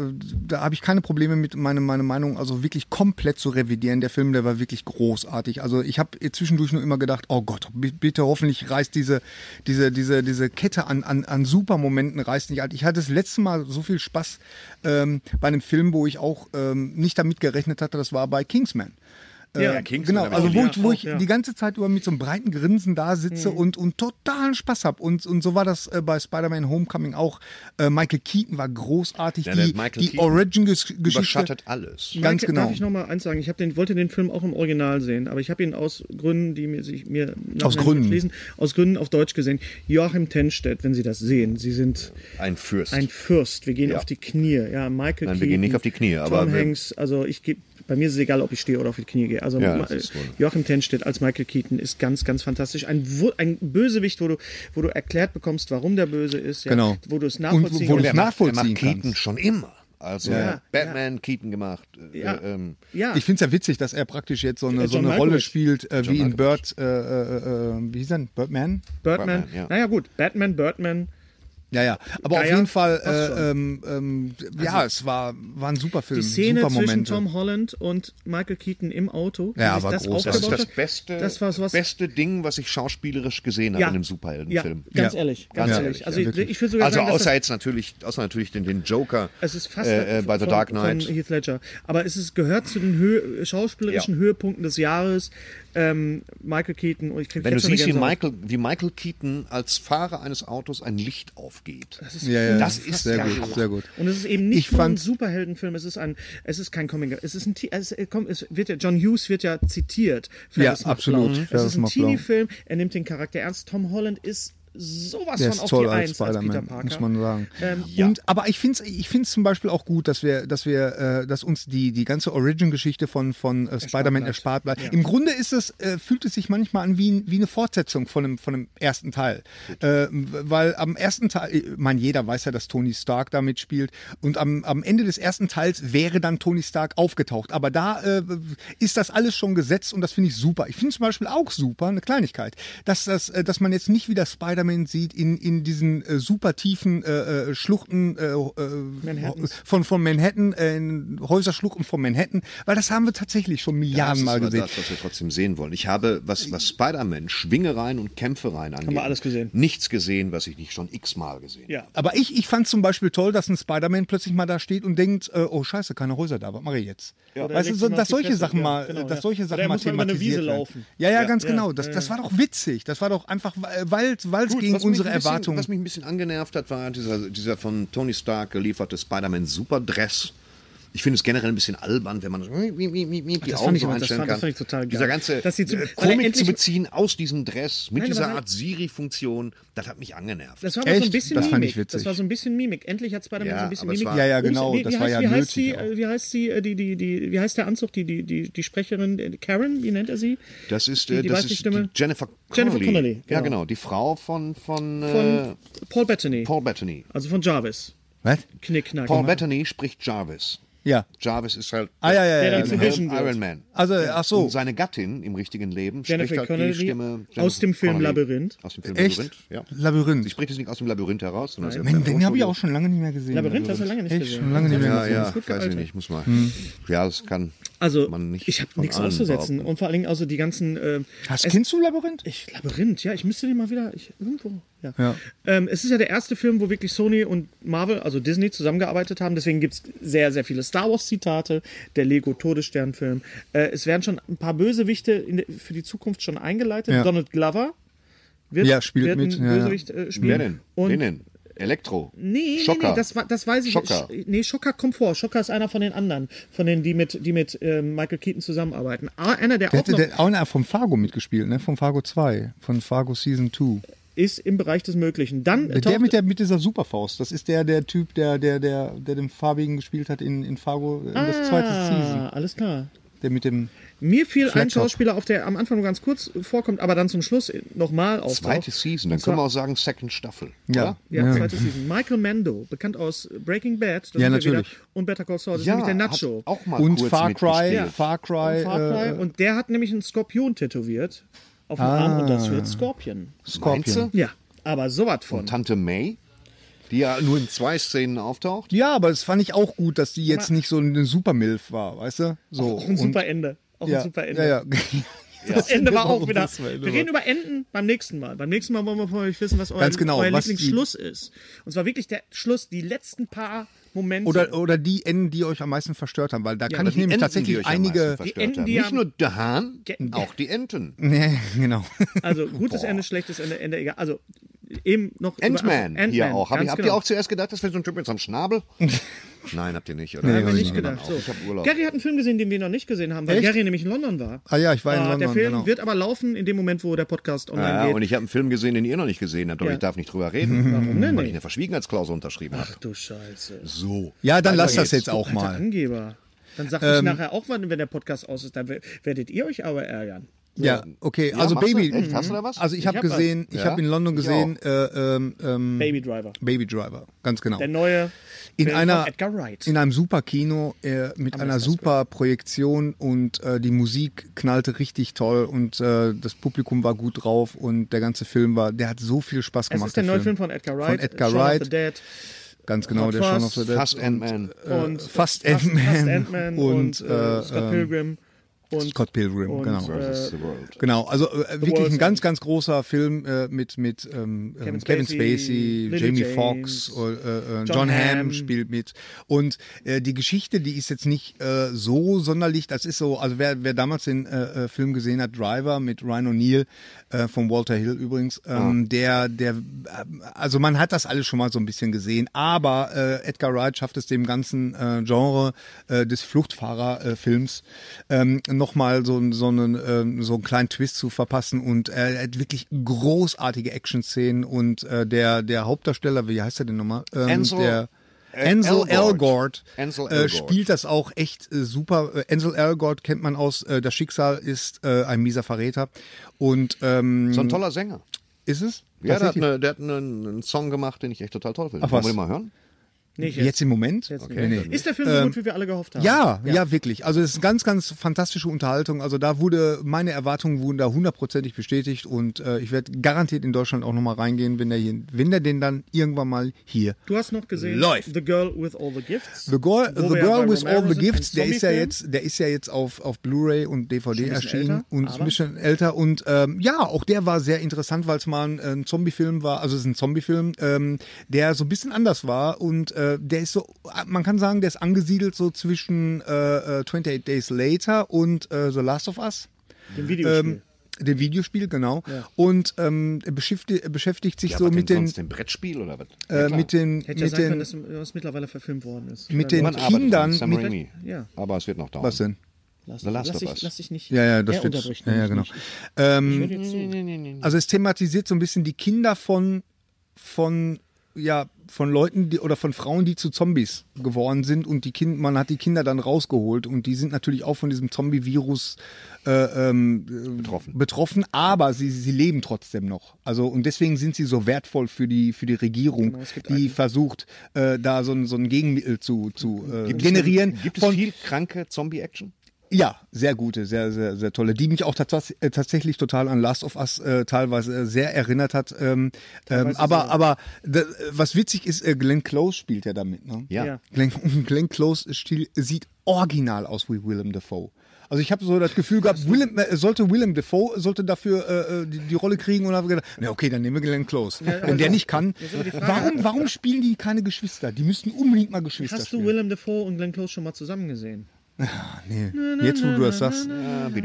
da habe ich keine Probleme mit, meine, meine Meinung also wirklich komplett zu revidieren. Der Film, der war wirklich großartig. Also ich habe zwischendurch nur immer gedacht, oh Gott, b- bitte hoffentlich reißt diese, diese, diese, diese Kette an, an, an Supermomenten reißt nicht ab. Ich hatte das letzte Mal so viel Spaß ähm, bei einem Film, wo ich auch ähm, nicht damit gerechnet hatte, das war bei Kingsman. Ja, Genau, also wo Ja, ich, wo auch, ich ja. Mhm. die ganze Zeit über mit so einem breiten Grinsen da sitze und, und totalen Spaß habe. Und, und so war das äh, bei Spider-Man Homecoming auch. Äh, Michael Keaton war großartig. Ja, der die Michael die Keaton Origin-Geschichte. überschattet alles. Ganz Maike, genau. Darf ich noch mal eins sagen? Ich hab den, wollte den Film auch im Original sehen, aber ich habe ihn aus Gründen, die mir sich mir nachher Aus nicht Gründen. erschließen, aus Gründen auf Deutsch gesehen. Joachim Tenstedt, wenn Sie das sehen, Sie sind Ein Fürst. ein Fürst. Wir gehen auf die Knie. Ja, Michael Nein, wir Keaton, gehen nicht auf die Knie, aber Tom wir- Hanks. Also ich geb- bei mir ist es egal, ob ich stehe oder auf die Knie gehe. Also Ja, Ma- das ist wohl- Joachim Tenstedt als Michael Keaton ist ganz, ganz fantastisch. Ein, Wu- ein Bösewicht, wo du, wo du erklärt bekommst, warum der böse ist. Ja, Genau. Wo du es Und nachvollziehen wo kannst. du es der macht, der nachvollziehen macht Keaton kannst. schon immer. Also Ja. Batman, Keaton gemacht. äh, Ja. äh, ähm, Ja. Ich finde es ja witzig, dass er praktisch jetzt so eine, so Äh, John eine Rolle Malkovich. spielt, äh, wie in Bird, äh, äh, äh, wie hieß er? denn? Birdman? Birdman. Birdman, ja. Naja, gut. Batman, Birdman. Ja, ja. Aber auf Geier, jeden Fall, passt Also äh, ähm, ähm, ja, es war, war ein super Film. Die Szene super zwischen Momente. Tom Holland und Michael Keaton im Auto, wie Ja, sich war das Das großartig. ist aufgebaut das hat, beste, das war sowas, beste Ding, was ich schauspielerisch gesehen habe Ja. in einem Superheldenfilm. Ja, ganz Ja. ehrlich, ganz Ja, ehrlich. ja, Also ich, wirklich. ich würde sogar Also sagen, dass außer das, jetzt natürlich, außer natürlich den, den Joker es ist fast äh, äh, bei The von- Dark Knight. von Heath Ledger. Aber es ist, gehört zu den Höhe, schauspielerischen Ja. Höhepunkten des Jahres. Ähm, Michael Keaton und ich krieg Wenn du jetzt schon eine siehst, wie Gänsehaut. Michael, wie Michael Keaton als Fahrer eines Autos ein Licht aufgeht. Das ist Ja, ja, Das ist sehr der gut, Hammer. sehr gut. Und es ist eben nicht Ich nur ein fand- Superheldenfilm, es ist ein, es ist kein Coming, es ist ein, T- es, äh, komm, es wird ja, John Hughes wird ja zitiert. Ferris Ja, macht absolut. Blau. Mhm. Es Ferris ist ein macht Blau. Teenie-Film, er nimmt den Charakter ernst. Tom Holland ist sowas Der von ist auf toll die als Eins als Peter Spider-Man, Parker. muss man sagen. Ähm, Und, aber ich finde es ich find's zum Beispiel auch gut, dass wir, dass wir, äh, dass uns die, die ganze Origin-Geschichte von, von äh, Spider-Man bleibt. erspart bleibt. Ja. Im Grunde ist es, äh, fühlt es sich manchmal an wie, ein- wie eine Fortsetzung von einem, von einem ersten Teil. Äh, weil am ersten Teil, ich meine, jeder weiß ja, dass Tony Stark da mitspielt. Und am, am Ende des ersten Teils wäre dann Tony Stark aufgetaucht. Aber da äh, ist das alles schon gesetzt und das finde ich super. Ich finde zum Beispiel auch super, eine Kleinigkeit, dass, das, äh, dass man jetzt nicht wieder Spider-Man sieht in, in diesen äh, super tiefen äh, äh, Schluchten äh, äh, Manhattans. von, von Manhattan, äh, in Häuserschluchten von Manhattan, weil das haben wir tatsächlich schon das Milliarden ist Mal aber gesehen. das, was wir trotzdem sehen wollen. Ich habe, was, was Spider-Man, Schwingereien und Kämpfereien angeht, wir alles gesehen. nichts gesehen, was ich nicht schon x-mal gesehen ja. Aber ich, ich fand zum Beispiel toll, dass ein Spider-Man plötzlich mal da steht und denkt, äh, oh scheiße, keine Häuser da, was mache ich jetzt? Oder weißt du, legt so, ihn auf dass die solche Fresse, Sachen ja, mal, genau, ja. dass solche Sachen Oder er mal muss mal über eine thematisiert Wiese werden. laufen. Ja, ja, Ja, ganz ja, genau. Das, ja, das ja. war doch witzig. Das war doch einfach, weil es Gut, gegen was mich unsere ein bisschen, Erwartungen. Was mich ein bisschen angenervt hat, war dieser, dieser von Tony Stark gelieferte Spider-Man-Superdress. Ich finde es generell ein bisschen albern, wenn man die Das fand Augen ich so aber- das fand- einstellen das kann. fand ich total geil. Dieser ganze Dass sie zu- äh, weil er Komik zu endlich- beziehen aus diesem Dress mit Nein, aber dieser weil- Art Siri-Funktion, das hat mich angenervt. Das war aber so ein Echt? bisschen Das Mimik. fand ich witzig. Das war so ein bisschen Mimik. Endlich hat Spider-Man Ja, so ein bisschen aber es Mimik. war- Ja, ja, Wo ist- genau. Wie, wie Das heißt, war ja wie heißt sie, nötig auch. äh, wie heißt sie, äh, die, die, die, wie heißt der Anzug, die, die, die, die Sprecherin, äh, Karen, wie nennt er sie? Das ist, die, äh, die das weiße ist Stimme. die Jennifer Connelly. Jennifer Connelly, Ja, genau. genau. Die Frau von, von, äh, Von Paul Bettany. Paul Bettany. also von Jarvis. Was? Knickknack. Paul Bettany spricht Jarvis. Ja. Jarvis ist halt Ah, ja, ja, Der ja. dann zu genau. Vision wird. Iron Man. Also, ach so. um Und seine Gattin im richtigen Leben Jennifer spricht halt Connelly die Stimme aus dem Film Labyrinth. Aus dem Film Echt? Labyrinth, ja. Sie Labyrinth. spricht es nicht aus dem Labyrinth heraus, sondern aus Den, den habe ich auch schon lange nicht mehr gesehen. Labyrinth hast du lange nicht Echt, gesehen. schon lange nicht mehr Ja, gesehen. ja, gut weiß ich gealtert. nicht, muss mal. Hm. Ja, das kann Also, man nicht. ich habe von nichts allen auszusetzen. behaupten. Und vor allen Dingen, also die ganzen. Äh, Hast du Kind zu Labyrinth? ich, Labyrinth, ja, ich müsste den mal wieder. Ich, irgendwo. Ja. Ja. Ähm, es ist ja der erste Film, wo wirklich Sony und Marvel, also Disney, zusammengearbeitet haben. Deswegen gibt es sehr, sehr viele Star Wars-Zitate, der Lego-Todesstern-Film. Äh, es werden schon ein paar Bösewichte in, der- für die Zukunft schon eingeleitet. Ja. Donald Glover wird, Ja, spielt wird mit, einen ja, ja. Bösewicht äh, spielen. Wer denn? Und Wen denn? Elektro. Nee, nee, Schocker. nee, das, wa- das weiß ich Schocker. nicht. Sch- Nee, Schocker kommt vor. Schocker ist einer von den anderen, von denen, die mit, die mit äh, Michael Keaton zusammenarbeiten. Ah, einer, der, Der auch noch hätte der, auch einer vom Fargo mitgespielt, ne? Vom Fargo 2, von Fargo Season 2. ist im Bereich des Möglichen. Dann Äh, Der, taucht, mit, der mit dieser Superfaust, das ist der, der Typ, der, der, der, der den Farbigen gespielt hat in, in Fargo, äh, in das zweite Season. ah, alles klar. Der mit dem. Mir fiel ein Flat Top. Schauspieler auf, der am Anfang nur ganz kurz vorkommt, aber dann zum Schluss nochmal auftaucht. Zweite Season, dann Und zwar- können wir auch sagen Second Staffel. Ja. oder? Ja, zweite Season. Michael Mando, bekannt aus Breaking Bad. da Ja, sind wir natürlich. Wieder, und Better Call Saul, das Ja, ist nämlich der hat Nacho. auch mal Und kurz Far Cry, mitgespielt. Far Cry, Far Cry. äh, und der hat nämlich einen Skorpion tätowiert auf dem Arm und das Ah. wird Scorpion. Meinst Scorpion. du? Ja, aber sowas von. Tante May, die ja nur in zwei Szenen auftaucht. Ja, aber das fand ich auch gut, dass die jetzt nicht so eine Supermilf war, weißt du? So. Auch ein super Ende. Auch ja, ein super Ende. Ja, ja. Das Ende war auch Genau, wieder. das war Ende Wir reden über Enden beim nächsten Mal. Beim nächsten Mal wollen wir von euch wissen, was euer, Ganz genau, euer was Lieblingsschluss ist. Und zwar wirklich der Schluss, die letzten paar Momente. Oder, oh. oder die Enden, die euch am meisten verstört haben, weil da kann Aber ich die nämlich Enten, die tatsächlich euch am einige. meisten verstört Die Enten, haben. die Nicht haben- nur der Hahn, Ge- auch die Enten. Nee, genau. also gutes Ende, schlechtes Ende, Ende egal. Also eben noch. über- Ant-Man Ant-Man, hier auch. Hab ich, ganz habt ihr genau. auch zuerst gedacht, das wäre so ein Typ mit so einem Schnabel? Nein, habt ihr nicht, oder? Nee, Haben wir hab ich nicht nicht gedacht. So. Genau. Ich hab Urlaub. Gary hat einen Film gesehen, den wir noch nicht gesehen haben, weil Echt? Gary nämlich in London war. Ah ja, ich war in Ah, Der London, Film genau. wird aber laufen in dem Moment, wo der Podcast online Ah Ja, geht. und ich habe einen Film gesehen, den ihr noch nicht gesehen habt, aber Ja. Mhm. ich darf nicht drüber reden, Warum denn weil ich nicht? eine Verschwiegenheitsklausel unterschrieben habe. Ach du Scheiße. So. Ja, dann Weiter lass das geht's. jetzt auch mal. Ähm. Angeber. Dann sag ich nachher auch, wann- wenn der Podcast aus ist, dann we- werdet ihr euch aber ärgern. Ja, okay. Ja, also machst du? Baby. Echt? Hast du da was? Also ich habe Hm. hab was. gesehen, ich Ja? habe in London Ich gesehen, äh, ähm, Hm. ähm, Baby Driver. Baby Driver, ganz genau. Der neue in Film einer von Edgar Wright. in einem super Kino äh, mit einer super Projektion und äh, die Musik knallte richtig toll und äh, das Publikum war gut drauf und der ganze Film war, der hat so viel Spaß es gemacht. ist der neue Film von Edgar Wright. Edgar Shaun of Wright. the Dead. ganz genau, Hot der Shaun of Fuzz, the Dead. Fast Ant-Man. Äh, und Fast Fast Ant-Man Ant-Man und, und, äh, Scott ähm, Pilgrim und Scott Pilgrim, und, genau. äh, The World. Genau, also äh, wirklich World's ein ganz, End. ganz großer Film äh, mit, mit ähm, Kevin, Kevin Spacey, Spacey, Lily Jamie James, Foxx, äh, äh, John, John Hamm Hamm. spielt mit. Und äh, die Geschichte, die ist jetzt nicht äh, so sonderlich. Das ist so, also wer, wer damals den äh, äh, Film gesehen hat, Driver mit Ryan O'Neill äh, von Walter Hill übrigens, ähm, der, der, äh, also man hat das alles schon mal so ein bisschen gesehen, aber äh, Edgar Wright schafft es dem ganzen äh, Genre äh, des Fluchtfahrerfilms äh, ähm, nochmal so, so, einen, ähm, so einen kleinen Twist zu verpassen und äh, er hat wirklich großartige Action-Szenen und äh, der, der Hauptdarsteller, wie heißt er denn nochmal? Ähm, Ansel- der, äh, Ansel Elgort. Elgort, Ansel äh, Elgort. spielt das auch echt äh, super. Äh, Ansel Elgort kennt man aus äh, Das Schicksal ist äh, ein mieser Verräter. Und ähm, So ein toller Sänger. ist es? Ja, der hat, Tatsächlich? eine, der hat ne, einen, einen Song gemacht, den ich echt total toll finde. Ach, Wollen was? wir den mal hören? nicht Jetzt im Moment? Jetzt Okay. nicht. Ist der Film so gut, wie wir alle gehofft haben? Ja, ja, wirklich. Also es ist ganz, ganz fantastische Unterhaltung. Also da wurde, meine Erwartungen wurden da hundertprozentig bestätigt und äh, ich werde garantiert in Deutschland auch nochmal reingehen, wenn der, hier, wenn der den dann irgendwann mal hier. Du hast noch gesehen Läuft. The Girl with All the Gifts. The Girl, wo the wir ja girl bei with All Romero the sind, ein Gifts, der ist ja Zombie-Film. jetzt, der ist ja jetzt auf, auf Blu-ray und DVD bisschen erschienen älter, und ist ein aber- bisschen älter und ähm, ja, auch der war sehr interessant, weil es mal ein, ein Zombie-Film war, also es ist ein Zombie-Film, ähm, der so ein bisschen anders war und äh, der ist so, man kann sagen, der ist angesiedelt so zwischen äh, äh, 28 Days Later und äh, The Last of Us Im Videospiel. ähm, dem Videospiel, genau. Und ähm, er beschäftigt, er beschäftigt sich Ja, so was mit denn den, sonst, dem Brettspiel oder was? äh, mit den, Hätte ja mit sagen den, können, dass das mittlerweile verfilmt worden ist. mit Dann- den Man arbeitet Kindern- dran, Sam mit- Raimi. ja. Aber es wird noch dauern. was denn? lass, The Last lass of dich, Us. Lass dich nicht. Ja, ja, das er wird, unterbricht ja, ja, nämlich genau. nicht. Ähm, Ich höre dir zu. Also es thematisiert so ein bisschen die Kinder von, von, ja, von Leuten die, oder von Frauen, die zu Zombies geworden sind und die kind, man hat die Kinder dann rausgeholt und die sind natürlich auch von diesem Zombie-Virus äh, ähm, betroffen. betroffen, aber sie, sie leben trotzdem noch. Also und deswegen sind sie so wertvoll für die, für die Regierung, die versucht, äh, da so ein, so ein Gegenmittel zu, zu äh, generieren. Gibt es von, viel kranke Zombie-Action? ja, sehr gute, sehr, sehr, sehr tolle, die mich auch tats äh, tatsächlich total an Last of Us äh, teilweise äh, sehr erinnert hat. Ähm, ähm, aber aber d- äh, was witzig ist, äh, Glenn Close spielt ja damit. Ne? Ja. Ja. Glenn, Glenn Close stil, sieht original aus wie Willem Dafoe. Also ich habe so das Gefühl gehabt, Willem, äh, sollte Willem Dafoe sollte dafür äh, äh, die, die Rolle kriegen und habe gedacht, na okay, dann nehmen wir Glenn Close. Wenn also, der nicht kann, warum, warum spielen die keine Geschwister? Die müssten unbedingt mal Geschwister äh, Hast du spielen. Willem Dafoe und Glenn Close schon mal zusammen gesehen? Nee, jetzt wo du das sagst.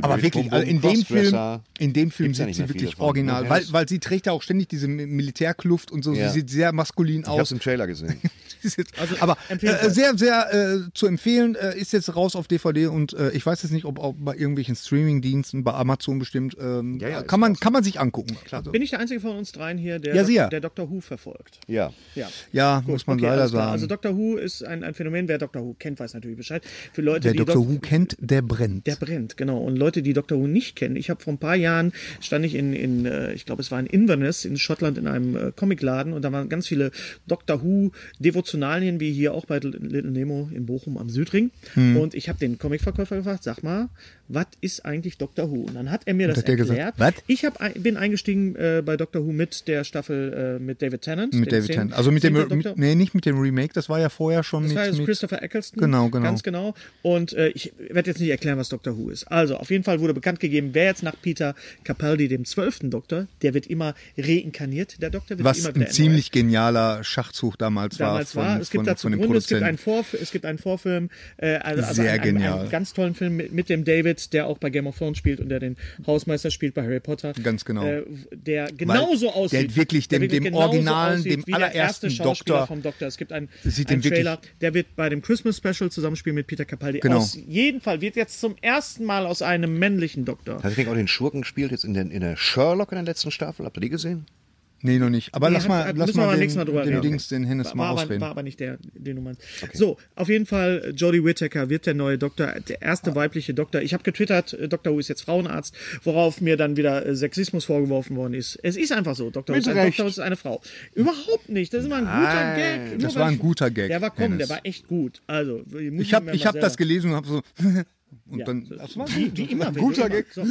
Aber wirklich, also in dem Film, in dem Film Gibt's ja sieht nicht sie mehr viele wirklich von. original, Ja, weil, das- weil sie trägt ja auch ständig diese Mi- Militärkluft und so. Ja. Sie sieht sehr maskulin Ich hab's aus. im Trailer gesehen. Ist jetzt, Also aber äh, empfehlenswert. sehr, sehr äh, zu empfehlen, äh, ist jetzt raus auf DVD und äh, ich weiß jetzt nicht, ob auch bei irgendwelchen Streaming-Diensten, bei Amazon bestimmt, ähm, Ja, ja, ist kann, man, kann man sich angucken. Also, Bin ich der Einzige von uns dreien hier, der, Ja, sicher. der Dr. Who verfolgt? Ja. Ja. ja, muss man okay, leider alles klar. sagen. Also Dr. Who ist ein, ein Phänomen. Wer Dr. Who kennt, weiß natürlich Bescheid. Für Leute, Wer die Dr. Doc- Who kennt, der brennt. Der brennt, genau. Und Leute, die Doctor Who nicht kennen. Ich habe vor ein paar Jahren stand ich in, in äh, ich glaube, es war in Inverness in Schottland in einem äh, Comicladen und da waren ganz viele Doctor Who Devotionalien, wie hier auch bei Little Nemo in Bochum am Südring. Hm. Und ich habe den Comicverkäufer gefragt, sag mal, was ist eigentlich Doctor Who? Und dann hat er mir das hat der gesagt, erklärt. "Was?" ich hab, ein- bin eingestiegen äh, bei Doctor Who mit der Staffel äh, mit David Tennant. dem mit David zehn- Tennant. Also mit dem, zehnter mit, Doctor- nee, nicht mit dem Remake, das war ja vorher schon das mit, war jetzt mit also Christopher Eccleston. Genau, genau. Ganz genau. Und äh, ich werde jetzt nicht erklären, was Doctor Who ist. Also, auf jeden Fall wurde bekannt gegeben, wer jetzt nach Peter Capaldi, dem zwölften Doktor, der wird immer reinkarniert. Der Doktor wird was immer wieder ein erneuert. ziemlich genialer Schachzug damals, damals war war. von, es gibt von, dazu von den Gründe, es gibt, Produzenten. einen Vorf es gibt einen Vorfilm, äh, also, also Sehr einen, genial. Einen, einen ganz tollen Film mit, mit dem David, der auch bei Game of Thrones spielt und der den Hausmeister spielt bei Harry Potter. Ganz genau. Äh, der genauso Weil aussieht. der wirklich dem- dem genauso originalen, aussieht dem wie der erste allerersten Schauspieler Doktor. vom Doktor. Es gibt einen, Sieht einen dem wirklich- Trailer, der wird bei dem Christmas Special zusammenspielen mit Peter Capaldi. Genau. Aus jeden Fall wird jetzt zum ersten Mal aus einem männlichen Doktor. Hat ich denke auch den Schurken gespielt jetzt in, den, in der Sherlock in der letzten Staffel. Habt ihr die gesehen? Nee, noch nicht. Aber Nee, lass hat- mal, hat- lass müssen wir mal beim den, nächsten Mal drüber den reden. Dings, den Hennes mal war, aber, ausreden. war aber nicht der, den du meinst. So, auf jeden Fall äh, Jodie Whittaker wird der neue Doktor, der Ah. erste weibliche Doktor. Ich habe getwittert, äh, Dr. Who ist jetzt Frauenarzt, worauf mir dann wieder äh, Sexismus vorgeworfen worden ist. Es ist einfach so, Dr. Who Mit ist, ein Recht. Dr. Who ist eine Frau. Überhaupt nicht, das ist immer ein guter Gag. Nur das weil war ein ich- guter Gag, Der war komm, Hennes. der war echt gut. Also, ich habe ich hab das gelesen und habe so. und ja, dann. so- Das war wie, gut. wie immer. wenn guter du immer- Gag. So.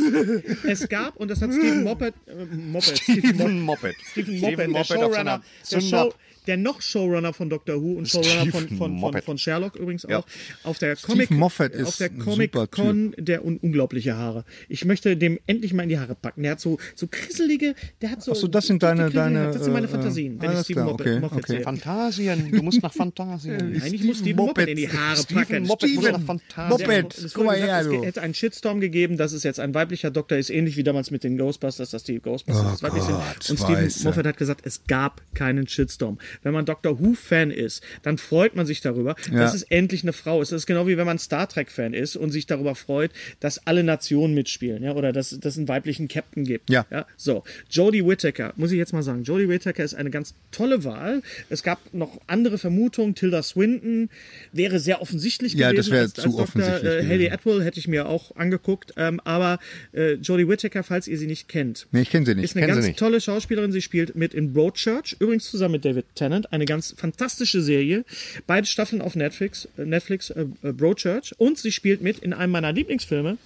Es gab, und das hat Hm. Steven Moppet, äh, Moppet, Steven Moppet, Stephen Moppet. Stephen Moffat, der Showrunner, der, Show, der noch Showrunner von Dr. Who und Showrunner von, Stephen von, von, Moffat. von Sherlock übrigens auch, Ja. auf der Comic, Moffat auf ist der ein Comic super Typ. Con, der un unglaubliche Haare. Ich möchte dem endlich mal in die Haare packen. Der hat so, so krisselige, der hat so. Ach so, das sind deine- krisselige Haare. deine, Das sind meine äh, Fantasien, wenn ich alles Stephen klar, Moffat, okay, Moffat okay. sehe. Fantasien, du musst nach Fantasien. Nein, ich muss Steven Moppet in die Haare packen. Moppet muss nach Der- Fantasien. Moppet, es guck wurde mal gesagt, her, es ge- du. hätte einen Shitstorm gegeben, dass es jetzt ein weiblicher Doktor ist, ähnlich wie damals mit den Ghostbusters, dass die Ghostbusters Oh jetzt weiblich Gott, sind. Und Steven weiße. Moffat hat gesagt, es gab keinen Shitstorm. Wenn man Doctor Who-Fan ist, dann freut man sich darüber, dass es endlich eine Frau ist. Das ist genau wie wenn man Star Trek-Fan ist und sich darüber freut, dass alle Nationen mitspielen ja, oder dass, dass es einen weiblichen Captain gibt. Ja. so, Jodie Whittaker, muss ich jetzt mal sagen, Jodie Whittaker ist eine ganz tolle Wahl. Es gab noch andere Vermutungen. Tilda Swinton wäre sehr offensichtlich Ja, gewesen das wäre als, zu als Dr. offensichtlich Äh, gewesen. Haley Atwell hätte ich mir auch angeguckt, ähm, aber äh, Jodie Whittaker, falls ihr sie nicht kennt, Nee, ich kenne sie nicht. ist eine kenn sie ganz nicht. tolle Schauspielerin. Sie spielt mit in Broadchurch, übrigens zusammen mit David Tennant, eine ganz fantastische Serie. Beide Staffeln auf Netflix, äh, Netflix äh, äh, Broadchurch. Und sie spielt mit in einem meiner Lieblingsfilme,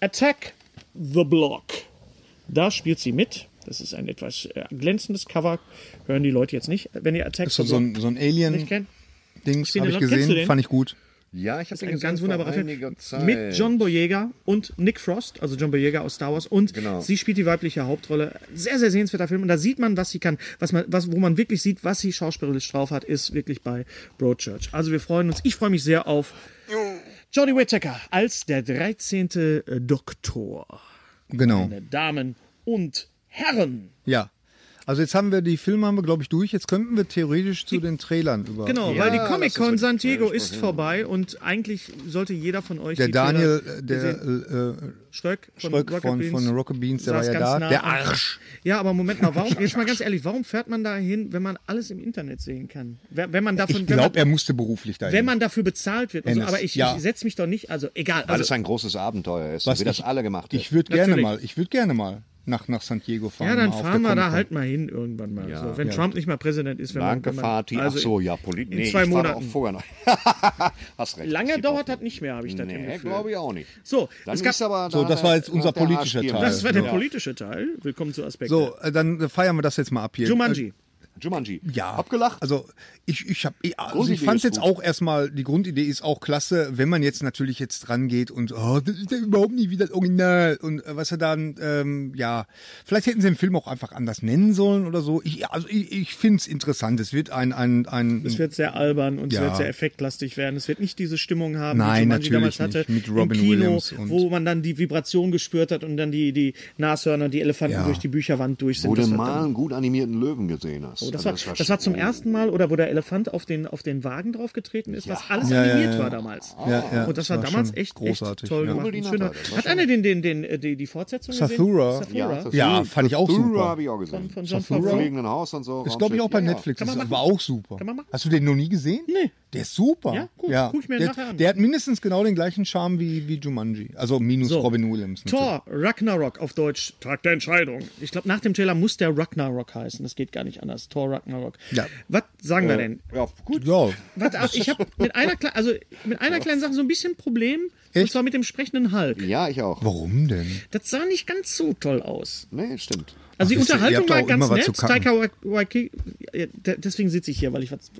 Attack the Block. Da spielt sie mit. Das ist ein etwas äh, glänzendes Cover. Hören die Leute jetzt nicht. Wenn ihr Attack Ist so, the so Block ein, so ein nicht kennt, Alien-Dings, Steven habe ich Lott, kennst du gesehen, den? fand ich gut. Ja, ich habe ein ganz wunderbarer Film mit John Boyega und Nick Frost, also John Boyega aus Star Wars und sie spielt die weibliche Hauptrolle. Sehr sehr sehenswerter Film und da sieht man, was sie kann, was man was wo man wirklich sieht, was sie schauspielerisch drauf hat, ist wirklich bei Broadchurch. Also wir freuen uns, ich freue mich sehr auf Johnny Whittaker als der 13. Doktor. Genau. Meine Damen und Herren. Ja. Also jetzt haben wir die Filme haben wir glaube ich durch. Jetzt könnten wir theoretisch zu den Trailern über. Genau, weil die Comic lass Con uns San mit dem Diego Trailer ist vorbei und eigentlich sollte jeder von euch Der die Daniel, Trailer äh, der gesehen- äh, Schröck von Schröck Rocket von, Beans von Rocket Beans, der war saß ja ganz da. nah der dran. Arsch. Ja, aber Moment mal, warum, jetzt mal ganz ehrlich, warum fährt man da hin, wenn man alles im Internet sehen kann? Wer- Wenn man dafür, Ich wenn, glaube, man, er musste beruflich dahin. wenn man dafür bezahlt wird. Und so, Hennes, aber ich, ja. ich setze mich doch nicht, also egal. Weil Also, es ein großes Abenteuer ist, Was wie das ich- alle gemacht ich haben. würde gerne Natürlich. mal, ich würde gerne mal nach, nach San Diego fahren. ja, dann mal auf fahren der wir da Comic-Con. halt mal hin irgendwann mal. so, wenn Trump nicht mal Präsident ist. Wenn man- Danke, wenn man, Fatih. Also Ach so, ja, Polit. in Nee, zwei ich war da auch Monaten. vorher noch. Hast recht. Lange Sieht dauert auch- das nicht mehr, habe ich das Nee, Gefühl. glaube ich auch nicht. So, Dann es gab, ist aber So, da das der- war jetzt unser da der politischer Arsch hier. Teil. das war der Ja. politische Teil. Willkommen zu Aspekt. So, äh, dann äh, feiern wir das jetzt mal ab hier. Jumanji. Jumanji. Äh, ja. Hab gelacht. Also ich, ich habe also Grundidee ich fand ist jetzt gut. auch erstmal, die Grundidee ist auch klasse, wenn man jetzt natürlich jetzt dran geht und oh, das ist ja überhaupt nicht wie das Original und äh, was er dann, ähm, ja, vielleicht hätten sie den Film auch einfach anders nennen sollen oder so. Ich, also ich, ich finde es interessant. Es wird ein, ein, ein Es wird sehr albern und es Ja. wird sehr effektlastig werden. Es wird nicht diese Stimmung haben, Nein, die Jumanji natürlich damals hatte nicht. Mit Robin im Kino, Williams und- wo man dann die Vibration gespürt hat und dann die, die Nashörner, die Elefanten Ja. durch die Bücherwand durch sind. Wo du war mal dann- einen gut animierten Löwen gesehen hast. Oh, das, Also war, war das war zum schon- ersten Mal, oder wo der Elefant auf den, auf den Wagen draufgetreten ist, was alles Ja, ja, animiert ja. war damals. Ja, ja, und das, war, war damals schon echt, echt großartig, toll ja. gemacht. Ein Unbedingt Schöner, hat er, das war hat einer den, den, den, äh, die, die Fortsetzung Sathura. gesehen? Ja, das Ja, ist- fand ich auch super. habe ich auch gesehen. Von, von John Sathura? Favreau. fliegenden Haus und so. Ist, glaube ich, auch bei Raumschiff. Ja, Netflix. Kann man Das machen. war auch super. Kann man machen. Hast du den noch nie gesehen? Nee. Der ist super. Ja, gut. Guck ich mir der, nachher an. Der hat mindestens genau den gleichen Charme wie, wie Jumanji. Also minus Robin Williams. natürlich. Thor, Ragnarok auf Deutsch, Tag der Entscheidung. Ich glaube, nach dem Trailer muss der Ragnarok heißen. Das geht gar nicht anders. Thor, Ragnarok. Ja. Äh. Was sagen wir denn? Ja, gut. Ja. Warte, ab, ich habe mit einer kleinen, also mit einer kleinen Sache so ein bisschen Problem. Und Echt? zwar mit dem sprechenden Hulk. Ja, ich auch. Warum denn? Das sah nicht ganz so toll aus. Nee, stimmt. Also Ach, die wisst ihr, Unterhaltung ihr habt war auch immer ganz was nett. zu kacken. Taika Waititi, ja, de- deswegen sitze ich hier, weil ich was,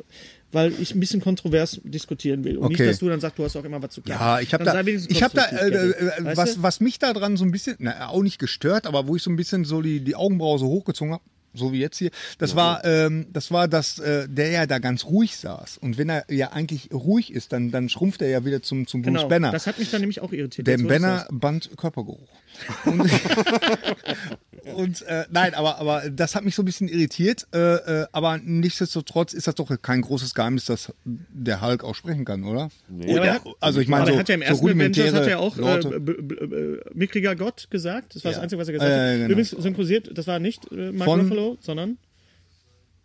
weil ich ein bisschen kontrovers diskutieren will und nicht, Okay. dass du dann sagst, du hast auch immer was zu kacken. Ja, ich habe Dann da, sei wenigstens ich hab da äh, konstruktiv, Gary. äh, Weißt du? was, was mich da dran so ein bisschen, na, auch nicht gestört, aber wo ich so ein bisschen so die, die Augenbraue so hochgezogen habe, so wie jetzt hier, das war, ähm, das war, dass äh, der ja da ganz ruhig saß. Und wenn er ja eigentlich ruhig ist, dann, dann schrumpft er ja wieder zum, zum Bruce Genau, Banner. das hat mich dann nämlich auch irritiert. Der Jetzt, wo du Banner sagst. band Körpergeruch. Und, und äh, nein, aber, aber das hat mich so ein bisschen irritiert. Äh, äh, aber nichtsdestotrotz ist das doch kein großes Geheimnis, dass der Hulk auch sprechen kann, oder? Nee. Ja, aber er Oder hat- also ich meine, aber so, er hat ja im so ersten Avengers hat er auch Leute. äh, b- b- b- mickriger Gott gesagt. Das war das Einzige, was er gesagt Ja, hat. ja, genau. Übrigens synchronisiert, das war nicht äh, Mark Von- Ruffalo, sondern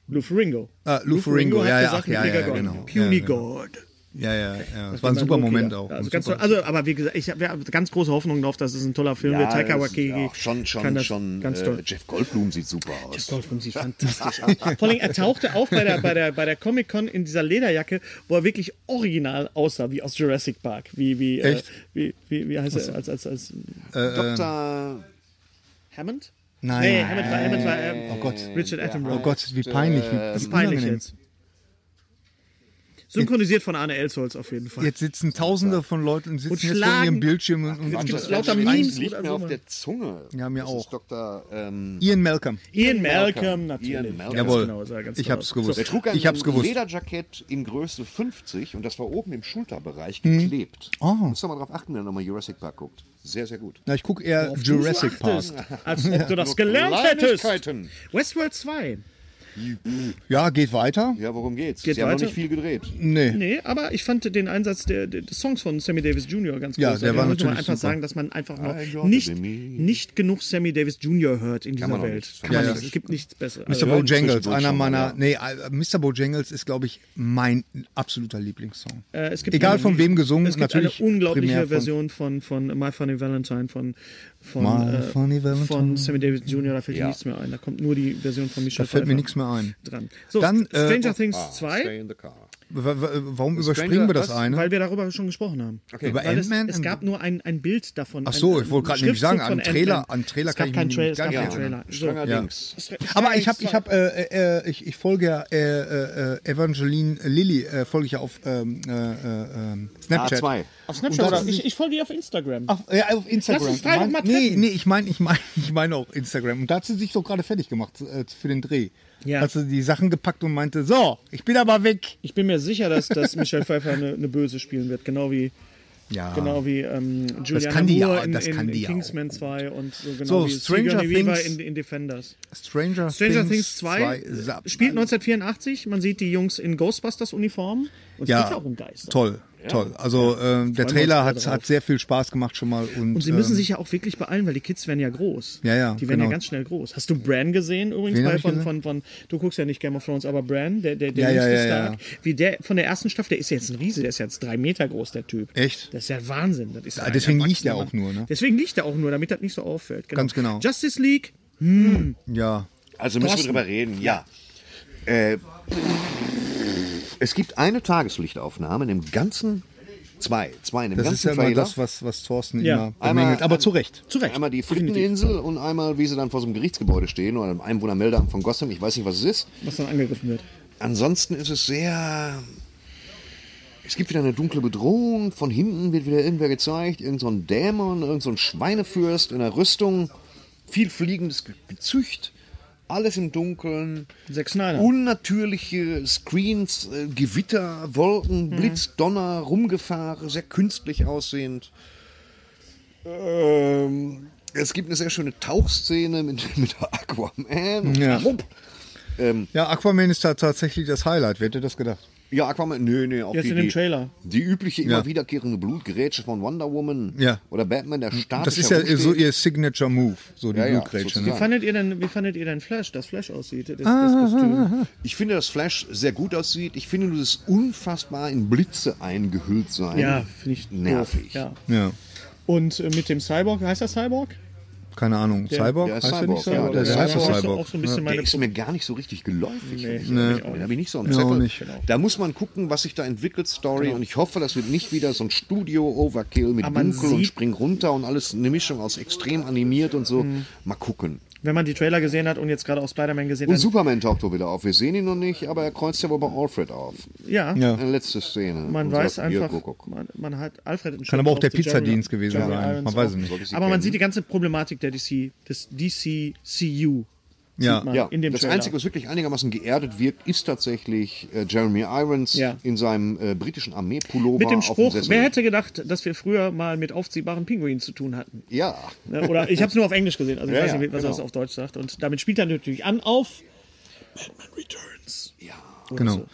Lou Ferringo. Ah, Lou Ferrigno, ja, ja, ach, ja, ja, ja, genau. Puny Ja, ja. God. Ja, ja, ja. Das war ein super Moment auch. Also, Ein ganz super- toll. also aber wie gesagt, ich habe ganz große Hoffnung drauf, dass es ein toller Film wird. Taika das- Waititi ja, schon, schon, kann das schon. Ganz äh, toll. Jeff Goldblum sieht super aus. Goldblum sieht fantastisch aus. Vor allem, er tauchte auf bei der, bei der, bei der Comic-Con in dieser Lederjacke, wo er wirklich original aussah, wie aus Jurassic Park. Wie, wie, äh, Echt? wie, wie, wie heißt er? Als, als, als äh, Dr. Hammond? Nein. Nee, Hammond war, Hammond war ähm, Oh Gott. Richard Attenborough. Oh Gott, wie peinlich. Wie, das ist peinlich jetzt. Synchronisiert von Arne Elsholz auf jeden Fall. Jetzt sitzen Tausende von Leuten sitzen Und jetzt vor schlagen. ihrem Bildschirm und, und, Jetzt gibt's und lauter Schwein Memes liegt oder mir so auf mal. der Zunge. ne? Ja, mir das auch. Ist Dr. Ähm, Ian Malcolm. Ian Malcolm, Malcolm. natürlich. Ian Malcolm. Ganz Jawohl. sah ganz Ich toll hab's aus. gewusst. So. der trug ein Ich hab's gewusst. Lederjackett in Größe 50 und das war oben im Schulterbereich Mhm. geklebt. Ah. Muss doch mal drauf achten, wenn ihr nochmal Jurassic Park guckt. Sehr, sehr gut. Na, ich gucke eher Auf Jurassic du Park. achtest, Als ob du das Nur gelernt hättest. Kleinigkeiten. Westworld 2. Ja, geht weiter. Ja, worum geht's? Geht Sie haben noch weiter? nicht viel gedreht. Nee. Nee, aber ich fand den Einsatz der, der, des Songs von Sammy Davis Jr. ganz Ja, großartig. der war Da muss man natürlich einfach super. sagen, dass man einfach noch Enjoy nicht, the Beat. nicht genug Sammy Davis Jr. hört in dieser man auch Welt. nicht. Kann Ja, man ja. nicht. Es gibt nichts besseres. Mr. Also, Bojangles, einer schon mal, meiner. Nee, äh, Mr. Bojangles ist, glaube ich, mein absoluter Lieblingssong. äh, es gibt Egal eine- von wem gesungen, es gibt natürlich eine unglaubliche primär von- Version von, von My Funny Valentine von, von, My äh, Funny Valentine. von Sammy Davis Jr. Da fällt mir Ja. nichts mehr ein. Da kommt nur die Version von Michelle Da fällt mir Pfeiffer nichts mehr ein. dran. So, Dann, äh, Stranger oh, Things Ah, 2, Stay in the car. W- w- Warum überspringen wir das was? eine? weil wir darüber schon gesprochen haben. Okay. Über Weil es, Ant-Man? es gab nur ein, ein Bild davon. Ach so, ein, ich wollte gerade nämlich sagen, Schriftzug an von Trailer- Ant-Man. an Trailer es gab kann ich keinen mich Trailer. Es gar gab nicht keinen erinnern. Trailer. So. Stranger Dings. Aber ich habe, ich habe, äh, äh, ich, ich folge ja äh, äh, äh, Evangeline Lilly, äh, folge ich ja auf ähm, äh, äh, ähm, Snapchat. A2. Auf Und Ah. Snapchat. das- Ich, ich folge ihr auf Instagram. Ach, ja, auf Instagram. Lass uns drei doch mal Mein- nee, treffen. nee, ich meine, ich meine, ich meine auch Instagram. Und da hat sie sich doch gerade fertig gemacht äh, für den Dreh. Ja. Hat sie die Sachen gepackt und meinte, so, ich bin aber weg. Ich bin mir sicher, dass, dass Michelle Pfeiffer eine, eine Böse spielen wird. Genau wie, Ja. genau wie ähm, Juliana Ah. kann die ja, Moore in, das in, kann die in ja Kingsman 2 und so genau So, wie Stranger Sigourney Weaver Things- in, in Defenders. Stranger, Stranger Things 2 sa- spielt 1984. Man sieht die Jungs in Ghostbusters-Uniform. Und es Ja. geht darum, Geister. Toll, toll. Also ähm, der uns Trailer alle hat, drauf. hat sehr viel Spaß gemacht schon mal. Und, Und sie müssen ähm, sich ja auch wirklich beeilen, weil die Kids werden ja groß. Ja, ja, Die werden ja genau. ganz schnell groß. Hast du Bran gesehen übrigens? Wen hab Bei ich von, gesehen? von, von, du guckst ja nicht Game of Thrones, aber Bran, der, der, der Ja, ja, jüngste ja, ja, Stark, wie der von der ersten Staffel, der ist jetzt ein Riese, der ist jetzt drei Meter groß, der Typ. Echt? Ah, Das ist ja Wahnsinn. Das ist ja ein deswegen erwachsener liegt der Mann. auch nur, ne? Deswegen liegt er auch nur, damit das nicht so auffällt. Ganz genau. Justice League, ja. Also müssen wir Thorsten. drüber reden, ja. Äh, es gibt eine Tageslichtaufnahme in dem ganzen, zwei, zwei in dem Das ganzen ist ja immer Trailer. das, was, was Thorsten Ja. immer bemängelt. Aber zu Recht. zu Recht. Einmal die Fritteninsel und einmal, wie sie dann vor so einem Gerichtsgebäude stehen oder einem Einwohnermeldeamt von Gotham. Ich weiß nicht, was es ist. was dann angegriffen wird. Ansonsten ist es sehr. Es gibt wieder eine dunkle Bedrohung. Von hinten wird wieder irgendwer gezeigt. Irgend so ein Dämon, irgend so ein Schweinefürst in einer Rüstung. Viel fliegendes Ge- Gezücht. Alles im Dunkeln. Zack Snyder. Unnatürliche Screens, äh, Gewitter, Wolken, Mhm. Blitz, Donner, Rumgefahre, sehr künstlich aussehend. Ähm, es gibt eine sehr schöne Tauchszene mit, mit Aquaman. Ja. Wupp. Ja, Aquaman ist da tatsächlich das Highlight. Wer hätte das gedacht? Ja, Aquaman, nö, nö. Auch Jetzt die, in dem die, Trailer. Die übliche, immer Ja. wiederkehrende Blutgerätsche von Wonder Woman Ja. oder Batman, der startet. Das ist ja so ihr Signature Move, so die Ja, ja, Blutgrätsche. Wie ne? sozusagen. fandet ihr denn, wie fandet ihr denn Flash, das Flash aussieht, das, das Ah, Kostüm? Ich finde, dass Flash sehr gut aussieht. Ich finde nur das unfassbar in Blitze eingehüllt sein. Ja, finde ich doof. nervig. Ja. Ja, Und äh, mit dem Cyborg, heißt er Cyborg? keine Ahnung. Cyborg? der ist heißt er nicht Cyborg, Cyborg? ja, der der ist heißt doch auch so- Cyborg. auch so ein bisschen Der meine ist mir gar nicht so richtig geläufig. ehrlich gesagt. Da habe ich nicht so einen Ja, auch Zettel. nicht. Genau. Da muss man gucken, was sich da entwickelt, Story. Und ich hoffe, das wird nicht wieder so ein Studio-Overkill mit Aber man Dunkel und sieht- Spring runter und alles eine Mischung aus extrem animiert und so. Mhm. Mal gucken. wenn man die Trailer gesehen hat und jetzt gerade auch Spider-Man gesehen Und hat. Superman taucht doch wieder auf. Wir sehen ihn noch nicht, aber er kreuzt ja wohl bei Alfred auf. Ja, Ja. Eine letzte Szene. man Und weiß sagt, hier, einfach, guck, guck. man, man hat Alfred Kann aber auch der Pizzadienst gewesen sein. Man weiß es nicht. Sollte sie Aber man kennen. sieht die ganze Problematik der DC, des DCCU. Ja. sieht man Ja, in dem das Trailer. Einzige, was wirklich einigermaßen geerdet wirkt, ist tatsächlich äh, Jeremy Irons Ja. in seinem äh, britischen Armeepullover Mit dem auf Spruch, Sessel. wer hätte gedacht, dass wir früher mal mit aufziehbaren Pinguinen zu tun hatten? Ja, Ne? Oder ich habe es nur auf Englisch gesehen, also ich Ja, weiß ja, nicht, was er genau. das auf Deutsch sagt. Und damit spielt er natürlich an auf Batman Returns. ja. Oder Genau. So.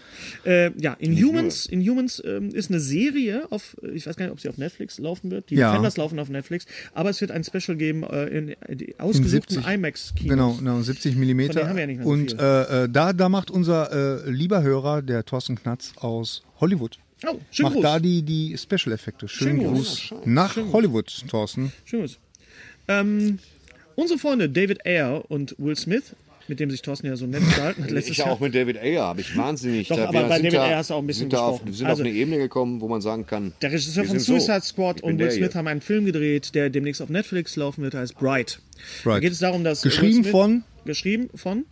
Äh, ja, Inhumans, Inhumans ähm, ist eine Serie auf, äh, ich weiß gar nicht, ob sie auf Netflix laufen wird. Die Ja. Defenders laufen auf Netflix, aber es wird ein Special geben äh, in, äh, die ausgesuchten 70 IMAX-Kinos. Genau, genau 70 Von denen haben wir ja nicht mm. mehr so Und viel. äh, äh, da, da macht unser äh, lieber Hörer, der Thorsten Knatz aus Hollywood, Oh, schönen macht Gruß. da die, die Special-Effekte. Schönen Schönen Gruß nach Hollywood, Thorsten. Schönen Gruß. Ähm, unsere Freunde David Ayer und Will Smith, mit dem sich Thorsten ja so nett unterhalten hat letztes Ich auch Jahr. mit David Ayer habe ich wahnsinnig. Doch, da, aber wir bei sind David da- Ayer hast du auch ein bisschen sind da auf, gesprochen. Wir sind Also- auf eine Ebene gekommen, wo man sagen kann. Der Regisseur wir von sind so. Suicide Squad Ich bin und Will der Smith hier. haben einen Film gedreht, der demnächst auf Netflix laufen wird, der heißt Bright. Da Bright. geht es darum, dass Geschrieben Will Smith, von? geschrieben von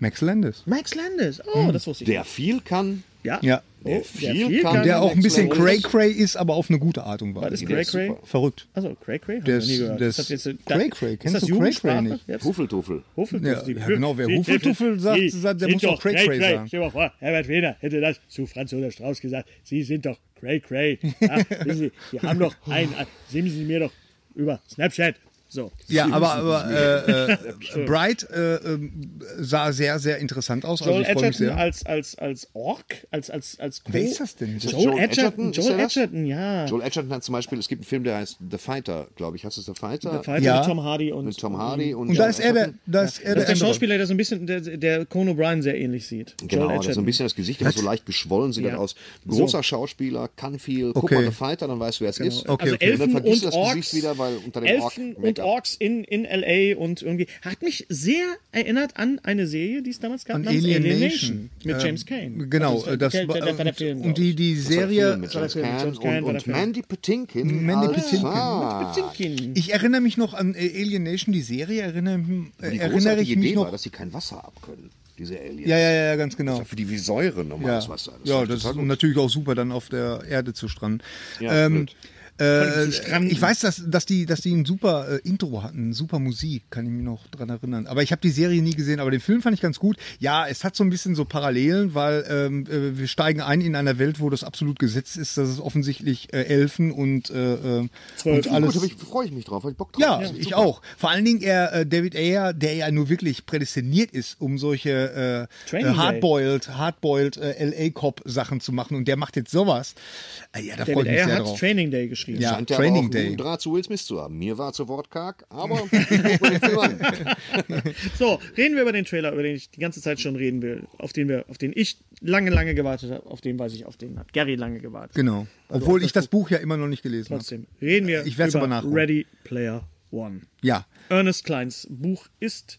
Max Landis. Max Landis. Oh, das wusste ich. Hm. Der viel kann. ja. Ja. Oh, der viel kann, kann Der auch ein Max bisschen Landis. cray-cray ist, aber auf eine gute Art und Was Weise. ist Cray ist Cray? super. Verrückt. Also Cray Cray? Hab Der ich noch nie ist- gehört. der Ist das ist- jetzt, äh, Cray Cray. Ist Kennst das du Cray Cray Jugendsprache? nicht? Jetzt- Tuffel-Tuffel. Hufeltuffel. Ja, die- ja, genau, wer die- Hufeltuffel sagt, Sie sagt, der sind muss auch doch Cray Cray sagen. Stell dir mal vor, Herbert Wehner hätte das zu Franz Josef Strauß gesagt. Sie sind doch Cray Cray. Ja, wissen Sie, Sie haben doch ein, sehen Sie mir doch über Snapchat. So. Ja, aber, aber äh, äh, Bright äh, ähm, sah sehr, sehr interessant aus. Also Joel ich freue mich Edgerton sehr. als, als, als Ork, als, als, als Co. Wer ist das denn? das Joel Joel Edgerton, Edgerton? Ist Joel der das? Edgerton, ja. Joel Edgerton hat zum Beispiel, es gibt einen Film, der heißt The Fighter, glaube ich. Hast du The Fighter? Der Fighter Ja. mit Tom Hardy und, Mit Tom Hardy und, Und da ist er der, da Das ist er ist der andere. Schauspieler, der so ein bisschen, der, der Conan O'Brien sehr ähnlich sieht. Genau, Joel das ist so ein Edgerton. bisschen das Gesicht, aber so leicht geschwollen sieht Ja. das aus. Großer Schauspieler, kann viel, guck Okay. mal The Fighter, dann weißt du, wer es ist. Okay, also okay. Und Elfen dann und, vergisst das Orks, Gesicht wieder, weil unter dem Elfen Ork- und Make-up. Orks in, in L.A. und irgendwie hat mich sehr erinnert an eine Serie, die es damals gab, An Alien Nation. mit Ähm, James Caine. Genau, Also das, der, der, der, der, der Film, und die, die Film Serie. mit James Caan James Caan und, war der und Film. Mandy Patinkin. Mandy als- Patinkin. Ah, Patinkin. Ich erinnere mich noch an äh, Alien Nation, die Serie erinnere, äh, Die erinnere großartige ich mich Idee war, noch. dass sie kein Wasser abkönnen, diese Aliens. Ja, ja, ja, ja, ganz genau. Für die wie Säure Ja, normales Wasser. ja, ist das total ist gut. natürlich auch super, dann auf der Erde zu stranden. Ja, ähm, blöd. äh, zu stranden. ich weiß, dass, dass, die, dass die ein super äh, Intro hatten, super Musik, kann ich mich noch dran erinnern. Aber ich habe die Serie nie gesehen, aber den Film fand ich ganz gut. Ja, es hat so ein bisschen so Parallelen, weil ähm, äh, wir steigen ein in einer Welt, wo das absolut gesetzt ist, dass es offensichtlich äh, Elfen und, äh, äh, und Zwölfen. alles. Gut, hab ich, freue ich mich drauf, hab ich Bock drauf. Ja, Das ist ich super. auch. Vor allen Dingen er, äh, David Ayer, der ja nur wirklich prädestiniert ist, um solche äh, äh, Training Day. hardboiled, hardboiled äh, LA Cop Sachen zu machen und der macht jetzt sowas. Äh, ja, da freue David ich mich Ayer sehr hat drauf. Training Day geschrieben. Ja. Scheint ja Training aber auch einen Day. guten Draht zu Will Smith zu haben. Mir war zu Wort karg, aber guck mal den Film an. So, reden wir über den Trailer, über den ich die ganze Zeit schon reden will, auf den wir, auf den ich lange, lange gewartet habe, auf den weiß ich, auf den hat Gary lange gewartet. Also Genau. Obwohl ich das Buch ja immer noch nicht gelesen habe. Trotzdem reden wir Ich werd's aber über nachholen. Ready Player One. Ja. Ernest Kleins Buch ist.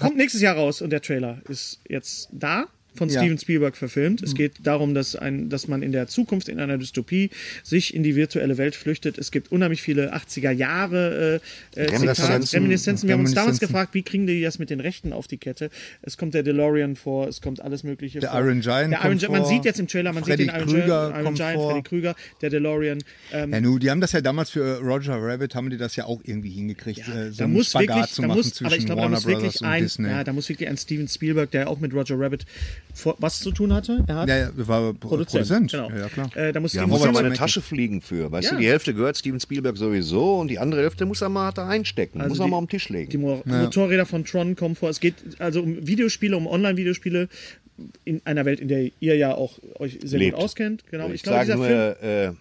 Kommt nächstes Jahr raus und der Trailer ist jetzt da, von Ja. Mhm. Steven Spielberg verfilmt. Es geht darum, dass, ein, dass man in der Zukunft, in einer Dystopie, sich in die virtuelle Welt flüchtet. Es gibt unheimlich viele 80er Jahre äh, äh, Zitats, Reminiszenzen. Reminiszenzen. Wir haben uns damals Reminiszenzen. gefragt, wie kriegen die das mit den Rechten auf die Kette? Es kommt der DeLorean vor, es kommt alles Mögliche Der vor. Iron Giant Der Iron kommt Giant. Man vor. sieht jetzt im Trailer, man Freddy sieht den Iron Krüger Giant, Iron kommt Giant vor. Freddy Krüger, der DeLorean. Ähm, Ja, nu, die haben das ja damals für äh, Roger Rabbit, haben die das ja auch irgendwie hingekriegt, äh, so da einen muss Spagat wirklich, zu da machen muss, zwischen aber ich glaube, da Warner muss Brothers wirklich und ein, Disney. ja, da muss wirklich ein Steven Spielberg, der auch mit Roger Rabbit vor, was zu tun hatte. Er hat ja, ja, war Produzent. Produzent. Ja, ja, klar. Äh, da muss Da Steven muss er mal Spielberg, eine Tasche fliegen für. Weißt Ja. du, die Hälfte gehört Steven Spielberg sowieso und die andere Hälfte muss er mal da einstecken. muss er also die- mal auf den Tisch legen. die Mo Motorräder von Tron kommen vor. Es geht also um Videospiele, um Online-Videospiele in einer Welt, in der ihr ja auch euch sehr Lebt. gut auskennt. Genau, Also ich ich, glaube, sage dieser nur Film äh,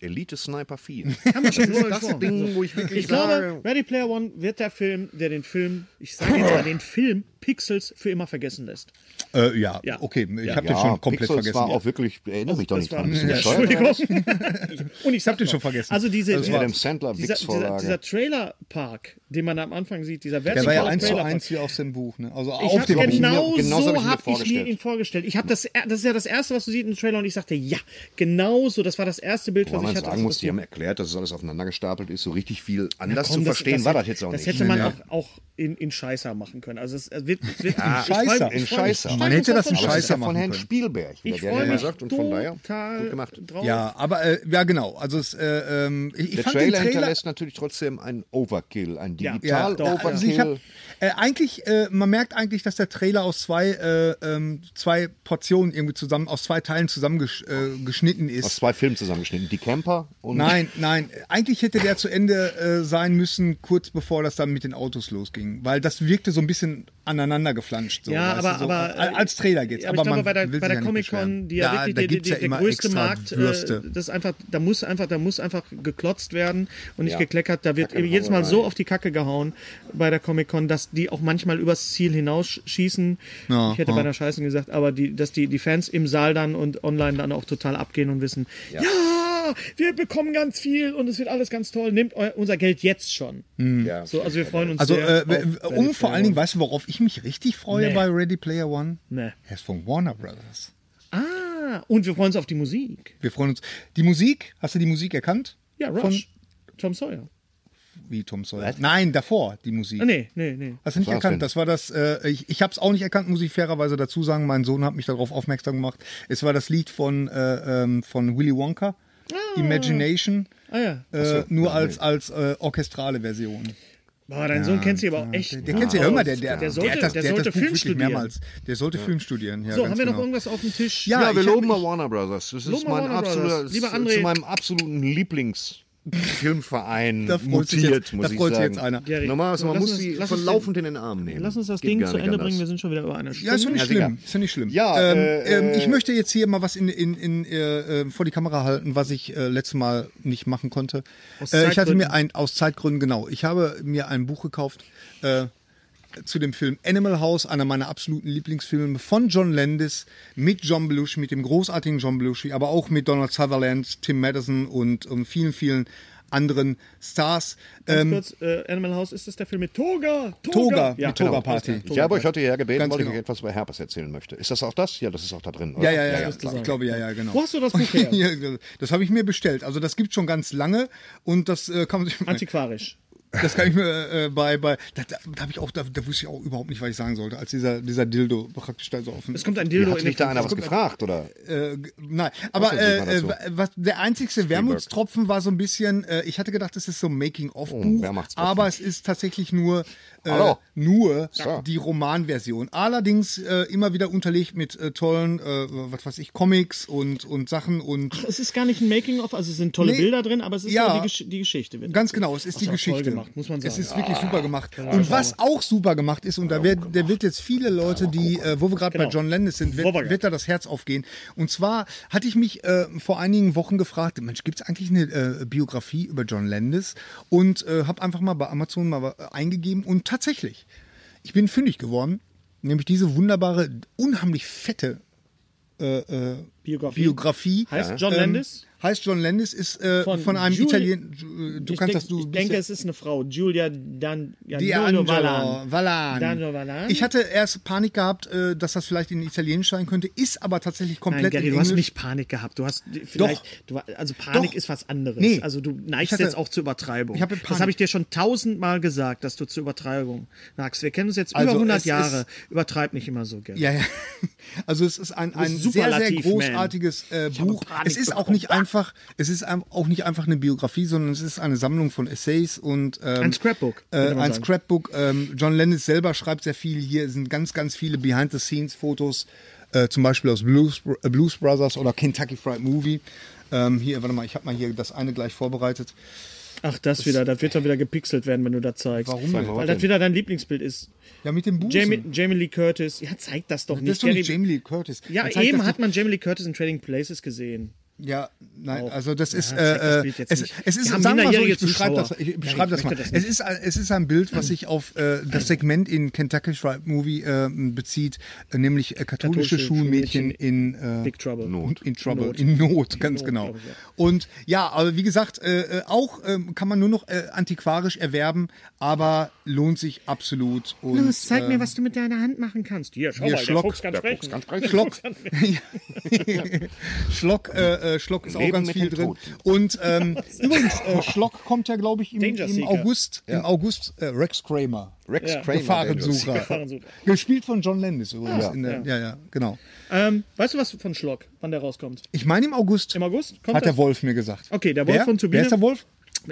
Elite Sniper 4. kann man schon nur das vor. Ding, wo ich wirklich Ich glaube, sage, Ready Player One wird der Film, der den Film, ich sage jetzt mal, den Film Pixels für immer vergessen lässt. äh, ja. Ja. okay, ich Ja. habe den schon komplett Pixels vergessen. war auch wirklich, ich erinnere mich doch Das nicht war, dran. Bist du bescheuert? Entschuldigung. Und ich hab den schon vergessen. Also diese, Das war Adam Sandler, dieser, dieser, Wix-Vorlage. dieser Trailerpark, den man am Anfang sieht, dieser Der war vertikale ja eins zu Trailerpark. eins wie aus dem Buch, ne? Also Ich auf hab dem Buch. genau, Buch. Genauso hab so ich habe ich, mir mir vorgestellt. ihn vorgestellt. Ich habe das, das ist ja das erste, was du siehst im Trailer und ich sagte, ja, genau so. Das war das erste Bild, Wo was man ich hatte. sagen als muss, das die haben Buch- erklärt, dass es alles aufeinander gestapelt ist. So richtig viel Na anders komm, zu verstehen das, war das jetzt auch nicht. Das hätte man auch, auch in, in Scheißer machen können. Also es wird, es wird ich freu- Scheißer. ich in freu mich. Scheißer. Steig Man uns hätte das davon ab. Aber es in ist ja Scheißer von machen Herrn können. Spielberg. wieder, Ich der freue hat mich gesagt und von daher gut gemacht. drauf. Ja, aber äh, ja genau. Also es, äh, ähm, ich, ich Der fand Trailer, den Trailer hinterlässt natürlich trotzdem einen Overkill, einen Ja, ja, digital doch, Overkill. also ich hab, äh, eigentlich äh, man merkt eigentlich, dass der Trailer aus zwei äh, ähm, zwei Portionen irgendwie zusammen aus zwei Teilen zusammengeschnitten äh, geschnitten ist. aus zwei Filmen zusammengeschnitten. Die Camper und Nein, nein. Eigentlich hätte der zu Ende äh, sein müssen, kurz bevor das dann mit den Autos losging. Weil das wirkte so ein bisschen aneinander geflanscht. So, Ja, weißt aber- du, so. aber- Al- äh, als Trailer geht's. Äh, aber, ich glaube, man bei der, will bei der sich ja nicht Comic-Con, beschweren. die ja, da, wirklich da die- die- gibt's ja der immer größte extra Markt, äh, Würste. das ist einfach, da muss einfach, da muss einfach geklotzt werden und nicht Ja. gekleckert. Da wird Kacke und jedes Mal Hauerei. so auf die Kacke gehauen bei der Comic-Con, dass die auch manchmal übers Ziel hinausschießen. Ja, ich hätte ja. bei der Scheißen gesagt, aber die, dass die, die Fans im Saal dann und online dann auch total abgehen und wissen, ja, wir bekommen ganz viel und es wird alles ganz toll. Nehmt eu- unser Geld jetzt schon. Ja. So, also wir freuen uns Also, sehr. äh, auf um vor allen Ready Dingen, weißt du, worauf ich mich richtig freue Nee. bei Ready Player One? Nee. Er ist von Warner Brothers. Player One. Ah, und wir freuen uns auf die Musik. Wir freuen uns. Die Musik, hast du die Musik erkannt? Ja, Von- Rush. Tom Sawyer. Wie Tom Sawyer. Nein, davor die Musik. Ah, nee, nee, nee. Hast du nicht war's erkannt? denn? Das war das, äh, ich, ich habe es auch nicht erkannt, muss ich fairerweise dazu sagen. Mein Sohn hat mich darauf aufmerksam gemacht. Es war das Lied von, äh, ähm, von Willy Wonka, Imagination, Ah ja. äh, nur als, als äh, orchestrale Version. Boah, dein Sohn kennt sie aber auch echt. Der gut kennt sie ja immer, aus. der, der, der sollte, hat Ah, oh, das, der hat sollte das Buch Film wirklich studieren. mehrmals. Der sollte Film studieren. Ja, so, ganz haben wir noch genau. irgendwas auf dem Tisch? Ja, Ja, wir ich hab loben mich- mal Warner Brothers. Das ist Loben wir mein Warner Brothers. absoluter, Lieber zu- André. zu meinem absoluten Lieblingsfilmverein Da freut sich mutiert, jetzt- muss da ich freut sich sagen. jetzt einer. Gary, Normal, lass also man muss uns- sie lass von uns- laufend in den Arm nehmen. Lass uns das Geht Ding gar zu nicht Ende anders. bringen, wir sind schon wieder über einer Stunde. Ja, ist doch nicht Ja, schlimm. sicher. Ist ja nicht schlimm. Ja, ähm, äh, ähm, ich möchte jetzt hier mal was in, in, in, äh, äh, vor die Kamera halten, was ich äh, letztes Mal nicht machen konnte. Aus Äh, ich hatte Zeitgründen. mir ein, aus Zeitgründen, genau. Ich habe mir ein Buch gekauft äh, zu dem Film Animal House, einer meiner absoluten Lieblingsfilme von John Landis mit John Belushi, mit dem großartigen John Belushi, aber auch mit Donald Sutherland, Tim Madison und ähm, vielen, vielen anderen Stars. Ganz Ähm, kurz, äh, Animal House, ist das der Film mit Toga? Toga, Ja, genau, mit Toga Party. Ich habe euch heute ja gebeten, Ganz weil genau. ich euch etwas über Herpes erzählen möchte. Ist das auch das? Ja, das ist auch da drin. Ja, oder? ja, ja, ja, klar. ich glaube, ja, ja, genau. Wo hast du das Buch her? Ja, das habe ich mir bestellt. Also das gibt schon ganz lange und das äh, kann man sich Antiquarisch. das kann ich mir äh, bei bei da, da, da habe ich auch da, da wusste ich auch überhaupt nicht, was ich sagen sollte, als dieser dieser Dildo praktisch da so offen. Es kommt ein Wie, Dildo Hat in sich den- da einer was gefragt, oder? Äh, g- nein, aber Was denn, äh, sieht äh, man das was der einzigste Wermutstropfen war so ein bisschen, äh, ich hatte gedacht, es ist so ein Making of Oh, Buch, wer macht's offen? aber es ist tatsächlich nur äh, Hallo. nur So. die Romanversion. Allerdings äh, immer wieder unterlegt mit äh, tollen äh, was weiß ich Comics und und Sachen und Es ist gar nicht ein Making-of, also es sind tolle Nee. Bilder drin, aber es ist Ja. ja. die, Gesch die Geschichte. wird Ganz genau, es ist Ach, die ist auch Geschichte. toll gemacht, muss man sagen. Ah, Es ist wirklich super gemacht. Und was auch super gemacht ist, und da wird, der wird jetzt viele Leute, die, äh, wo wir gerade bei Genau. John Landis sind, Wo wir grad. wird, wird da das Herz aufgehen. Und zwar hatte ich mich äh, vor einigen Wochen gefragt, Mensch, gibt es eigentlich eine äh, Biografie über John Landis? Und äh, habe einfach mal bei Amazon mal äh, eingegeben und tatsächlich, ich bin fündig geworden, nämlich diese wunderbare, unheimlich fette äh, äh, Biografie. Biografie. Ähm, Heißt John Landis? Heißt John Landis, ist äh, von, Von einem Juli- Italien. äh, Du ich kannst denk, das, du ich bist denke, ja- es ist eine Frau. Julia Dan ja, D'Angelo Giulio Vallan. Vallan. D'Angelo Vallan. Ich hatte erst Panik gehabt, äh, dass das vielleicht in Italienisch sein könnte, ist aber tatsächlich komplett Nein, Gary, in du hast Englisch. nicht Panik gehabt. Du hast vielleicht, du, also Panik Doch. ist was anderes. Nee. Also du Ich neigst hatte- jetzt auch zur Übertreibung. Ich habe Panik. das habe ich dir schon tausendmal gesagt, dass du zur Übertreibung neigst. Wir kennen uns jetzt Also über 100 es Jahre. ist- Übertreib nicht immer so, Gary. Ja, ja. Äh, Also es ist ein, ein sehr, sehr Superlativ, großartiges äh, Buch. Panik Es ist auch bekommen. nicht einfach, es ist ein- auch nicht einfach eine Biografie, sondern es ist eine Sammlung von Essays und ähm, Ein Scrapbook, Äh, könnte man ein sagen. Scrapbook. Ähm, John Lennon selber schreibt sehr viel. Hier sind ganz, ganz viele Behind-the-Scenes-Fotos, äh, zum Beispiel aus Blues, äh, Blues Brothers oder Kentucky Fried Movie. Ähm, hier, warte mal, ich habe mal hier das eine gleich vorbereitet. Ach, das wieder. Das wird dann wieder gepixelt werden, wenn du das zeigst. Warum denn? Weil das wieder dein Lieblingsbild ist. Ja, mit dem Buch. Jamie, Jamie Lee Curtis. Ja, zeig das doch das ist nicht, doch Gary. nicht Jamie Lee Curtis. ja, Dann zeigt eben das hat doch- man Jamie Lee Curtis in Trading Places gesehen. Ja, nein, Auch. also das ist, Ja, zeig das äh, äh, Bild jetzt es, nicht. es ist, Wir haben sagen wir mal so, ich minderjährige beschreibe das, Zuschauer. ich Ja, beschreibe ich das mal. möchte das Hm. Also. es, ist, ein- es ist ein Bild, was sich auf äh, das Segment in Kentucky Fried Movie äh, bezieht, äh, nämlich äh, katholische, Katholische Schulmädchen Schulmädchen in, äh, Big Trouble. Not. In Trouble, Not. in Not, ganz Not, genau. glaub ich, ja. Und ja, aber wie gesagt, äh, äh, auch ähm, kann man nur noch äh, antiquarisch erwerben, aber lohnt sich absolut. Und, Los, zeig mir, was du mit deiner Hand machen kannst. Hier, schau Hier, mal, Schlock. der Fuchs kann ähm, Der sprechen. Fuchs kann sprechen. Schlock. Schlock, äh, äh, Schlock ist auch Leben ganz mit viel dem drin. Toten. Und ähm, übrigens, äh, Schlock kommt ja, glaube ich, im, Danger im Seeker. August. Im August äh, Rex Kramer. Rex Ja. Kramer. Gefahrensucher. Gefahrensucher. Gespielt von John Landis übrigens. in der, ja. ja, genau. Ähm, weißt du was von Schlock, wann der rauskommt? Ich meine, im August, Im August? Kommt hat der das? Wolf mir gesagt. Okay, der Wolf Wer? von Turbine. Wer ist der Wolf?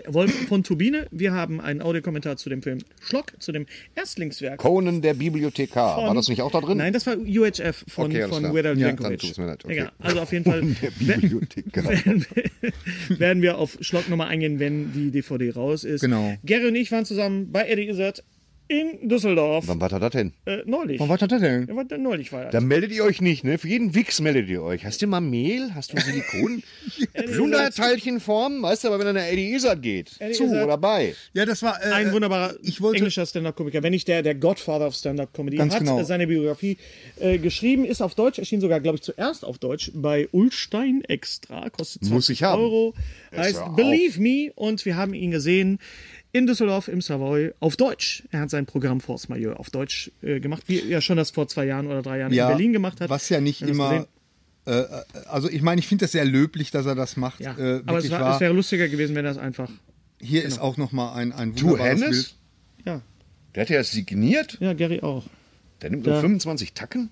Wolf von Turbine. Wir haben einen Audiokommentar zu dem Film Schlock, zu dem Erstlingswerk. Conan der Bibliothekar. War das nicht auch da drin? Nein, das war UHF von, Okay, alles von klar. Weird Al Ja, Jankovic. dann tut's mir leid, okay. Egal, also auf jeden Fall Der Bibliothekar. werden wir auf Schlock nochmal eingehen, wenn die DVD raus ist. Genau. Gary und ich waren zusammen bei Eddie Izzard in Düsseldorf. Wann war da das denn? Äh, neulich. Und was hat er denn? Ja, was denn neulich war Da das. meldet ihr euch nicht, ne? Für jeden Wichs meldet ihr euch. Hast du mal Mehl? Hast du Silikon? Blunderteilchenform? Weißt du, aber wenn an der Eddie Izzard geht. Eddie zu Izzard. oder bei. Ja, das war. Äh, Ein wunderbarer Ich wollte. englischer Stand-Up-Komiker, wenn nicht der, der Godfather of Stand-Up-Comedy. Ganz Hat genau. äh, seine Biografie äh, geschrieben, ist auf Deutsch, erschien sogar, glaube ich, zuerst auf Deutsch bei Ulstein Extra, kostet 20 Muss ich haben. Euro. hör auf. Heißt Believe Me und wir haben ihn gesehen in Düsseldorf im Savoy auf Deutsch. Er hat sein Programm Force Majeure auf Deutsch äh, gemacht, wie er schon das vor zwei Jahren oder drei Jahren ja, in Berlin gemacht hat. Was ja nicht Wir haben das immer. gesehen. Äh, also ich meine, ich finde das sehr löblich, dass er das macht. Ja, äh, aber es, wirklich war, wahr. es wäre lustiger gewesen, wenn das einfach. Hier ist Genau. auch noch mal ein ein Du, wunderbares Hennes? Bild. Ja, Der hat ja das signiert. ja, Gary auch. Der nimmt nur Ja. 25 Tacken.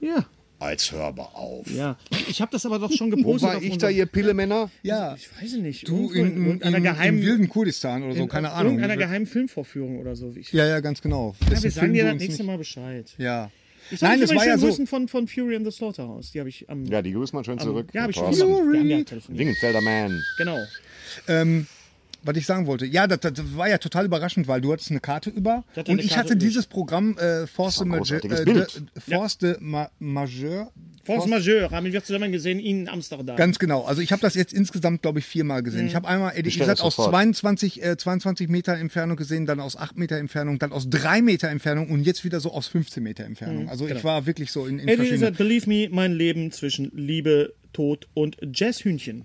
Ja, Als hör mal auf. ja. Ich habe das aber doch schon Wo gepostet. war auf ich da, unserem- ihr Pillemänner? Ja, Ich weiß nicht. Ah. du irgendwo in, in, in, irgendeiner geheimen, im wilden Kurdistan oder so, in keine Ahnung. Irgendeiner geheimen Filmvorführung oder so. Ich, ja, ja, ja, ganz genau. wir sagen dir das nächste Mal Bescheid. Ja. Ich Nein, das war ja so. Grüßen von, von Fury and the Slaughterhouse. Die habe ich am. Ja, die grüßen man schön zurück. ja, habe ich schon Thorsten. gesagt. Wir haben ja telefoniert. Wingenfelder Man. Genau. Ähm, was ich sagen wollte, ja, das, das war ja total überraschend, weil du hattest eine Karte über hatte und eine ich Karte hatte übrig. dieses Programm äh, Force de ein Majeure, großartiges äh, de, Bild. Force de Ma Majeure. Force Majeure haben wir zusammen gesehen in Amsterdam. Ganz genau. Also ich habe das jetzt insgesamt, glaube ich, viermal gesehen. Ich habe einmal, Eddie Bestell gesagt, das aus sofort. 22, äh, 22 Meter Entfernung gesehen, dann aus 8 Meter Entfernung, dann aus 3 Meter Entfernung und jetzt wieder so aus 15 Meter Entfernung. Also ich war wirklich so in, in Eddie Izzard, verschiedenen... Believe Me, mein Leben zwischen Liebe, Tod und Jazzhühnchen.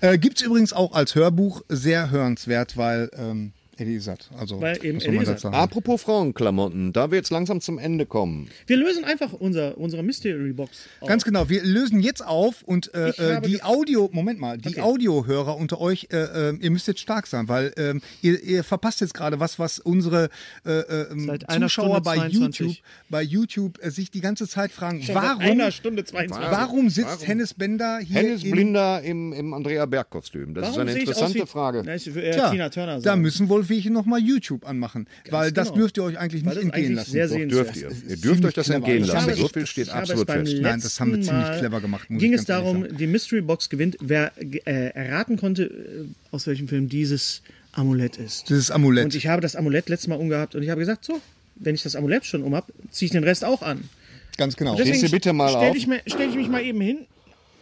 Äh, Gibt es übrigens auch als Hörbuch sehr hörenswert, weil ähm, Eddie Izzard, also Weil eben muss man Eddie dazu Izzard. sagen. Apropos Frauenklamotten, da wir jetzt langsam zum Ende kommen. Wir lösen einfach unser, unsere Mystery Box. auf. Ganz genau, wir lösen jetzt auf und äh, Oh. Ich habe äh, die ge- Audio, Moment mal, die Audiohörer unter euch, äh, äh, ihr müsst jetzt stark sein, weil ähm, ihr, ihr verpasst jetzt gerade was, was unsere äh, ähm, Seit einer Zuschauer Stunde bei 22. YouTube, bei YouTube äh, sich die ganze Zeit fragen, Schon seit warum, Einer Stunde 22. wawarum sitzt Hennes Bender hier Hennes in- Blinder im, im Andrea Berg-Kostüm. Das ist Warum eine sehe ich aus interessante wie- Frage. Na, ich, äh, Tja, Tina Turner da sagen. müssen wohl welche nochmal YouTube anmachen, weil das genau. dürft ihr euch eigentlich Weil das nicht ist entgehen eigentlich lassen. sehr Doch, sehenswert. dürft ihr. Ihr dürft euch das clever. entgehen Das habe lassen. ich- So viel steht Ich habe es absolut beim fest. Nein, das haben wir letzten ziemlich Mal- clever gemacht, muss Ging ich es ganz ehrlich darum, die Mystery Box gewinnt, wer äh, erraten konnte, äh, aus welchem Film dieses Amulett ist. Dieses Amulett. Und ich habe das Amulett letztes Mal umgehabt und ich habe gesagt, so, wenn ich das Amulett schon um habe, ziehe ich den Rest auch an. Ganz genau. Deswegen Stehst du bitte mal stell auf? Ich mir, stell ich mich mal eben hin.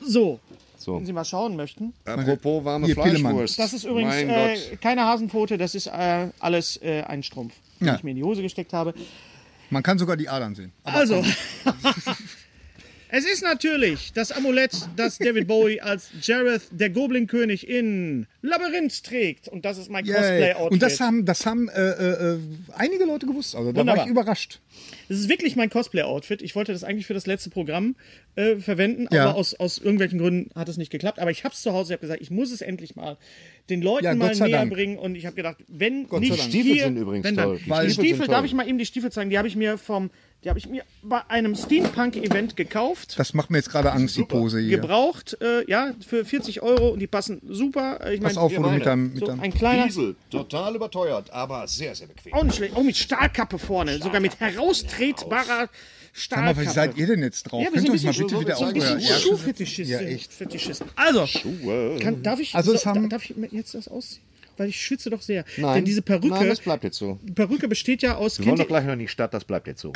So, So. wenn Sie mal schauen möchten. Apropos warme Hier, Pillemann. Fleischwurst. Das ist übrigens Mein äh, Gott. keine Hasenpfote, das ist äh, alles äh, ein Strumpf, den Ja. ich mir in die Hose gesteckt habe. Man kann sogar die Adern sehen. Aber Also, es ist natürlich das Amulett, das David Bowie als Jareth, der Goblin-König in Labyrinth trägt. Und das ist mein Yay. Cosplay-Outfit. Und das haben, das haben äh, äh, äh, einige Leute gewusst. Also da war Wunderbar. ich überrascht. Das ist wirklich mein Cosplay-Outfit. Ich wollte das eigentlich für das letzte Programm äh, verwenden, Ja. aber aus, aus irgendwelchen Gründen hat es nicht geklappt. Aber ich habe es zu Hause, ich habe gesagt, ich muss es endlich mal den Leuten Ja, Gott mal sei näher Dank. bringen. Und ich habe gedacht, wenn Gott sei nicht Dank. Die Stiefel hier, sind übrigens wenn toll. dann. Die Die Stiefel, Stiefel sind darf toll. ich mal eben die Stiefel zeigen? Die habe ich mir vom, die habe ich mir bei einem Steampunk-Event gekauft. Das macht mir jetzt gerade Angst, die Pose hier. gebraucht, äh, ja, für 40 Euro und die passen super. Äh, Ich mein, Pass auf, wo du mit deinem... Mit so deinem ein kleiner, Diesel, total überteuert, aber sehr, sehr bequem. auch nicht schlecht, auch mit Stahlkappe vorne, sogar mit heraustretbarer Sag mal, was Stahlkappe. seid ihr denn jetzt drauf? Ja, wir sind Könnt ihr ein uns mal bisschen, bitte so, wieder so ein auf bisschen euer Schuhfetischisten. Ja, echt. Fetischisten. Also, kann, darf ich, Also also es so, haben- darf ich mir jetzt das ausziehen? Weil ich schwitze doch sehr. Nein, Denn diese Perücke, nein, das bleibt jetzt so. die Perücke besteht ja aus, Wir wollen kennt doch ihr, gleich noch in die Stadt, das bleibt jetzt so.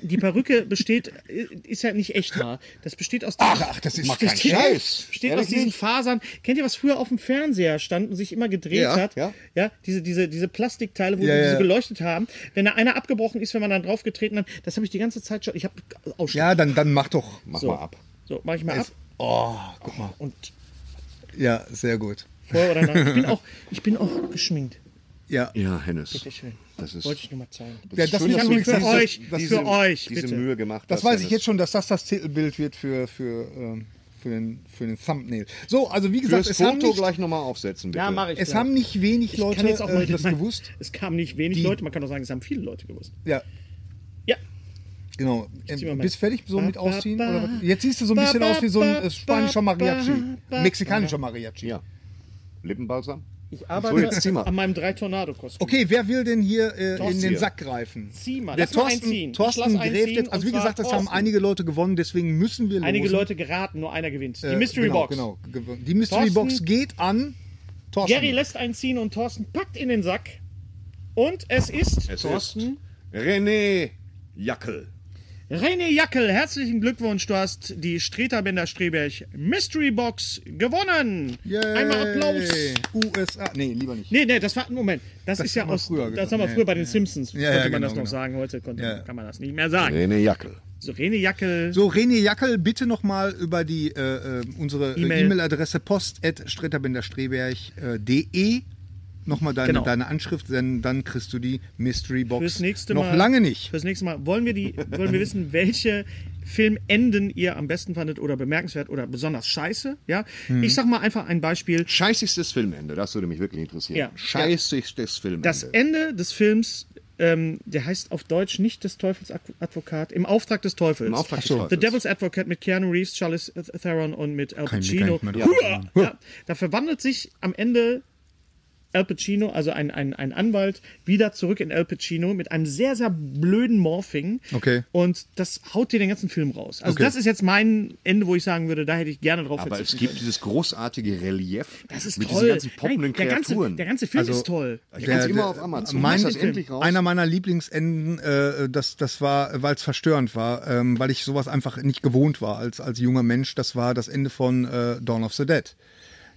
die Perücke besteht, äh, ist ja nicht echt Haar. Das besteht aus Ach, das ist... kein Steht- Scheiß. Steht Ehrlich aus diesen nicht? Fasern. Kennt ihr, was früher auf dem Fernseher stand und sich immer gedreht Ja, hat? ja. ja diese, diese, diese Plastikteile, wo Ja, die ja. diese beleuchtet haben. Wenn da einer abgebrochen ist, wenn man dann draufgetreten hat, das habe ich die ganze Zeit schon. Ich habe Ausschlag. Ja, dann, dann mach doch. Mach So. mal ab. So, mache ich mal ab. Oh, guck mal. Und Ja, sehr gut. vor oder nach. Ich bin auch, ich bin auch geschminkt. Ja. Ja, Hennes. Schön. Das ist. Wollte ich nur mal zeigen. Ja, das schön, will ich dass übrigens du für diese- euch, das diese, für euch, diese bitte. Mühe gemacht Das hast, weiß ich Hennes. jetzt schon, dass das das Titelbild wird für, für, ähm, für, den, für den Thumbnail. So, also wie gesagt, Fürs es haben, Foto nicht, gleich nochmal aufsetzen, bitte. Ja, mache ich. es gleich. haben nicht wenig Ich kann Leute jetzt auch mal- äh, das gewusst. Es kamen nicht wenig Die- Leute. Man kann doch sagen, es haben viele Leute gewusst. Ja, Ja. Genau. zieh mal Ähm, mein- bist fertig so Ba, mit ba, ausziehen? ba. Oder was? Jetzt siehst du so ein Ba, bisschen ba, aus wie so ein ba, äh, spanischer ba, Mariachi. ba, Mexikanischer Mariachi. Ja. Lippenbalsam? Ich So, jetzt zieh mal. an meinem Drei-Tornado-Kostüm. Okay, wer will denn hier äh, in Torsten den hier. Sack greifen? Zieh mal. Der Lass mal Thorsten, einziehen. Ich Thorsten lass gräbt einziehen, jetzt. Also wie und zwar gesagt, das haben Thorsten. einige Leute gewonnen, deswegen müssen wir Einige losen. Leute geraten, nur einer gewinnt. Die Äh, Mystery genau, Box. Genau, gew- die Mystery Thorsten- Box geht an Thorsten. Gary lässt einen ziehen und Thorsten packt in den Sack. Und es ist, Es Thorsten, ist René Jackel. René Jackel. Herzlichen Glückwunsch, du hast die Streterbänder Streberg Mystery Box gewonnen. Einmal Applaus. USA. Nee, lieber nicht. Nee, nee, das war, Moment, das, ist ja haben wir aus, früher das gesagt. haben wir Ja, früher bei ja, den ja. Simpsons, Ja, ja, konnte man genau, das noch genau. sagen, heute konnte, Ja. kann man das nicht mehr sagen. René Jackel. So, René Jackel, So, René Jackel, bitte nochmal über die äh, äh, unsere äh, E-Mail. E-Mail-Adresse äh, post.stritterbinderstreberg.de. Nochmal deine, Genau. deine Anschrift, denn dann kriegst du die Mystery Box. fürs nächste Noch Mal. lange nicht. Fürs nächste Mal wollen wir, die, wollen wir wissen, welche Filmenden ihr am besten fandet oder bemerkenswert oder besonders scheiße. Ja? Hm. Ich sag mal einfach ein Beispiel. Scheißigstes Filmende, das würde mich wirklich interessieren. Ja. Scheißigstes Filmende. Das Ende des Films, ähm, der heißt auf Deutsch nicht des Teufels Ad- Advokat, im Auftrag des Teufels. Im Auftrag Ach des so. Teufels. The Devil's Advocate mit Keanu Reeves, Charlize Theron und mit Al Kann ich mir gar Pacino. nicht mehr ja. drauf Ja, da verwandelt sich am Ende Al Pacino, also ein, ein, ein Anwalt, wieder zurück in Al Pacino mit einem sehr, sehr blöden Morphing. Okay. Und das haut dir den ganzen Film raus. Also Okay. das ist jetzt mein Ende, wo ich sagen würde, da hätte ich gerne drauf Aber es verzichtet. gibt dieses großartige Relief das ist mit toll. diesen ganzen poppenden Nein, der, ganze, Kreaturen. der ganze Film Also, ist toll. Ich kann's immer auf Amazon. Mein, Ist das endlich raus? Einer meiner Lieblingsenden, äh, das, das war, weil es verstörend war, ähm, weil ich sowas einfach nicht gewohnt war als, als junger Mensch, das war das Ende von äh, Dawn of the Dead.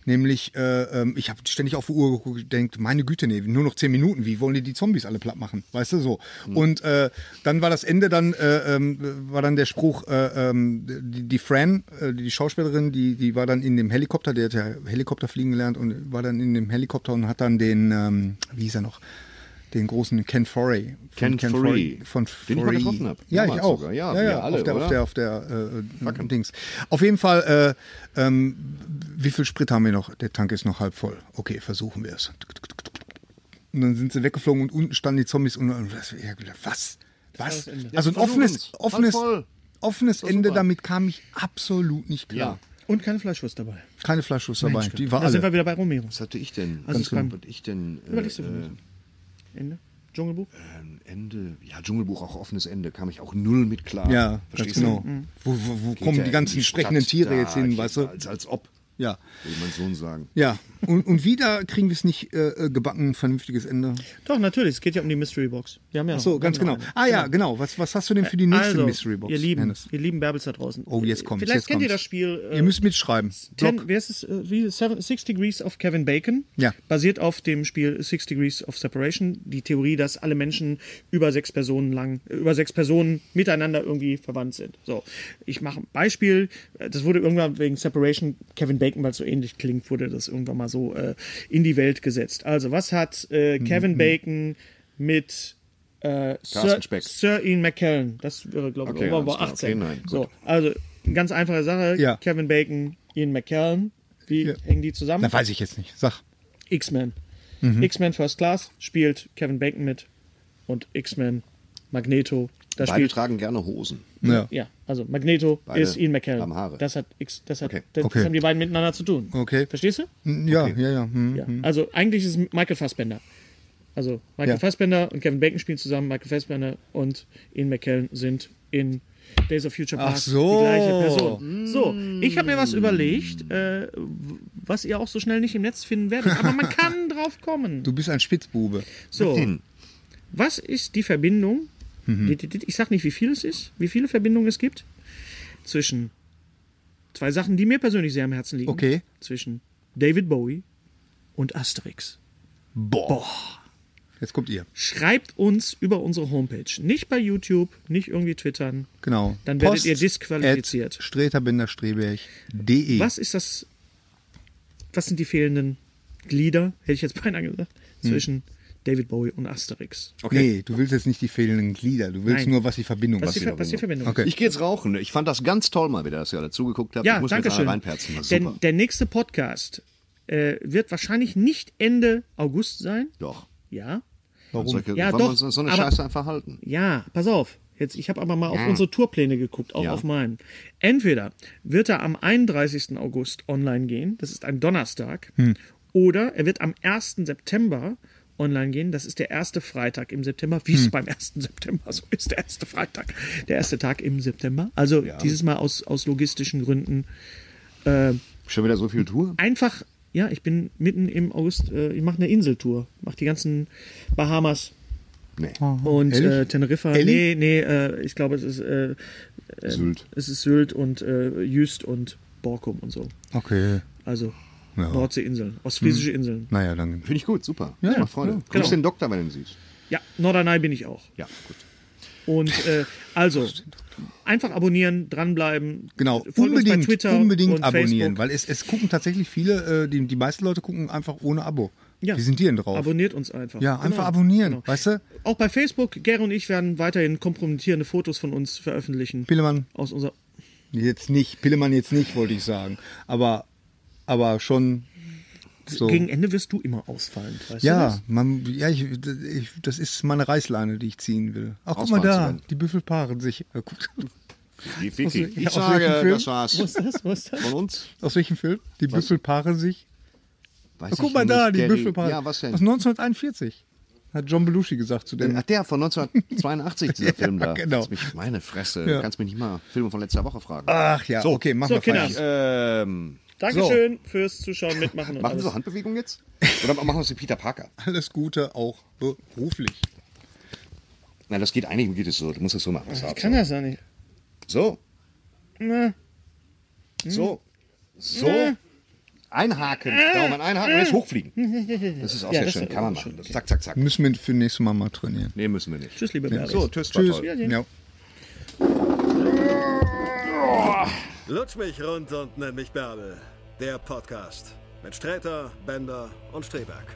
Nämlich, äh, ähm, ich habe ständig auf die Uhr geguckt und denkt, meine Güte, nee, nur noch zehn Minuten, wie wollen die die Zombies alle platt machen? Weißt du so? Und äh, dann war das Ende, dann äh, ähm, war dann der Spruch, äh, ähm, die, die Fran, äh, die Schauspielerin, die, die war dann in dem Helikopter, die hat ja Helikopter fliegen gelernt und war dann in dem Helikopter und hat dann den, ähm, wie hieß er noch? Den großen Ken Foray. von Ken Foree. Von Den ich mal Foree. getroffen hab. Ja, ich Damals auch. sogar. Ja, wir alle, auf der, oder? Auf der, auf der äh, Dings. Auf jeden Fall, äh, ähm, wie viel Sprit haben wir noch? Der Tank ist noch halb voll. Okay, versuchen wir es. Und dann sind sie weggeflogen und unten standen die Zombies und und das- ja, was? Was? Also ein Ja, offenes, versuchen's. offenes, Halb voll. offenes Ende, super. damit kam ich absolut nicht klar. Ja. Und keine Fleischwurst dabei. Keine Flaschus dabei. Die war da sind wir alle. wieder bei Romero. Was hatte ich denn? Also es was beim- hatte ich denn? Äh, Überlegst du für äh, mich. Ende. Dschungelbuch. ein Ende. Ja, Dschungelbuch auch offenes Ende. Kam ich auch null mit klar. Ja, ganz Verstehst du? genau. Wo, wo, wo Geht kommen er die in ganzen die sprechenden Stadt Tiere da, also jetzt hin, geht weißt du? Als, als ob, Ja. würde mein Sohn sagen. Ja, und, und wieder kriegen wir es nicht äh, gebacken, ein vernünftiges Ende. Doch, natürlich. Es geht ja um die Mystery Box. Wir haben ja So, ganz genau. Ah ja, genau. Was, was hast du denn für die nächste also, Mystery Box? Ihr lieben, Hennes? ihr lieben Bärbels da draußen. Oh, jetzt kommt's, Vielleicht jetzt kennt ihr das kommt's. Spiel. äh, Ihr müsst mitschreiben. Ten, Blog. wie heißt es? äh, Wie, Seven, Six Degrees of Kevin Bacon. Ja. Basiert auf dem Spiel Six Degrees of Separation. Die Theorie, dass alle Menschen über sechs Personen lang, äh, über sechs Personen miteinander irgendwie verwandt sind. So. Ich mache ein Beispiel. Äh, Das wurde irgendwann wegen Separation Kevin Bacon, weil es so ähnlich klingt, wurde das irgendwann mal so äh, in die Welt gesetzt. Also, was hat äh, Mhm. Kevin Bacon mit äh, Sir, Carsten Speck. Sir Ian McKellen? Das wäre, glaube ich, Okay, irgendwann bei alles klar. 18. Okay, nein, gut. so, also, ganz einfache Sache. Ja. Kevin Bacon, Ian McKellen. Wie Ja. hängen die zusammen? Na, weiß ich jetzt nicht. Sag. X-Men. Mhm. X-Men First Class spielt Kevin Bacon mit und X-Men Magneto. Da Beide spielt tragen gerne Hosen. Ja. ja, also Magneto Beide ist Ian McKellen. haben Haare. Das hat X, das hat, Okay. das, Okay. das haben die beiden miteinander zu tun. Okay. Verstehst du? Ja, ja, ja. Hm. Ja. Also eigentlich ist es Michael Fassbender. Also Michael Ja. Fassbender und Kevin Bacon spielen zusammen. Michael Fassbender und Ian McKellen sind in Days of Future Past so. Mm. die gleiche Person. So, ich habe mir was überlegt, äh, w- was ihr auch so schnell nicht im Netz finden werdet, aber man kann drauf kommen. Du bist ein Spitzbube. So, was ist die Verbindung? die- Mhm. die- Ich sag nicht, wie viel es ist, wie viele Verbindungen es gibt zwischen zwei Sachen, die mir persönlich sehr am Herzen liegen. Okay. Zwischen David Bowie und Asterix. Jetzt kommt ihr. Schreibt uns über unsere Homepage. Nicht bei YouTube, nicht irgendwie twittern. Genau. Dann werdet ihr disqualifiziert. Streterbinder-streberg.de. Was ist das? Was sind die fehlenden Glieder, hätte ich jetzt beinahe gesagt, Hm. zwischen David Bowie und Asterix? Nee, du willst jetzt nicht die fehlenden Glieder. Du willst Nein. nur, was die Verbindung Was, was die, Ver- was die Verbindung ist. Okay. Ich gehe jetzt rauchen. Ich fand das ganz toll mal wieder, dass ihr alle zugeguckt habt. Ja, ich muss mir danke jetzt schön. alle reinperzen. Das ist Denn super. der nächste Podcast äh, wird wahrscheinlich nicht Ende August sein. Doch. Ja. Warum? Solche, Ja, wollen doch, wir uns so eine aber- Scheiße einfach halten? Ja, pass auf. Jetzt, ich habe aber mal auf unsere Tourpläne geguckt, auch Ja. auf meinen. Entweder wird er am 31. August online gehen, das ist ein Donnerstag, oder er wird am 1. September online gehen, das ist der erste Freitag im September, wie es beim 1. September so ist, der erste Freitag, der erste Tag im September. Also dieses Mal aus, aus logistischen Gründen Schon wieder so viel Tour? einfach Ja, ich bin mitten im August, äh, ich mache eine Inseltour, mache die ganzen Bahamas Nee. und äh, Teneriffa. Elli? Nee, nee, äh, ich glaube, es ist äh, Sylt. es ist Sylt und äh, Jüst und Borkum und so. Okay. Also Ja. Hm. Nordseeinseln, ostfriesische Inseln. Naja, dann. Finde ich gut, super. Ja, macht Freude. Grüß genau. den Doktor, wenn du ihn siehst. Ja, Norderney bin ich auch. Ja, gut. Und äh, also einfach abonnieren, dranbleiben. Genau, folgt uns unbedingt, bei Twitter unbedingt und abonnieren, Facebook. weil es, es gucken tatsächlich viele, äh, die, die meisten Leute gucken einfach ohne Abo. Ja. Wie sind die denn drauf? Abonniert uns einfach. Genau. ja, einfach abonnieren, weißt du? Auch bei Facebook, Gero und ich werden weiterhin kompromittierende Fotos von uns veröffentlichen. Pillemann, Aus unserer. jetzt nicht, Pillemann jetzt nicht, wollte ich sagen. Aber, aber schon so. Gegen Ende wirst du immer ausfallen, weißt du? ja, das? man, ja ich, ich, das ist meine Reißleine, die ich ziehen will. Ach, guck mal da, Ausfahren die Büffel paaren sich. Äh, guck, Die Vicky. Ich Ja, aus welchem sage, Film? das war's. Was ist das? Was ist das? Von uns? Aus welchem Film? Die Büffel paaren sich. Weiß Ach, guck ich mal da, nicht. die Der- Büffel paaren. Ja, was denn? Aus 1941. Hat John Belushi gesagt zu dem. Ach, der von 1982, dieser Film da. genau. Kannst mich, meine Fresse, Ja. du kannst mich nicht mal Filme von letzter Woche fragen. Ach ja, So. okay, machen So, wir Kinder. Feierabend. Ähm, Dankeschön fürs Zuschauen, Mitmachen und machen wir alles. so Handbewegungen jetzt? Oder machen wir es wie Peter Parker? Alles Gute auch beruflich. Nein, das geht eigentlich, geht es so. Du musst das so machen. Pass auf. Kann das ja nicht. So, Na, Ne. so, so. Einhaken. Daumen einhaken und jetzt hochfliegen. Das ist auch Ja, sehr das schön. ist Kann man auch Ne. machen. Zack, zack, zack. Müssen wir für nächstes Mal mal trainieren. Nee, müssen wir nicht. tschüss, liebe Berries. So, tschüss. war Tschüss. toll. Ja. Lutsch mich rund und nenn mich Bärbel. Der Podcast mit Sträter, Bender und Streberg.